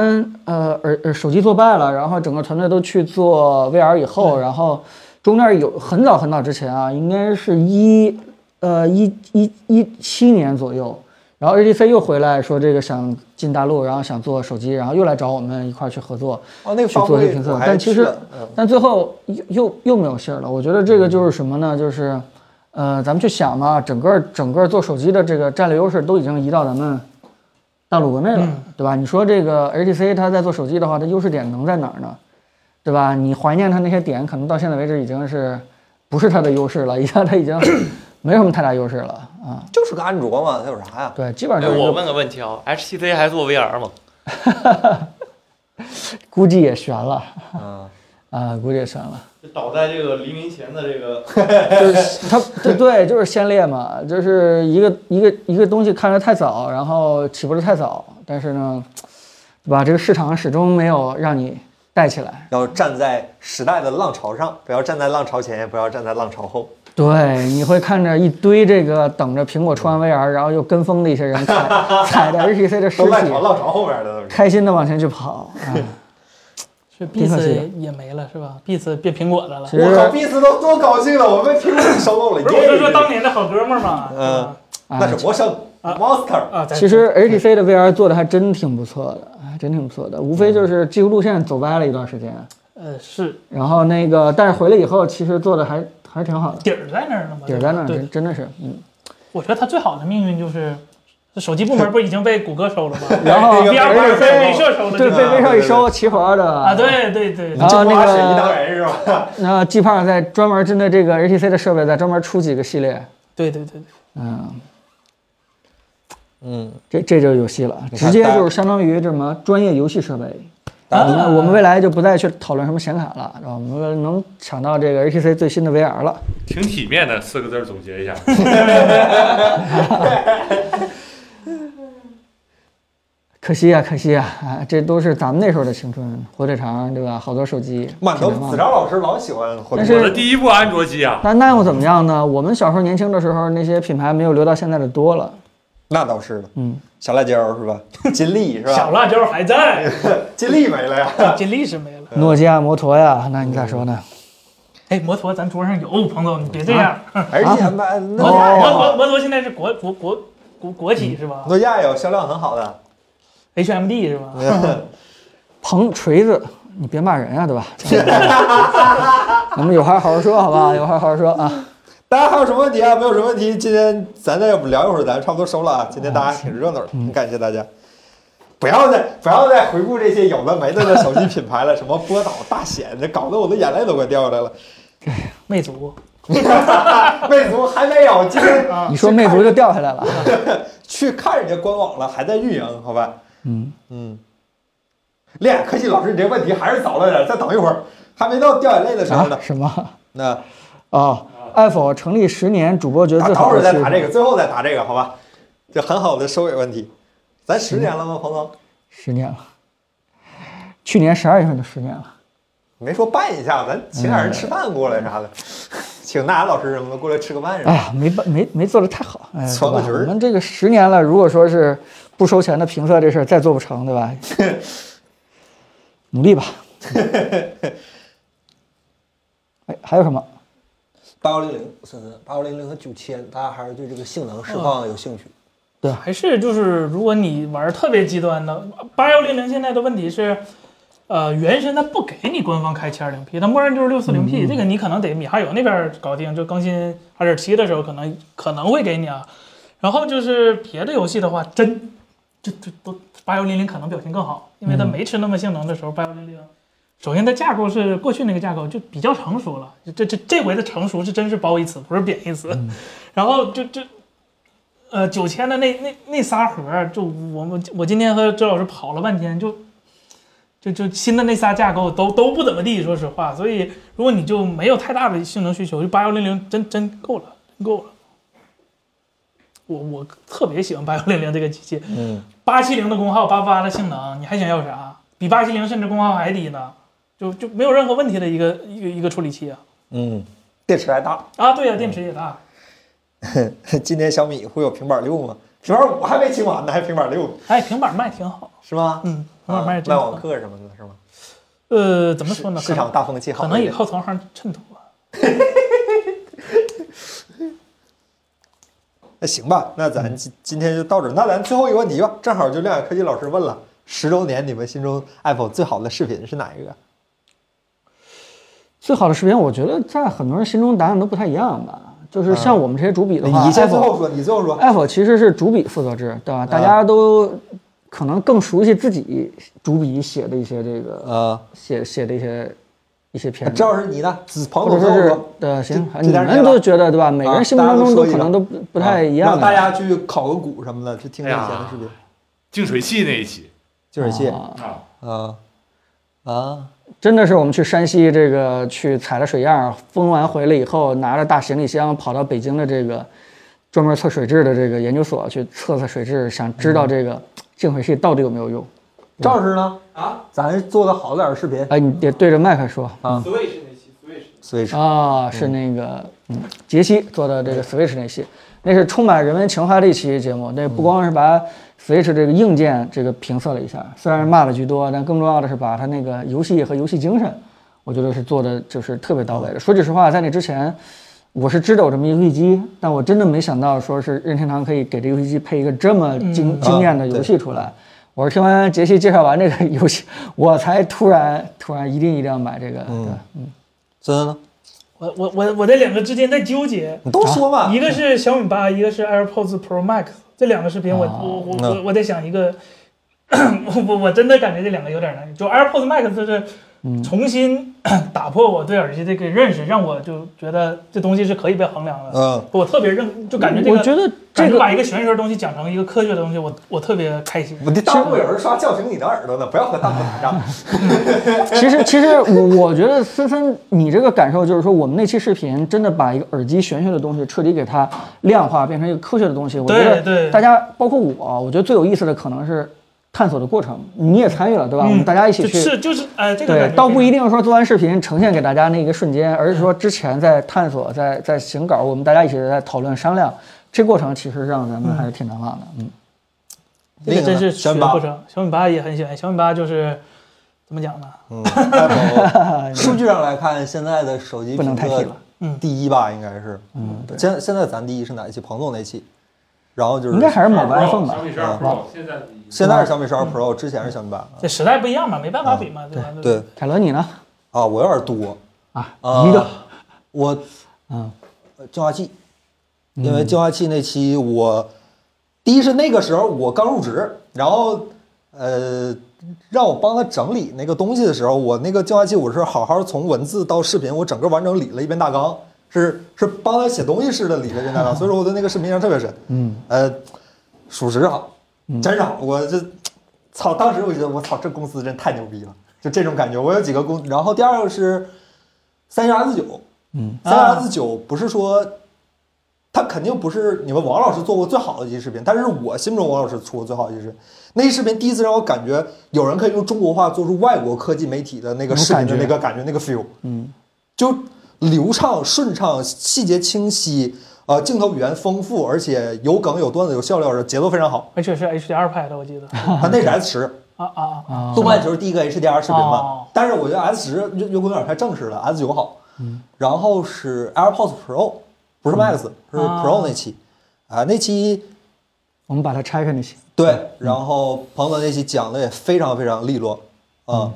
呃，耳耳手机做败了，然后整个团队都去做 VR 以后，然后中间有很早很早之前啊，应该是一呃一一一七年左右，然后 HTC 又回来说这个想进大陆，然后想做手机，然后又来找我们一块儿去合作。
哦，那个
去
发布
做一
会
些评
我
测，
还
但其
去
实
了嗯，
但最后又又又没有信儿了。我觉得这个就是什么呢？就是，呃，咱们去想嘛，整个整个做手机的这个战略优势都已经移到咱们大陆国内了，对吧？你说这个 HTC 它在做手机的话，它优势点能在哪儿呢？对吧？你怀念它那些点，可能到现在为止已经是不是它的优势了， 一下它已经没什么太大优势了啊。
就是个安卓嘛，它有啥呀？
对，基本
哎，
上
我
就是
问个问题啊，HTC 还做 VR 吗？
估计也悬了
嗯，
啊，估计也悬了。
倒在这个黎明前的这个
就是它对对，就是先烈嘛，就是一个一个一个东西看着太早，然后起步的太早，但是呢，对吧？这个市场始终没有让你带起来。
要站在时代的浪潮上，不要站在浪潮前，也不要站在浪潮后。
对，你会看着一堆这个等着苹果出完 VR，然后又跟风的一些人 踩踩着 HTC 的尸
都浪潮
体，
浪潮后面的都是。
开心的往前去跑。啊，
嗯
是
挺可惜的
Beats 也没了是吧？Beats 变苹果的了。
其实
我靠，彼此都多高兴了，我被苹果收购了，
不是
耶
我就说当年的好哥们儿嘛。
嗯
是吧
啊
那，是魔声，
啊
Monster，
啊，咱
其实
嗯
HTC 的 VR 做的还真挺不错的，还真挺不错的，无非
嗯
就是技术路线走歪了一段时间，
呃是
然后那个但是回来以后，其实做的还还是挺好的，
底儿在那儿呢嘛，
底儿在那儿，
对
真，真的是，嗯。
我觉得它最好的命运就是，这手机部 门不是已经被谷歌收了吗？
然后
那个
VR
微
版
软
被
被
美社收了，
对，
吧
被微
对
少
对
一
对
收，齐活的
啊，对对对，
然后
这不
那
把水一当
个
人是吧？
那 G 胖再专门针对这个 HTC 的设备，再专门出几个系列，
对对对，
嗯，
嗯，
这这就有戏了，
你看
直接
大
就是相当于这什么专业游戏设备。
大
我
啊
家都
们我们未来就不再去讨论什么显卡了，啊然后我们能抢到这个 HTC 最新的 VR 了。
挺体面的，四个字儿总结一下。
可惜啊，可惜啊，啊，这都是咱们那时候的青春，火腿肠对吧？好多手机，
满头
挺难忘
子
的
章老师老喜欢火腿
但是
肠
我的第一部安卓机啊，
那那又怎么样呢？我们小时候年轻的时候，那些品牌没有留到现在的多了。
那倒是的，
嗯，
小辣椒是吧？金立是
小
吧？
辣椒 还在，
金立没了呀。
金立是没了。
诺基亚、摩托呀，那你咋说呢？
嗯
哎，摩托咱桌上有，彭总你别这样，
而且吧，
摩托
诺
摩
亚
托摩托现在是国国国国国企是吧
诺亚有销量很好的，
？HMD 是吧？
彭锤子，你别骂人啊，对吧？咱们有话好好说，好
嗯
吧？有话好好说啊。
大家还有什么问题啊？没有什么问题，今天咱再要不聊一会儿，咱差不多收了啊。今天大家挺热闹的，
嗯
很感谢大家。不要再不要再回顾这些有的没的的手机品牌了，什么波导、大显，这搞得我的眼泪都快掉下来 了。
魅族，
魅族还没有，今天
你说魅族就掉下来
啊
了。
去看人家官网了，还在运营，好吧？
嗯
嗯。练，可惜老师你这问题还是早了点，再等一会儿，还没到掉眼泪的时候呢
啊？。什么？
那
啊，Apple 成立十年，主播觉得
打
最
等
好
会儿
的
再
是
答这个，最后再答这个，好吧？这很好的收尾问题。咱十年了吗，彭总？
十年了，去年十二月份就十年了。
没说办一下，咱请点人吃饭过来啥的，
嗯
请娜雅老师什么的过来吃个饭什么
哎
的。
呀，没办没没做的太好，哎，
攒个
对吧
局儿
我们这个十年了，如果说是不收钱的评测这事儿再做不成，对吧？ 努力吧。哎，还有什么？
八幺零零森森，八幺零零和九千，大家还是对这个性能释放有兴趣。
还是就是如果你玩特别极端的八幺零零，现在的问题是。呃，原神它不给你官方开7 2 0 P，它默认就是6 4 0 P，、这个你可能得米哈游那边搞定，就更新2.7的时候可能可能会给你啊。然后就是别的游戏的话，真这这都八幺零零可能表现更好，因为它没吃那么性能的时候，八幺零零首先它架构是过去那个架构就比较成熟了，这这这回的成熟是真是褒义词，不是贬义词。 然后就就呃九千的那那那仨盒儿，就我们我今天和周老师跑了半天，就就就新的那仨架构都都不怎么地，说实话。所以如果你就没有太大的性能需求，就八幺零零真真够了，真够了。我我特别喜欢八幺零零这个机器，
嗯，
八七零的功耗，八八的性能，你还想要啥？比八七零甚至功耗还低呢，就就没有任何问题的一个一个一个处理器啊！
嗯，电池还大。
啊，对呀、电池也大，
今年小米会有平板六吗？平板五还没清完呢，还平板六
哎，平板卖挺好，
是吗？
嗯，平
啊
板卖
卖
真好
网。课什么的，是吗？
呃，怎么说呢？
市场大风气好
可
一点，
能也靠同行衬啊托。
那行吧，那
嗯
咱今今天就到这儿。那咱最后一个问题吧，正好就亮眼科技老师问了，十周年你们心中 Apple 最好的视频是哪一个？
最好的视频，我觉得在很多人心中答案都不太一样吧。就是像我们这些主笔的话，
嗯你哎先最
Apple-
后说，你最后说。
Apple 其实是主笔负责制，对吧？大
嗯
家都可能更熟悉自己主笔写的一些这个
呃，
写写的一些一些片
这
子，
要是你呢？子鹏
或
总
者
最
说
后
是
说，
对，行，啊
这
你
这点儿
们都觉得对吧？每个人心目当中都可能都不不
啊
太一样
让
的。
大家去考个鼓什么的，去听听以
哎呀
前的视频，
净水器那一期
净水器
啊
啊，
啊啊，
真的是我们去山西这个去采了水样，封完回来以后，拿着大行李箱跑到北京的这个专门测水质的这个研究所去测测水质，想知道这个净水器到底有没有用。
赵老师呢？
啊
嗯咱做的好点儿的视频
哎，你得对着麦克说。
，Switch 那期，Switch
，Switch
啊，是那个嗯，杰西做的这个 Switch 那期，那是充满人文情怀的一期节目。那不光是把 Switch 这个硬件这个评测了一下，虽然骂的居多，但更重要的是把它那
嗯
个游戏和游戏精神，我觉得是做的就是特别到位的。说句实话，在那之前，我是知道有这么一个游戏机，但我真的没想到说是任天堂可以给这游戏机配一个这么惊、
嗯
惊艳的游戏出来。我是听完杰西介绍完这个游戏，我才突然突然一定一定要买这个。
嗯
对吧
森森呢？
我我我我在两个之间在纠结，
你都说嘛，
一个是小米八，一个是 AirPods Pro Max，这两个视频我、
啊
我我
那
我我在想一个，我我我真的感觉这两个有点难，就 AirPods Max 就是重新 打破我对耳机这个认识，让我就觉得这东西是可以被衡量的。
嗯，
我特别认，就感觉这
我
个
觉得
感
这
觉
个
把一个玄学的东西讲成一个科学的东西，我我特别开心。
我的大幕有人刷叫醒你的耳朵呢，不要和大幕打 仗。
其实其实我我觉得森森，你这个感受就是说，我们那期视频真的把一个耳机玄学的东西彻底给它量化，变成一个科学的东西。我觉
对
得
对，
大家包括我，我觉得最有意思的可能是探索的过程，你也参与了，对吧？我嗯们大家一
嗯
起
就
去
是就是呃，这个
对
感，觉
倒不
非
一
常
定说做完视频呈现给大家那一个瞬间，而是说之前在探索、在在行稿，我们大家一起在讨论商量，这过程其实让咱们还是挺难忘的。嗯，
这个真是学
小米
不
八，
成。小米八也很喜欢，小米八就是怎么讲呢？
嗯，Apple 数据上来看，现在的手机
不能太
评测
细了
嗯
第一吧应该是，
嗯对
现现在咱第一是哪一期？彭总那期，然后嗯就是
应该还是嗯某个
Pro，
iPhone 吧
小。米十
啊
二 Pro，现在比
现在是小米十二 Pro，之前是小米八。嗯
这时代不一样嘛，没办法比嘛，对吧？
对
凯伦，你呢？
啊，我有点多
啊，
啊，
一个，
我
嗯，
呃净化器，因为净化器那期我第一是那个时候我刚入职，然后呃让我帮他整理那个东西的时候，我那个净化器我是好好从文字到视频，我整个完整理了一遍大纲，是是帮他写东西似的理了一遍 大纲，所以说我对那个视频印象特别深。
嗯，
呃，属实好，真是好，我这操，当时我觉得我操，这公司真太牛逼了，就这种感觉。我有几个公，然后第二个是三幺 S 九，嗯，三幺 S 九不是说。它肯定不是你们王老师做过最好的一期视频，但是我心中王老师出过最好的一期视频。那期视频第一次让我感觉有人可以用中国话做出外国科技媒体的那个视频的那个感觉，那嗯个 feel。就流畅、顺畅、细节清晰，呃，镜头语言丰富，而且有梗、有段子、有笑料，节奏非常好。
而且是 HDR 拍的，我记得。
它那是 S 十，
啊啊啊！
动漫球第一个 HDR 视频嘛
哦。
但是我觉得 S 十越越过有点太正式了，S 九好。然后是 AirPods Pro，不是 Max，是
啊
Pro 那期，啊，那期
我们把它拆开那些。
对，然后彭总那期讲的也非常非常利落，啊，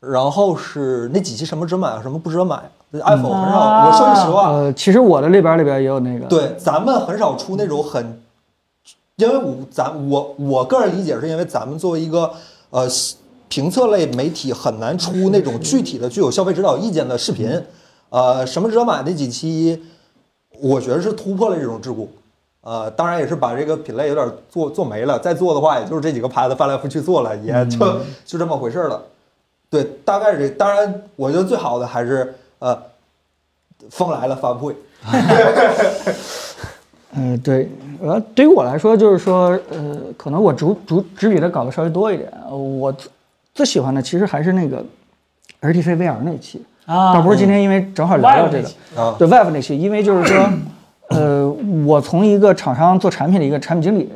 然后是那几期什么只买，什么不值得买，iPhone 很少。我说句实话，
呃，其实我的那边里边也有那个。，
对，咱们很少出那种很，因为我咱我我个人理解是因为咱们作为一个呃评测类媒体，很难出那种具体的具有消费指导意见的视频。呃，什么值得买那几期，我觉得是突破了这种桎梏。呃，当然也是把这个品类有点做做没了，再做的话，也就是这几个牌子翻来覆去做了，也就、就这么回事儿了。对，大概是这。当然，我觉得最好的还是呃，风来了发布会。
呃，对，呃，对于我来说，就是说，呃，可能我主主执笔的搞得稍微多一点。呃我最最喜欢的其实还是那个 HTC VR 那期，
啊
倒不是今天因为正好聊到这个
外部，
啊
对 Vive 那期，因为就 是说，呃，我从一个厂商做产品的一个产品经理，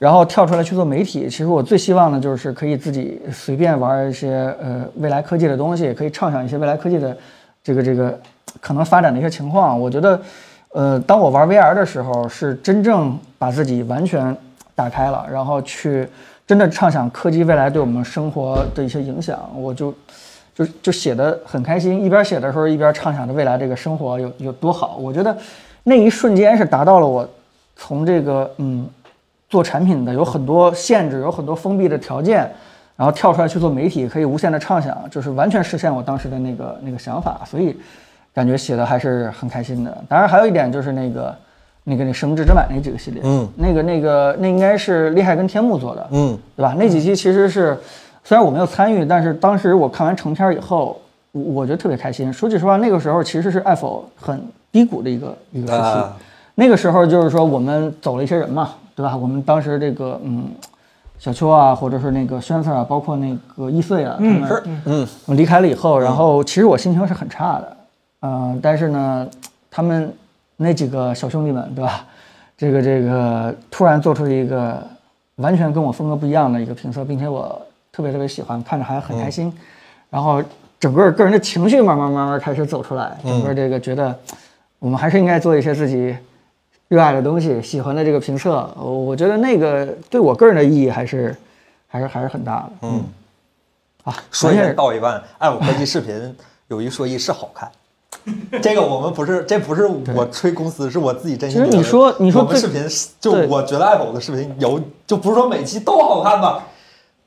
然后跳出来去做媒体，其实我最希望的就是可以自己随便玩一些呃未来科技的东西，也可以畅想一些未来科技的这个这个可能发展的一些情况。我觉得，呃，当我玩 VR 的时候，是真正把自己完全打开了，然后去真的畅想科技未来对我们生活的一些影响，我就。就就写的很开心，一边写的时候一边畅想着未来这个生活有有多好。我觉得那一瞬间是达到了我从这个嗯做产品的有很多限制，有很多封闭的条件，然后跳出来去做媒体，可以无限的畅想，就是完全实现我当时的那个那个想法。所以感觉写的还是很开心的。当然还有一点就是那个那个那什么值得买那几个系列，
嗯，
那个那个那应该是厉害跟天幕做的，
嗯，
对吧？那几期其实是，虽然我没有参与，但是当时我看完成片儿以后，我我觉得特别开心。说句实话，那个时候其实是爱否很低谷的一个一个时期。
啊
那个时候就是说我们走了一些人嘛，对吧？我们当时这个嗯，小邱啊，或者是那个轩 Sir 啊，包括那个易碎啊，他们、
是，嗯，
我离开了以后，然后其实我心情是很差的，呃，但是呢，他们那几个小兄弟们，对吧？这个这个突然做出一个完全跟我风格不一样的一个评测，并且我特别特别喜欢，看着还很开心，然后整个个人的情绪慢慢慢慢开始走出来，整个这个觉得我们还是应该做一些自己热爱的东西、喜欢的这个评测。呃我觉得那个对我个人的意义还是还是还是很大的。嗯，啊，
说一
关键
千
是
道一万，按我科技视 频有一说一是好看。这个我们不是，这不是我吹公司，是我自己真心
其实
觉得。
你说你说
我们
最
视频是，就
对
我觉得 Apple 的视频有，就不是说每期都好看吧，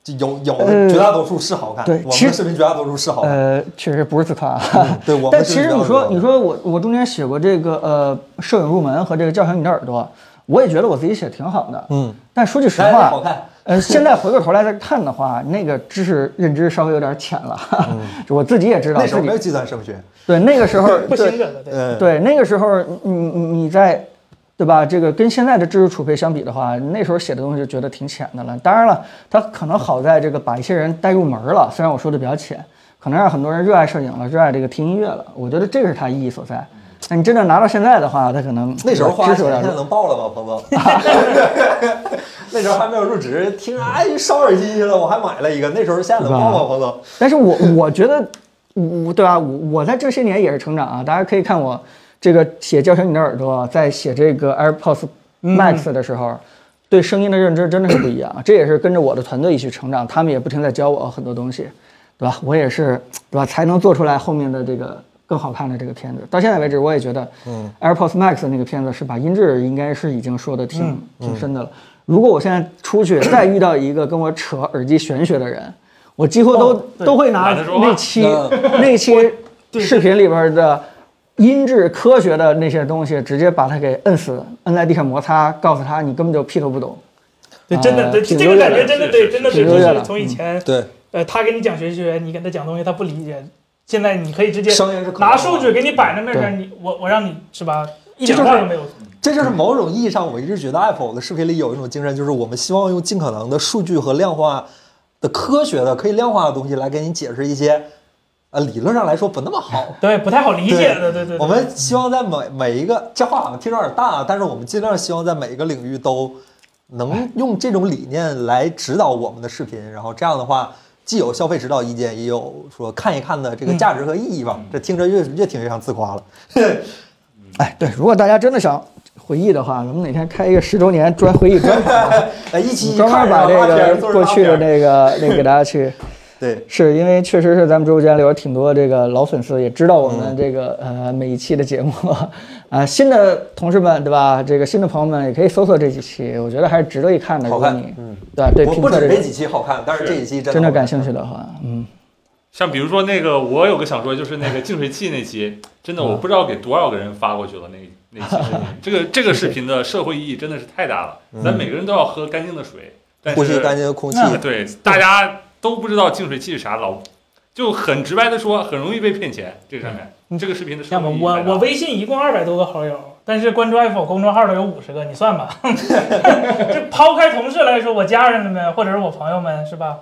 就有有的
呃
绝大多数是好看。
对
我
其
们
实
的视频绝大多数是好看。
呃，确实不是自夸啊。
对我们
但
是
其实
聊
你
的
说，
多
你说我我中间写过这个呃摄影入门和这个叫醒你的耳朵，我也觉得我自己写得挺好的。
嗯，
但说句实
来来
话，
好看
呃，现在回过头来再看的话，那个知识认知稍微有点浅了， 就我自己也知道
嗯那时候
自
没
己
有计算升学，
对那个 时候
不
对
兴着的，对，
嗯，
对，那个时候你你你在，对吧？这个跟现在的知识储备相比的话，那时候写的东西就觉得挺浅的了。当然了，它可能好在这个把一些人带入门了，虽然我说的比较浅，可能让很多人热爱摄影了，热爱这个听音乐了。我觉得这个是它意义所在。那你真正拿到现在的话，它可能
那时候花
知识
钱
有点
现在
弱。
能报了吗， 彭总？那时候还没有入职，听着哎烧耳机去了，我还买了一个。那时候现在能报吗，彭总？
但是我 我觉得，我对吧？我我在这些年也是成长啊。大家可以看我这个写《叫醒你的耳朵》，在写这个 AirPods Max 的时候，对声音的认知真的是不一样。这也是跟着我的团队一起成长，他们也不停在教我很多东西，对吧？我也是，对吧？才能做出来后面的这个更好看的这个片子。到现在为止，我也觉得，嗯，AirPods Max 那个片子是把音质应该是已经说的挺、挺深的了。如果我现在出去再遇到一个跟我扯耳机玄学的人，我几乎都、都会拿
懒得说话
那期那 期视频里边的音质科学的那些东西，直接把它给摁死，摁在地上摩擦，告诉他你根本就屁都不懂。
对，真的，
呃
对，
挺
这个
优
感
越
觉真
的
的
是
对，
是
真的
是
对，
挺优
就
越
是
的
从以前，
对，
呃，他给你讲玄学，你跟他讲东西，他不理解。现在你可以直接
声音是可
拿
靠
数
的
据给你摆在那
对
边，你我我让你是吧？一
这
点
就是
话都没有。
这就是某种意义上，我一直觉得 Apple 的视频里有一种精神，就是我们希望用尽可能的数据和量化的科学的可以量化的东西来给你解释一些，呃，理论上来说不那么好。
对，不太好理解的，对对。对
我们希望在每每一个这话好像听着有点大，啊但是我们尽量希望在每一个领域都能用这种理念来指导我们的视频，然后这样的话，既有消费指导意见，也有说看一看的这个价值和意义吧。
嗯
这听着越越听越像自 夸了。
哎，对，如果大家真的想回忆的话，咱们哪天开一个十周年专回忆专啊场，
哎，一期一
专
看
门把
然后拉
这
片儿
个过去的，那个那个给大家去。
做成拉片儿对，
是因为确实是咱们直播间里有挺多这个老粉丝，也知道我
嗯
们这个、呃每一期的节目， 啊、新的同事们对吧？这个新的朋友们也可以搜索这几期，我觉得还是值得一看的。
好
如
看
果你，
嗯，
对吧对
不
评
不
测
止
这
这
个
几期好看，但是这一期真
真的
好看
感兴趣的话，嗯，
像比如说那个，我有个想说，就是那个净水器那期，真的我不知道给多少个人发过去了。那那期视频，这个这个视频的社会意义真的是太大了。
嗯
咱每个人都要喝干净的水，但
呼吸
是
干净的空气，
那
对大家都不知道净水器是啥，老就很直白的说，很容易被骗钱。这上面
嗯
这个视频的社
像
会
我
意义
我
太大
我
了
微信一共二百多个好友，但是关注 Apple 公众号的有五十个，你算 吧。这抛开同事来说，我家人们或者是我朋友们是 吧？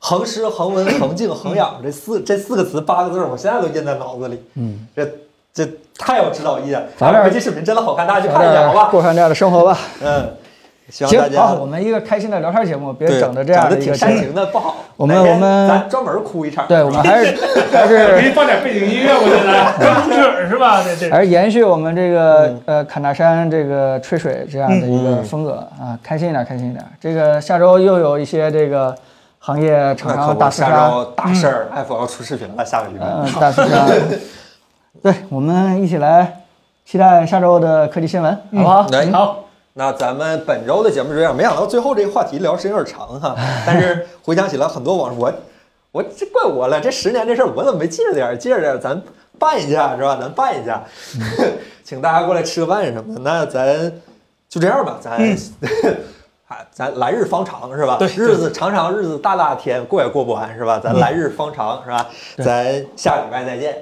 恒湿、恒温、恒静、恒氧这四这四个词八个字儿，我现在都印在脑子里。
嗯，
这这太有指导意义了。
咱俩
国际视频真的好看，大家去
聊
看一下，
点
好吧？
过上这样的生活吧。
嗯， 希望大
行，哦
家
好，我们一个开心的聊天节目，别
对
整的这样
整
的
的
一个
挺
节
煽
目。
情的不好。
我们
哪天
我们
咱专门哭一场。
对，我们还是还
我给
是
你放点背景音乐，我觉 得。
关注曲儿是吧？对对。
还是延续我们这个、
嗯
呃侃大山这个吹水这样的一个风格、啊，开心一点，开心一点。这个下周又有一些这个行业厂
那可
商
不
大厮
下
杀，
周大事儿，Apple 要出视频了，下个礼拜。
嗯，大厮 杀。对，我们一起来期待下周的科技新闻，好不好？
嗯来，
好，
那咱们本周的节目是这样，没想到最后这个话题聊时间有点长 哈，但是回想起来很多往事，我我这怪我了，这十年这事儿我怎么没记着点儿，记着点儿，咱办一下是吧？咱办一下，
嗯
请大家过来吃个饭什么的。那咱就这样吧，咱、
嗯
还咱来日方长是吧？
对
日子长长，日子大大天，过也过不完是吧？
嗯
咱来日方长是吧？咱下礼拜再见。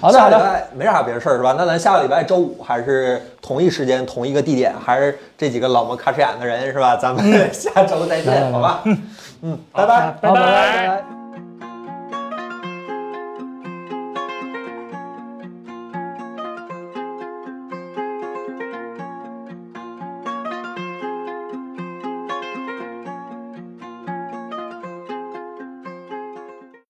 好的
下
好
礼
的
拜哎没啥别的事儿是吧？那咱下个礼拜周五还是同一时间、同一个地点，还是这几个老模卡哧眼的人是吧？咱们下周再见，好吧？嗯，拜拜。
好，
嗯拜
拜拜。拜拜